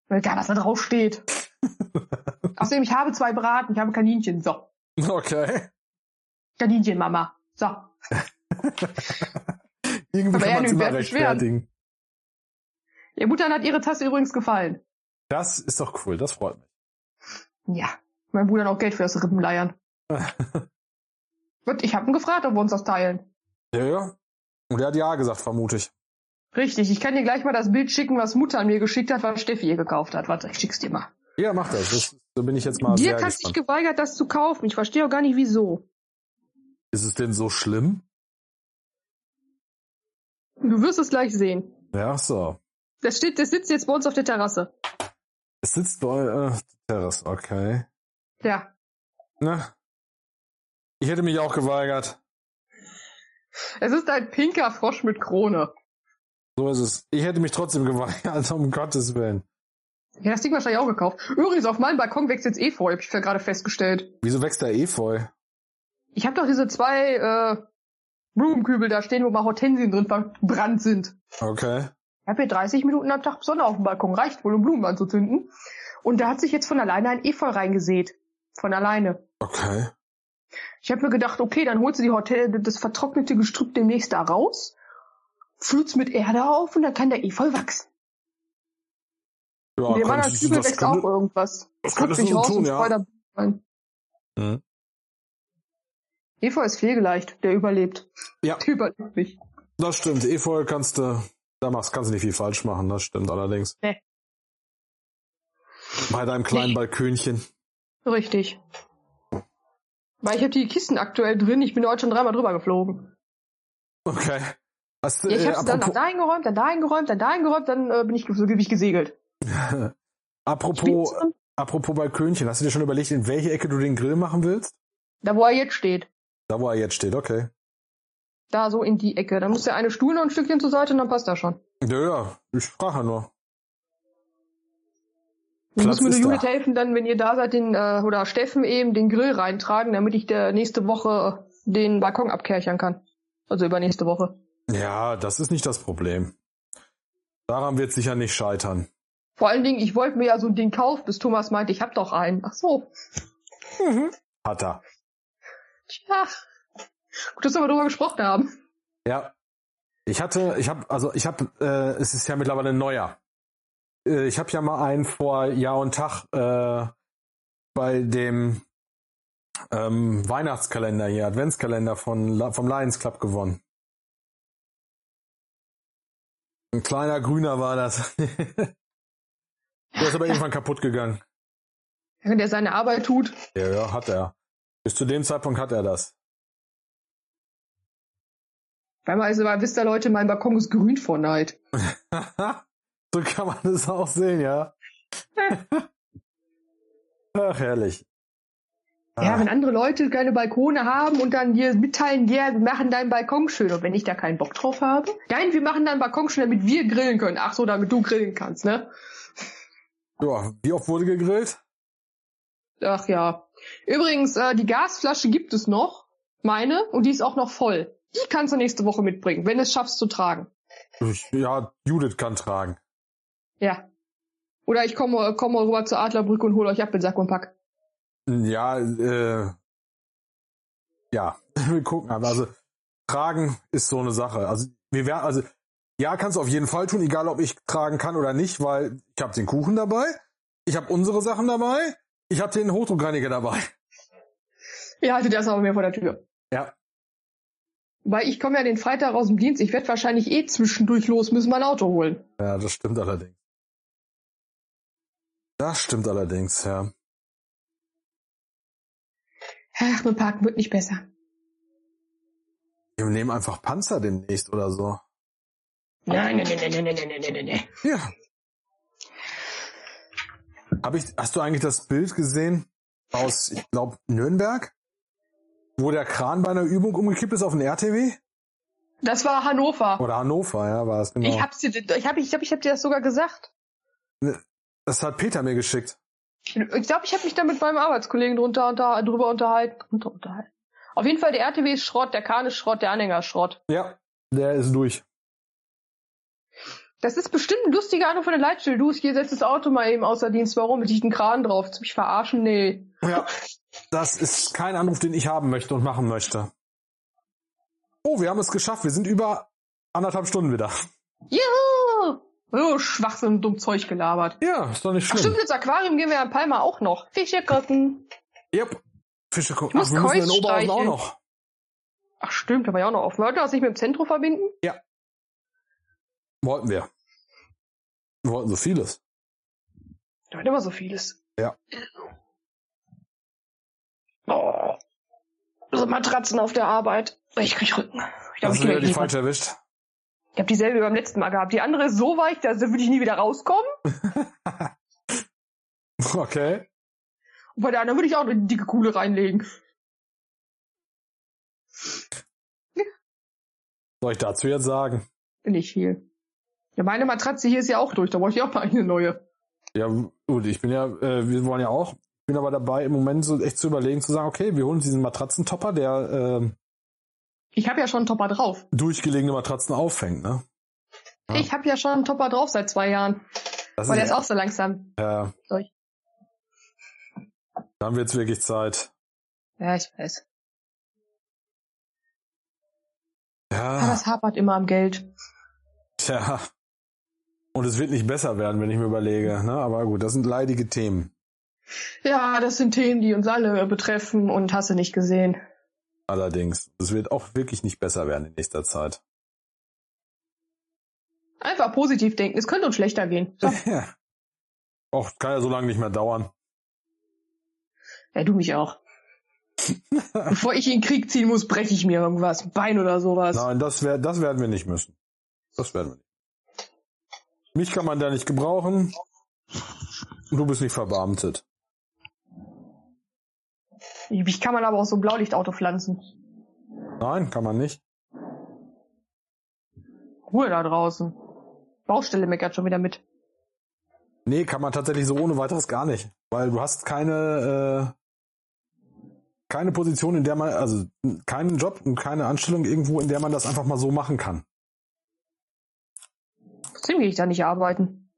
C: Mir Egal, was da drauf steht. Außerdem, ich habe zwei Braten. Ich habe Kaninchen. So.
A: Okay.
C: Kaninchen, Mama. So.
A: Irgendwie
C: Aber
A: kann
C: ja,
A: man es immer
C: nun, wer beschwert?
A: rechtfertigen.
C: Ihr Mutter hat ihre Tasse übrigens gefallen.
A: Das ist doch cool, das freut mich.
C: Ja. Mein Bruder hat auch Geld für das Rippenleiern. Wird, ich habe ihn gefragt, ob wir uns das teilen.
A: Ja, ja. Und er hat ja gesagt, vermute ich.
C: Richtig, ich kann dir gleich mal das Bild schicken, was Mutter an mir geschickt hat, was Steffi ihr gekauft hat. Warte, ich schick's dir mal.
A: Ja, mach das. das da bin ich jetzt mal
C: Dirk
A: sehr
C: hat sich
A: gespannt.
C: geweigert, das zu kaufen. Ich verstehe auch gar nicht, wieso.
A: Ist es denn so schlimm?
C: Du wirst es gleich sehen.
A: Ja, so.
C: Das, steht, das sitzt jetzt bei uns auf der Terrasse.
A: Es sitzt bei äh, Terrace, okay.
C: Ja.
A: Ne? Ich hätte mich auch geweigert.
C: Es ist ein pinker Frosch mit Krone.
A: So ist es. Ich hätte mich trotzdem <laughs> geweigert, um Gottes Willen.
C: Ja, das Ding wahrscheinlich auch gekauft. Übrigens, auf meinem Balkon wächst jetzt Efeu, habe ich gerade festgestellt.
A: Wieso wächst der Efeu?
C: Ich habe doch diese zwei äh, Blumenkübel da stehen, wo mal Hortensien drin verbrannt sind.
A: Okay.
C: Ich habe hier 30 Minuten am Tag Sonne auf dem Balkon. Reicht wohl, um Blumen anzuzünden. Und da hat sich jetzt von alleine ein Efeu reingesät. Von alleine.
A: Okay.
C: Ich habe mir gedacht, okay, dann holst du die Hotel, das vertrocknete Gestrüpp demnächst da raus, füllt's mit Erde auf und dann kann der Efeu wachsen.
A: Ja,
C: Und dem
A: könnte-
C: anderen Kübel wächst auch
A: könnte-
C: irgendwas.
A: das
C: Guck
A: könntest
C: dich
A: du
C: raus
A: tun,
C: und
A: ja.
C: Freude am-
A: Mhm.
C: Efeu ist fehlgeleicht, der überlebt.
A: Ja.
C: Der überlebt nicht.
A: Das stimmt. Efeu kannst du, da machst, kannst du nicht viel falsch machen. Das stimmt allerdings.
C: Nee.
A: Bei deinem kleinen Balkönchen.
C: Richtig. Weil ich habe die Kisten aktuell drin, ich bin heute schon dreimal drüber geflogen.
A: Okay. Hast du,
C: Ja, ich
A: äh,
C: habe sie dann nach
A: apropos,
C: dahin geräumt, dann dahin geräumt, dann dahin geräumt, dann äh, bin ich, so bin ich gesegelt.
A: apropos, apropos Balkönchen, hast du dir schon überlegt, in welche Ecke du den Grill machen willst?
C: Da wo er jetzt steht.
A: Da, wo er jetzt steht, okay.
C: da so in die Ecke. Dann muss der eine Stuhl noch ein Stückchen zur Seite und dann passt er schon.
A: Ja, ja, ich sprach ja nur.
C: Ich
A: Platz
C: muss mir
A: ist
C: nur Judith
A: da.
C: helfen, dann, wenn ihr da seid, den, äh, oder Steffen eben den Grill reintragen, damit ich der nächste Woche den Balkon abkärchern kann. Also übernächste Woche.
A: Ja, das ist nicht das Problem. Daran wird sicher nicht scheitern.
C: Vor allen Dingen, ich wollte mir ja so ein Ding kaufen, bis Thomas meinte, ich hab doch einen. Ach so.
A: Hat er.
C: Tja. Gut, dass wir mal drüber gesprochen haben.
A: Ja. Ich hatte, ich habe, also ich habe, äh, es ist ja mittlerweile ein neuer. Äh, ich habe ja mal einen vor Jahr und Tag äh, bei dem ähm, Weihnachtskalender hier, Adventskalender von La- vom Lions Club gewonnen. Ein kleiner grüner war das. <laughs> Der ist aber irgendwann kaputt gegangen.
C: Wenn der seine Arbeit tut.
A: Ja, ja, hat er. Bis zu dem Zeitpunkt hat er das.
C: Weil man also mal wisst ihr Leute, mein Balkon ist grün vor Neid.
A: so kann man es auch sehen, ja. Ach, herrlich.
C: Ja,
A: Ah,
C: wenn andere Leute keine Balkone haben und dann dir mitteilen, ja, wir machen deinen Balkon schön. Und wenn ich da keinen Bock drauf habe? Nein, wir machen deinen Balkon schön, damit wir grillen können. Ach so, damit du grillen kannst, ne?
A: ja, wie oft wurde gegrillt?
C: Ach ja. Übrigens, äh, die Gasflasche gibt es noch, meine, und die ist auch noch voll. Die kannst du nächste Woche mitbringen, wenn du es schaffst zu tragen.
A: Ich, ja, Judith kann tragen.
C: Ja. Oder ich komme, äh, komme rüber zur Adlerbrücke und hole euch ab in Sack und Pack.
A: Ja, äh, ja, <laughs> wir gucken aber. Also, tragen ist so eine Sache. Also, wir werden, also, ja, kannst du auf jeden Fall tun, egal ob ich tragen kann oder nicht, weil ich habe den Kuchen dabei, ich habe unsere Sachen dabei, ich habe den Hochdruckreiniger dabei.
C: Ihr haltet das aber mir vor der Tür.
A: Ja.
C: Weil ich komme ja den Freitag aus dem Dienst. Ich werde wahrscheinlich eh zwischendurch los müssen, mein Auto holen.
A: Ja, das stimmt allerdings. Das stimmt allerdings, ja.
C: Ach, mit Parken wird nicht besser.
A: Wir nehmen einfach Panzer demnächst oder so.
C: Nein, nein, nein, nein, nein, nein, nein, nein, nein, nein.
A: Ja. Hab ich, hast du eigentlich das Bild gesehen aus, ich glaube, Nürnberg? Wo der Kran bei einer Übung umgekippt ist auf den RTW?
C: Das war Hannover.
A: Oder Hannover, ja, war es genau.
C: Ich hab's dir, ich hab, ich glaub, ich hab dir das sogar gesagt.
A: das hat Peter mir geschickt.
C: Ich glaube, ich habe mich da mit meinem Arbeitskollegen drunter unter, drüber unterhalten. Drunter unterhalten. Auf jeden Fall, der RTW ist Schrott, der Kahn ist Schrott, der Anhänger ist Schrott.
A: Ja, der ist durch.
C: Das ist bestimmt ein lustiger Anruf von der Leitstelle. Du, ich gehe jetzt das Auto mal eben außer Dienst. Warum? Mit diesem Kran drauf. Willst du mich verarschen? Nee.
A: Ja, das ist kein Anruf, den ich haben möchte und machen möchte. Oh, wir haben es geschafft. Wir sind über anderthalb Stunden wieder.
C: Juhu! Oh, Schwachsinn und dumm Zeug gelabert.
A: Ja, ist doch nicht
C: Ach,
A: schlimm.
C: stimmt, ins Aquarium gehen wir ja in Palma auch noch. Fische gucken.
A: Yep. Fische gucken.
C: Ich
A: Ach,
C: muss
A: wir müssen den
C: Kreuz
A: Oberhausen auch
C: streicheln.
A: noch.
C: Ach, stimmt, da war ja auch noch offen. Wollten wir das nicht mit dem Zentrum verbinden?
A: Wollten wir. Wir wollten so vieles.
C: Da wird immer so vieles.
A: Ja.
C: Oh. So Matratzen auf der Arbeit. Ich krieg Rücken. Ich glaub,
A: Hast
C: ich
A: du
C: geh
A: wieder die
C: gleich
A: falsche erwischt? <laughs>
C: Ich habe dieselbe wie beim letzten Mal gehabt. Die andere ist so weich, da würde ich nie wieder rauskommen.
A: Okay.
C: Und bei der anderen würde ich auch eine dicke Kuhle reinlegen.
A: Soll ich dazu jetzt sagen?
C: Nicht viel. Ja, meine Matratze hier ist ja auch durch, da brauche ich auch mal eine neue.
A: Ja, gut, ich bin ja, äh, wir wollen ja auch, ich bin aber dabei, im Moment so echt zu überlegen, zu sagen, okay, wir holen uns diesen Matratzentopper, der ähm,
C: Ich habe ja schon einen Topper drauf.
A: durchgelegene Matratzen auffängt, ne? Ja.
C: Ich habe ja schon einen Topper drauf seit zwei Jahren.
A: Das
C: Weil der ist auch so langsam.
A: ja,
C: durch.
A: dann wird's wirklich Zeit.
C: Ja, ich weiß. Aber
A: Ja,
C: es hapert immer am Geld.
A: tja. Und es wird nicht besser werden, wenn ich mir überlege, ne? Aber gut, das sind leidige Themen.
C: Ja, das sind Themen, die uns alle betreffen und hast du nicht gesehen.
A: Allerdings, es wird auch wirklich nicht besser werden in nächster Zeit.
C: Einfach positiv denken. Es könnte uns schlechter gehen. So.
A: <laughs> Ja. Auch kann ja so lange nicht mehr dauern.
C: Ja, du
A: <laughs>
C: mich auch. Bevor ich in den Krieg ziehen muss, breche ich mir irgendwas. ein Bein oder sowas.
A: Nein, das, wär, das werden wir nicht müssen. Das werden wir nicht. Mich kann man da nicht gebrauchen. Und Du bist nicht verbeamtet.
C: Ich kann man aber auch so ein Blaulichtauto pflanzen.
A: Nein, kann man nicht.
C: Ruhe da draußen. Baustelle meckert schon wieder mit.
A: Nee, kann man tatsächlich so ohne weiteres gar nicht. Weil du hast keine, äh, keine Position, in der man, also keinen Job und keine Anstellung irgendwo, in der man das einfach mal so machen kann.
C: Trotzdem gehe ich da nicht arbeiten.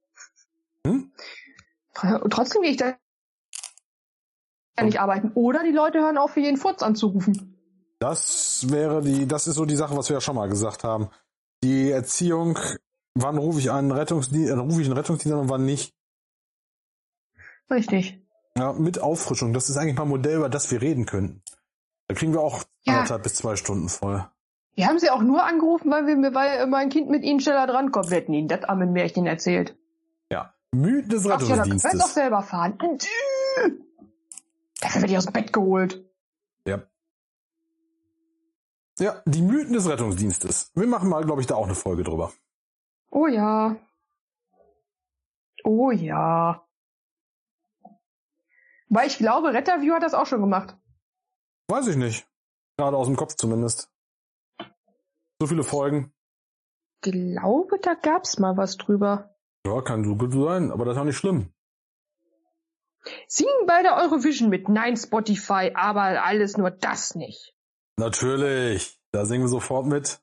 A: Hm?
C: Tr- Trotzdem gehe ich da
A: Hm.
C: nicht arbeiten. Oder die Leute hören auf, für jeden Furz anzurufen.
A: Das wäre die, das ist so die Sache, was wir ja schon mal gesagt haben. Die Erziehung, wann rufe ich einen Rettungsdienst, äh, rufe ich einen Rettungsdienst an und wann nicht.
C: Richtig.
A: Ja, mit Auffrischung. Das ist eigentlich mal ein Modell, über das wir reden könnten. Da kriegen wir auch
C: Ja.
A: anderthalb bis zwei Stunden voll.
C: Wir haben sie auch nur angerufen, weil, wir, weil mein Kind mit ihnen schneller drankommt. Wir hätten ihnen das arme Märchen erzählt.
A: Ja. Mythen des
C: Ach ja, da kannst du auch
A: Rettungsdienstes.
C: selber fahren. Dafür werde ich aus dem Bett geholt.
A: Ja. Ja, die Mythen des Rettungsdienstes. Wir machen mal, glaube ich, da auch eine Folge drüber.
C: Oh ja. Oh ja. Weil ich glaube, Retterview hat das auch schon gemacht.
A: Weiß ich nicht. Gerade aus dem Kopf zumindest. So viele Folgen.
C: Glaube, da gab's mal was drüber.
A: Ja, kann so gut sein, aber das ist auch nicht schlimm.
C: Singen beide Eurovision mit. Nein, Spotify, aber alles nur das nicht.
A: Natürlich. Da singen wir sofort mit.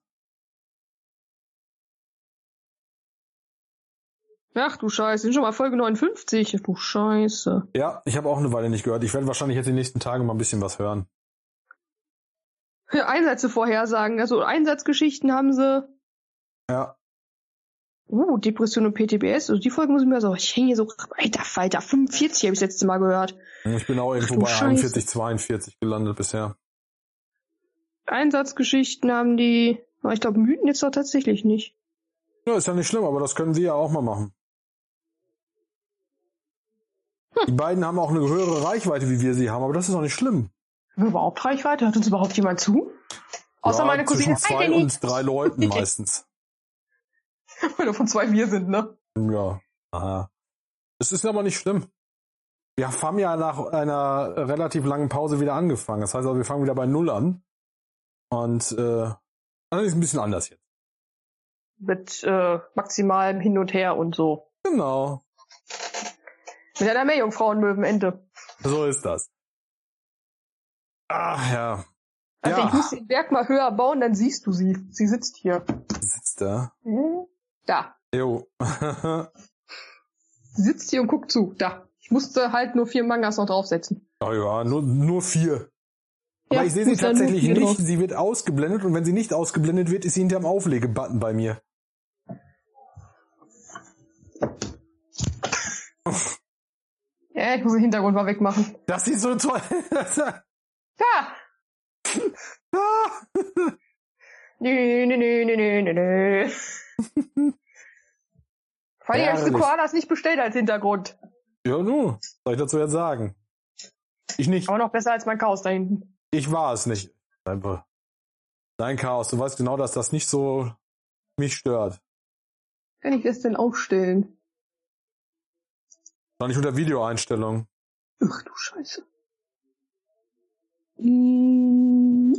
C: Ach du Scheiße, sind schon mal Folge 59. Du Scheiße.
A: Ja, ich habe auch eine Weile nicht gehört. Ich werde wahrscheinlich jetzt die nächsten Tage mal ein bisschen was hören.
C: Einsätze vorhersagen, also Einsatzgeschichten haben sie.
A: Ja.
C: Uh, Depression und PTBS, also die Folgen muss ich mir so, ich hänge hier so, alter Falter, 45 habe ich das letzte Mal gehört.
A: Ich bin auch irgendwo
C: du
A: bei
C: Scheiße.
A: 41, 42 gelandet bisher.
C: Einsatzgeschichten haben die, aber ich glaube Mythen jetzt doch tatsächlich nicht.
A: Ja, ist ja nicht schlimm, aber das können Sie ja auch mal machen.
C: Hm.
A: Die beiden haben auch eine höhere Reichweite, wie wir sie haben, aber das ist auch nicht schlimm.
C: Haben wir überhaupt Reichweite? Hört uns überhaupt jemand zu? Außer
A: ja,
C: meine Cousine.
A: Zwischen zwei
C: Hi, Danny.
A: und
C: <laughs>
A: drei Leuten meistens.
C: Weil davon zwei wir sind, ne?
A: Ja. Aha. Es ist aber nicht schlimm. Wir haben ja nach einer relativ langen Pause wieder angefangen. Das heißt also, wir fangen wieder bei Null an. Und äh, das ist ein bisschen anders jetzt.
C: Mit äh, maximalem Hin und Her und so.
A: Genau.
C: Mit einer Meerjungfrau und Möwenente.
A: So ist das. Ach ja.
C: Also
A: Ja.
C: ich muss den Berg mal höher bauen, dann siehst du sie. Sie sitzt hier.
A: Sitzt da.
C: Hm? Da.
A: Jo. <laughs>
C: Sie sitzt hier und guckt zu. Da. Ich musste halt nur vier Mangas noch draufsetzen.
A: Ja, ja, nur, nur vier. Aber ich sehe sie
C: muss da nur
A: tatsächlich
C: vier
A: nicht.
C: drauf.
A: Sie wird ausgeblendet und wenn sie nicht ausgeblendet wird, ist sie hinterm Auflegebutton bei mir.
C: Ja, ich muss den Hintergrund mal wegmachen.
A: Das sieht so toll. <laughs>
C: Da! Nö, nö, nö, nö, nö, nö, nö. Vor allem hast du
A: Herrlich.
C: Koalas nicht bestellt als Hintergrund.
A: ja, nun, was soll ich dazu jetzt sagen? Ich nicht.
C: Aber noch besser als mein Chaos da hinten.
A: Ich war es nicht. Einfach. Dein Chaos, du weißt genau, dass das nicht so mich stört.
C: Kann ich das denn aufstellen?
A: Noch nicht unter Videoeinstellung.
C: Ach du Scheiße. Mm,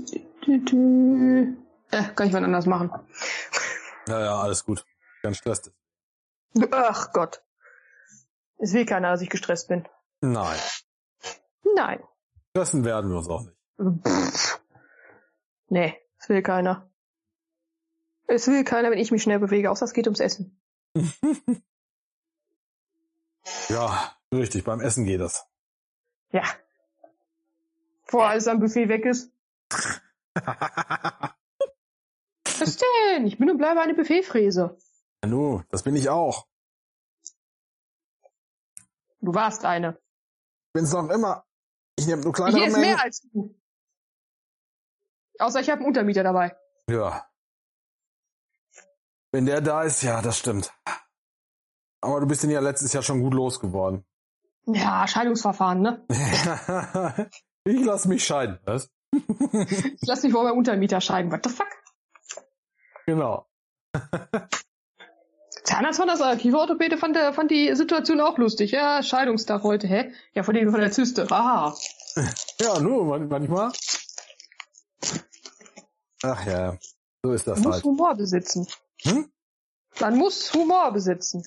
C: dü, dü. Äh, kann ich wann anders machen.
A: Ja, ja, alles gut. Kein Stress.
C: Ach Gott. Es will keiner, dass ich gestresst bin.
A: Nein.
C: Nein.
A: Stressen werden wir uns auch nicht.
C: Also, Pff. Nee, es will keiner. Es will keiner, wenn ich mich schnell bewege, außer es geht ums Essen.
A: Ja, richtig. Beim Essen geht das.
C: Ja. Vor alles am Buffet weg ist. Was denn? Ich bin und bleibe eine Buffetfräse.
A: Ja, nu, das bin ich auch.
C: Du warst eine.
A: bin's noch immer. Ich nehme nur
C: Ich
A: kleinere
C: esse
A: Mengen.
C: mehr als du. Außer ich habe einen Untermieter dabei.
A: Ja. Wenn der da ist, ja, das stimmt. Aber du bist ihn ja letztes Jahr schon gut losgeworden.
C: Ja, Scheidungsverfahren, ne?
A: ich lass mich scheiden. Was?
C: Ich lass mich wohl meinem Untermieter scheiden. What the fuck?
A: Genau.
C: Zahnarzt fand das, äh, Kieferorthopäde fand, der- fand die Situation auch lustig. Ja, Scheidungstag heute, hä? Ja, von dem von der Zyste. Aha.
A: Ja, nur man- manchmal. Ach ja, so ist das
C: Man muss
A: halt.
C: Humor besitzen.
A: Hm?
C: Man muss Humor besitzen.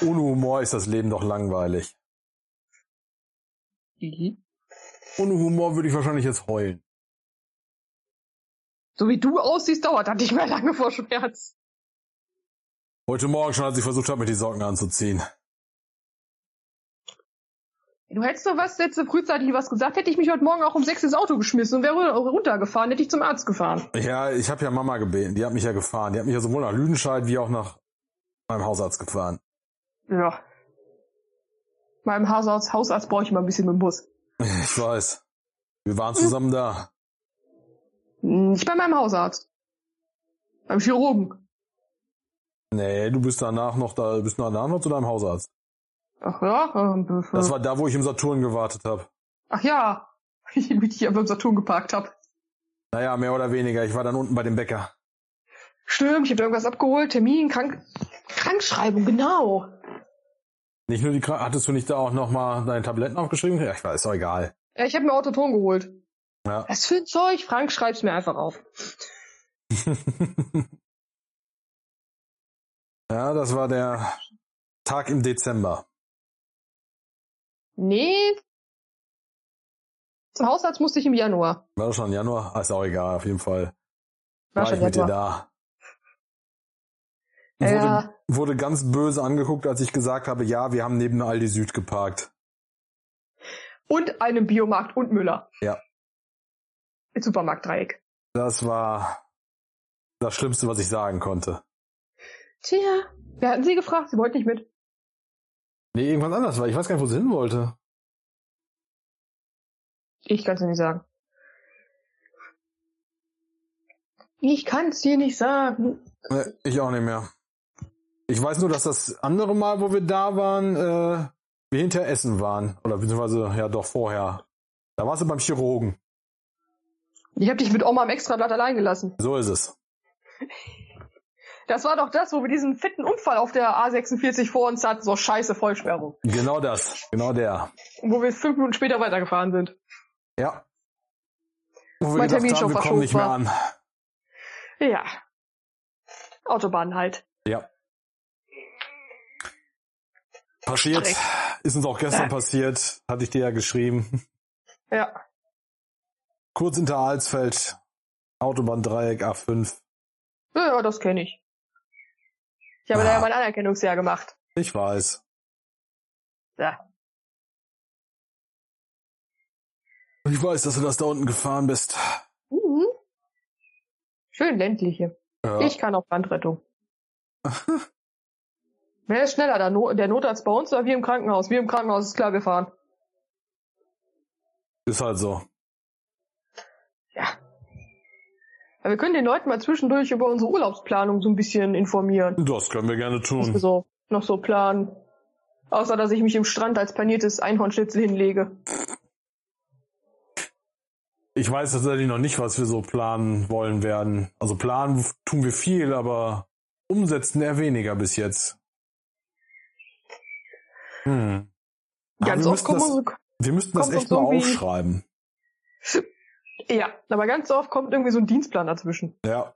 A: Ohne Humor ist das Leben doch langweilig. Mhm. Ohne Humor würde ich wahrscheinlich jetzt heulen.
C: So wie du aussiehst, dauert das nicht mehr lange vor Schmerz.
A: Heute Morgen schon, als ich versucht habe, mir die Socken anzuziehen.
C: Du hättest doch was letzte frühzeitig was gesagt, hätte ich mich heute Morgen auch um sechs ins Auto geschmissen und wäre ru- runtergefahren, hätte ich zum Arzt gefahren.
A: Ja, ich habe ja Mama gebeten. Die hat mich ja gefahren. Die hat mich ja sowohl nach Lüdenscheid wie auch nach meinem Hausarzt gefahren.
C: Ja. Meinem Hausarzt, Hausarzt brauche ich mal ein bisschen mit dem Bus.
A: Ich weiß. Wir waren zusammen da.
C: Hm, Nicht bei meinem Hausarzt. Beim Chirurgen.
A: Nee, du bist danach noch da, bist danach noch zu deinem Hausarzt.
C: Ach ja? ähm, äh,
A: Das war da, wo ich im Saturn gewartet habe.
C: Ach ja, <laughs> ich mich hier beim Saturn geparkt hab.
A: Naja, mehr oder weniger. Ich war dann unten bei dem Bäcker.
C: Stimmt, ich habe irgendwas abgeholt, Termin, Krank Krankschreibung, genau.
A: Nicht nur die Krank hattest du nicht da auch nochmal deine Tabletten aufgeschrieben? Ja, ich weiß, ist doch egal.
C: Ja, Äh, ich habe mir Autoton geholt.
A: Ja.
C: Was für ein Zeug? Frank, schreib's mir einfach auf.
A: ja, das war der Tag im Dezember.
C: Nee. Zum Hausarzt musste ich im Januar.
A: War das schon im Januar? Ah, Ist auch egal, auf jeden Fall. War, ich
C: schon
A: mit dir
C: Januar.
A: da. Wurde,
C: Ja.
A: wurde ganz böse angeguckt, als ich gesagt habe, ja, wir haben neben der Aldi Süd geparkt.
C: Und einem Biomarkt und Müller.
A: Ja.
C: Supermarktdreieck.
A: Das war das Schlimmste, was ich sagen konnte.
C: Tja. Wir hatten sie gefragt, sie wollten nicht mit.
A: Nee, irgendwas anders war. Ich weiß gar nicht, wo sie hin wollte.
C: Ich kann es dir nicht sagen. Ich kann es dir nicht sagen.
A: Nee, ich auch nicht mehr. Ich weiß nur, dass das andere Mal, wo wir da waren, äh, wir hinter Essen waren. Oder beziehungsweise, ja doch, vorher. Da warst du beim Chirurgen.
C: Ich habe dich mit Oma im Extrablatt allein gelassen.
A: So ist es.
C: Das war doch das, wo wir diesen fetten Unfall auf der A46 vor uns hatten. So scheiße Vollsperrung.
A: Genau das. Genau der.
C: Wo wir fünf Minuten später weitergefahren sind.
A: Ja. Wo wir
C: Mein Termin
A: gedacht
C: schon
A: haben, wir kommen nicht mehr
C: verschoben
A: an.
C: Ja. Autobahn halt.
A: Ja. Passiert.
C: Schreck. Äh.
A: Ist uns auch gestern
C: Ja.
A: passiert. Hatte ich dir ja geschrieben. <laughs>
C: Ja.
A: Kurz hinter Alsfeld. Autobahndreieck A5.
C: Ja, ja, das kenne ich. Ich habe da
A: Ah.
C: ja mein Anerkennungsjahr gemacht.
A: Ich weiß.
C: Ja.
A: Ich weiß, dass du das da unten gefahren bist.
C: Mhm. Schön ländlich hier.
A: Ja.
C: Ich kann auch Brandrettung.
A: <laughs>
C: Wer ist schneller, der, no der Notarzt bei uns oder wir im Krankenhaus? Wir im Krankenhaus ist klar, wir fahren.
A: Ist halt so.
C: Aber wir können den Leuten mal zwischendurch über unsere Urlaubsplanung so ein bisschen informieren.
A: Das können wir gerne
C: Was
A: tun.
C: wir so noch so planen. Außer, dass ich mich im Strand als paniertes Einhornschnitzel hinlege.
A: Ich weiß tatsächlich noch nicht, was wir so planen wollen werden. Also planen tun wir viel, aber umsetzen eher weniger bis jetzt. Hm. Aber
C: Ganz
A: wir
C: oft
A: müssten
C: kommen
A: das,
C: unsere,
A: wir müssten das
C: kommt
A: echt
C: uns
A: mal
C: irgendwie-
A: aufschreiben.
C: Ja, aber ganz oft kommt irgendwie so ein Dienstplan dazwischen.
A: Ja,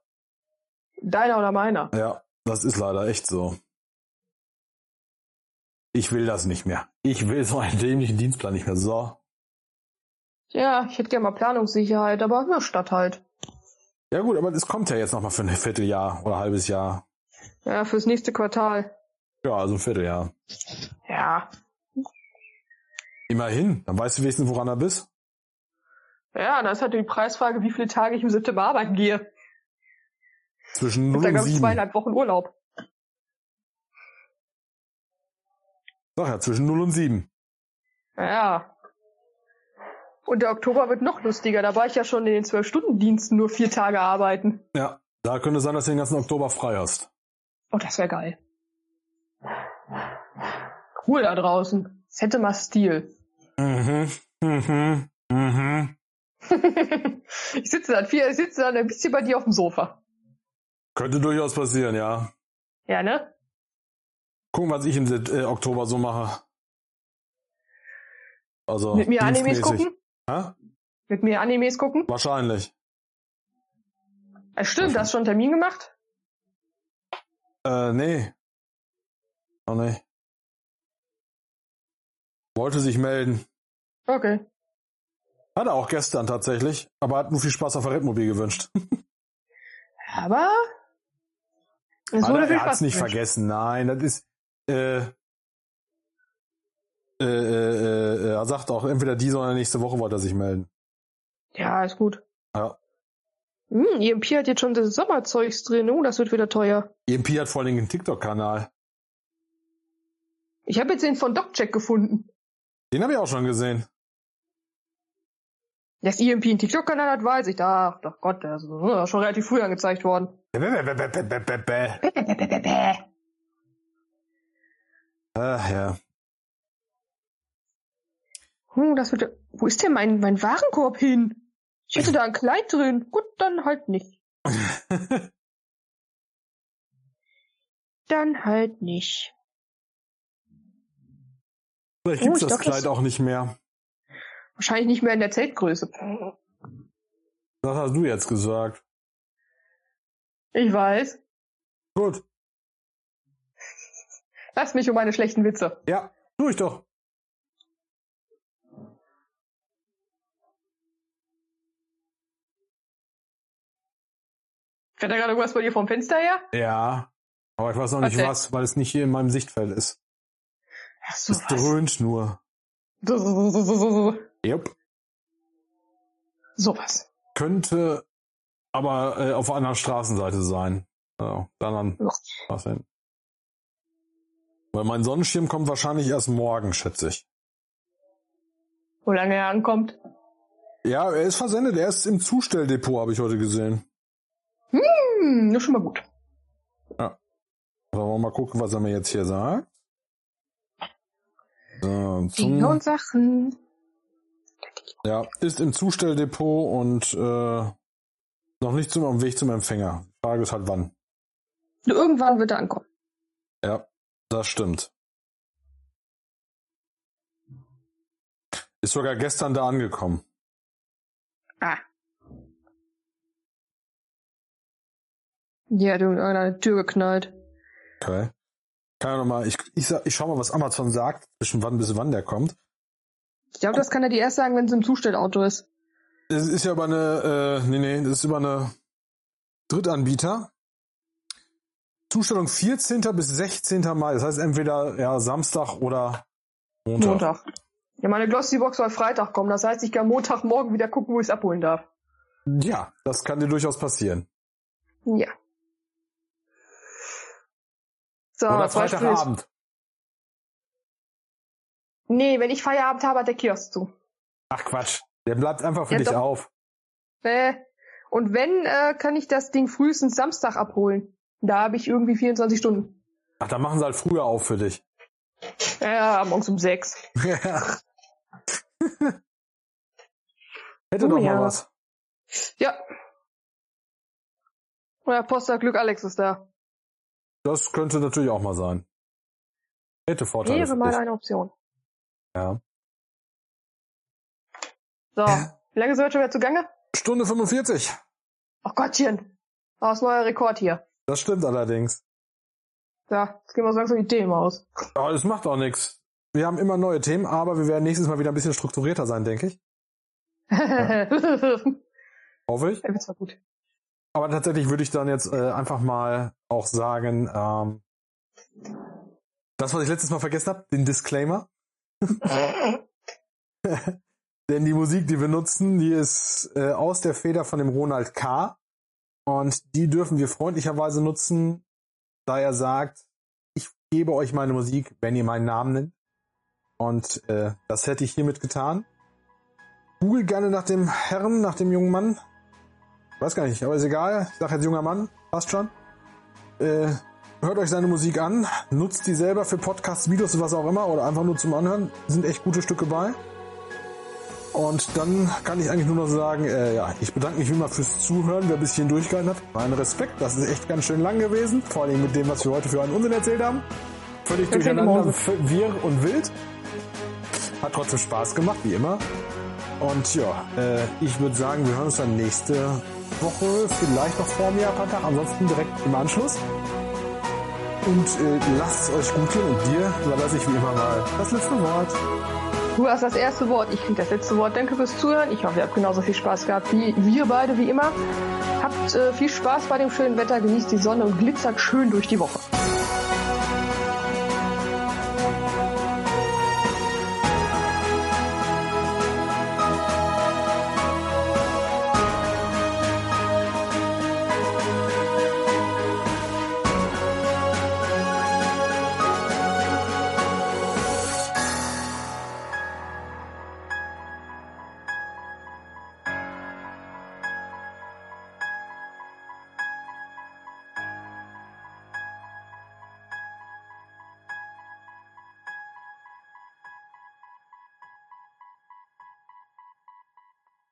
C: Deiner oder meiner.
A: ja, das ist leider echt so. Ich will das nicht mehr. Ich will so einen dämlichen Dienstplan nicht mehr. So.
C: Ja, ich hätte gerne mal Planungssicherheit, aber nur Stadt halt.
A: Ja gut, aber es kommt ja jetzt nochmal für ein Vierteljahr oder ein halbes Jahr.
C: Ja, fürs nächste Quartal.
A: Ja, also ein Vierteljahr.
C: Ja.
A: Immerhin, dann weißt du wenigstens, woran er bist.
C: Ja, das ist halt die Preisfrage, wie viele Tage ich im September arbeiten gehe.
A: Zwischen
C: Und
A: 0
C: da
A: und
C: gab es
A: 7.
C: zweieinhalb Wochen Urlaub.
A: Sag ja, zwischen 0 und 7.
C: Ja. Und der Oktober wird noch lustiger. Da war ich ja schon in den Zwölf-Stunden-Diensten nur vier Tage arbeiten.
A: Ja, da könnte es sein, dass du den ganzen Oktober frei hast.
C: Oh, das wäre geil. Ruhe da draußen. Das hätte mal Stil. <laughs>
A: Mhm, mhm, mhm.
C: ich sitze dann, vier, ich sitze dann ein bisschen bei dir auf dem Sofa.
A: Könnte durchaus passieren, ja.
C: Ja, ne?
A: Gucken, was ich im Sep- äh, Oktober so mache. Also
C: Mit mir Animes
A: dienstmäßig.
C: gucken?
A: Hä?
C: Mit mir Animes gucken?
A: Wahrscheinlich.
C: Ah, stimmt, hast du schon einen Termin gemacht?
A: Äh, nee. Oh nee. Wollte sich melden.
C: Okay.
A: Hat er auch gestern tatsächlich, aber hat nur viel Spaß auf der Redmobil gewünscht.
C: Aber es
A: Aber
C: wurde viel
A: er Ah, hat's
C: Spaß.
A: nicht
C: gewünscht.
A: vergessen, nein, das ist äh, äh, äh, äh, er sagt auch, entweder diese oder nächste Woche wollte er sich melden.
C: Ja, ist gut.
A: Ja.
C: Hm, EMP hat jetzt schon das Sommerzeugs drin. Oh, das wird wieder teuer.
A: EMP E hat vor allen Dingen einen TikTok-Kanal.
C: Ich habe jetzt den von DocCheck gefunden.
A: Den habe ich auch schon gesehen.
C: Dass EMP einen TikTok-Kanal hat, weiß ich. Ach, doch Gott, der ist äh, schon relativ früh angezeigt worden.
A: Bäh, bäh, bäh, bäh, bäh, bäh, bäh. Ach ja.
C: Hm, das wird. ja- Wo ist denn mein, mein Warenkorb hin? Ich hätte da ein Kleid drin. Gut, dann halt nicht. Dann halt nicht.
A: Vielleicht
C: Oh,
A: gibt's das
C: ich glaub, das-
A: Kleid auch nicht mehr.
C: Wahrscheinlich nicht mehr in der Zeltgröße.
A: Das hast du jetzt gesagt.
C: Ich weiß.
A: Gut.
C: Lass mich um meine schlechten Witze.
A: Ja, tu ich doch.
C: Fährt da gerade irgendwas bei dir vom Fenster her?
A: Ja. Aber ich weiß noch nicht
C: Okay.
A: was, weil es nicht hier in meinem Sichtfeld ist.
C: Ach so,
A: Es dröhnt nur.
C: was.
A: Yep.
C: Sowas.
A: Könnte aber äh, auf einer Straßenseite sein. Ja, dann an was hin. Weil mein Sonnenschirm kommt wahrscheinlich erst morgen, schätze ich.
C: Wo lange er ankommt.
A: Ja, er ist versendet. Er ist im Zustelldepot, habe ich heute gesehen.
C: Hm, das ist schon mal gut.
A: Sollen wir mal gucken, was er mir jetzt hier sagt? So,
C: Dinge
A: zum,
C: Genau und Sachen.
A: ja, ist im Zustelldepot und äh, noch nicht zum, am Weg zum Empfänger. Frage ist halt wann.
C: Nur irgendwann wird er ankommen.
A: Ja, das stimmt. Ist sogar gestern da angekommen.
C: Ah. Ja, du an der Tür geknallt.
A: Okay. Kann ja noch mal, ich, ich, sag- ich schau mal, was Amazon sagt, zwischen wann bis wann der kommt.
C: Ich glaube, das kann er dir erst sagen, wenn es im Zustellauto ist.
A: Das ist ja über eine, äh, nee, nee, das ist über eine Drittanbieter. Zustellung 14. bis 16. Mai. Das heißt entweder ja, Samstag oder Montag.
C: Montag. Ja, meine Glossy-Box soll Freitag kommen. Das heißt, ich kann Montagmorgen wieder gucken, wo ich es abholen darf.
A: Ja, das kann dir durchaus passieren.
C: Ja. So,
A: oder
C: zum Beispiel-
A: Freitagabend.
C: Nee, wenn ich Feierabend habe, hat der Kiosk zu.
A: Ach Quatsch. Der bleibt einfach für
C: Ja,
A: dich
C: doch.
A: auf.
C: Äh, Und wenn, äh, kann ich das Ding frühestens Samstag abholen. Da habe ich irgendwie 24 Stunden.
A: Ach, dann machen sie halt früher auf für dich.
C: Ja, morgens um sechs.
A: <laughs> Hätte doch
C: Oh ja.
A: mal was.
C: Ja. Ja, Poster Glück Alex ist da.
A: Das könnte natürlich auch mal sein. Hätte Vorteile.
C: Wäre
A: für
C: mal
A: dich.
C: eine Option.
A: Ja.
C: So. Wie lange sind wir schon wieder zugange?
A: Stunde 45.
C: Oh Gottchen. Das ist neuer Rekord hier.
A: Das stimmt allerdings.
C: So, jetzt gehen wir so langsam die Themen aus.
A: Ja, das macht auch nichts. Wir haben immer neue Themen, aber wir werden nächstes Mal wieder ein bisschen strukturierter sein, denke ich.
C: Ja. <laughs>
A: Hoffe ich.
C: Wird's mal Äh, gut.
A: Aber tatsächlich würde ich dann jetzt äh, einfach mal auch sagen, ähm, das, was ich letztes Mal vergessen habe, den Disclaimer. <laughs> Denn die Musik, die wir nutzen, die ist äh, aus der Feder von dem Ronald K. Und die dürfen wir freundlicherweise nutzen, da er sagt, ich gebe euch meine Musik, wenn ihr meinen Namen nennt. Und äh, das hätte ich hiermit getan. Google gerne nach dem Herrn, nach dem jungen Mann. Weiß gar nicht, aber ist egal. Ich sag jetzt junger Mann, passt schon. Äh, hört euch seine Musik an, nutzt die selber für Podcasts, Videos und was auch immer oder einfach nur zum Anhören. Sind echt gute Stücke bei. Und dann kann ich eigentlich nur noch sagen, äh, ja, ich bedanke mich wie immer fürs Zuhören, wer bis hierhin durchgehalten hat. Mein Respekt, das ist echt ganz schön lang gewesen, vor allem mit dem, was wir heute für einen Unsinn erzählt haben. Völlig
C: Ganz schön
A: durcheinander,
C: gemauset.
A: v- wirr und wild. Hat trotzdem Spaß gemacht, wie immer. Und ja, äh, ich würde sagen, wir hören uns dann nächste Woche, vielleicht noch vor dem Japan-Tag, ansonsten direkt im Anschluss. Und äh, lasst es euch gut gehen und dir überlasse ich wie immer mal das letzte Wort.
C: Du hast das erste Wort, ich krieg das letzte Wort. Danke fürs Zuhören. Ich hoffe, ihr habt genauso viel Spaß gehabt wie wir beide, wie immer. Habt äh, viel Spaß bei dem schönen Wetter, genießt die Sonne und glitzert schön durch die Woche.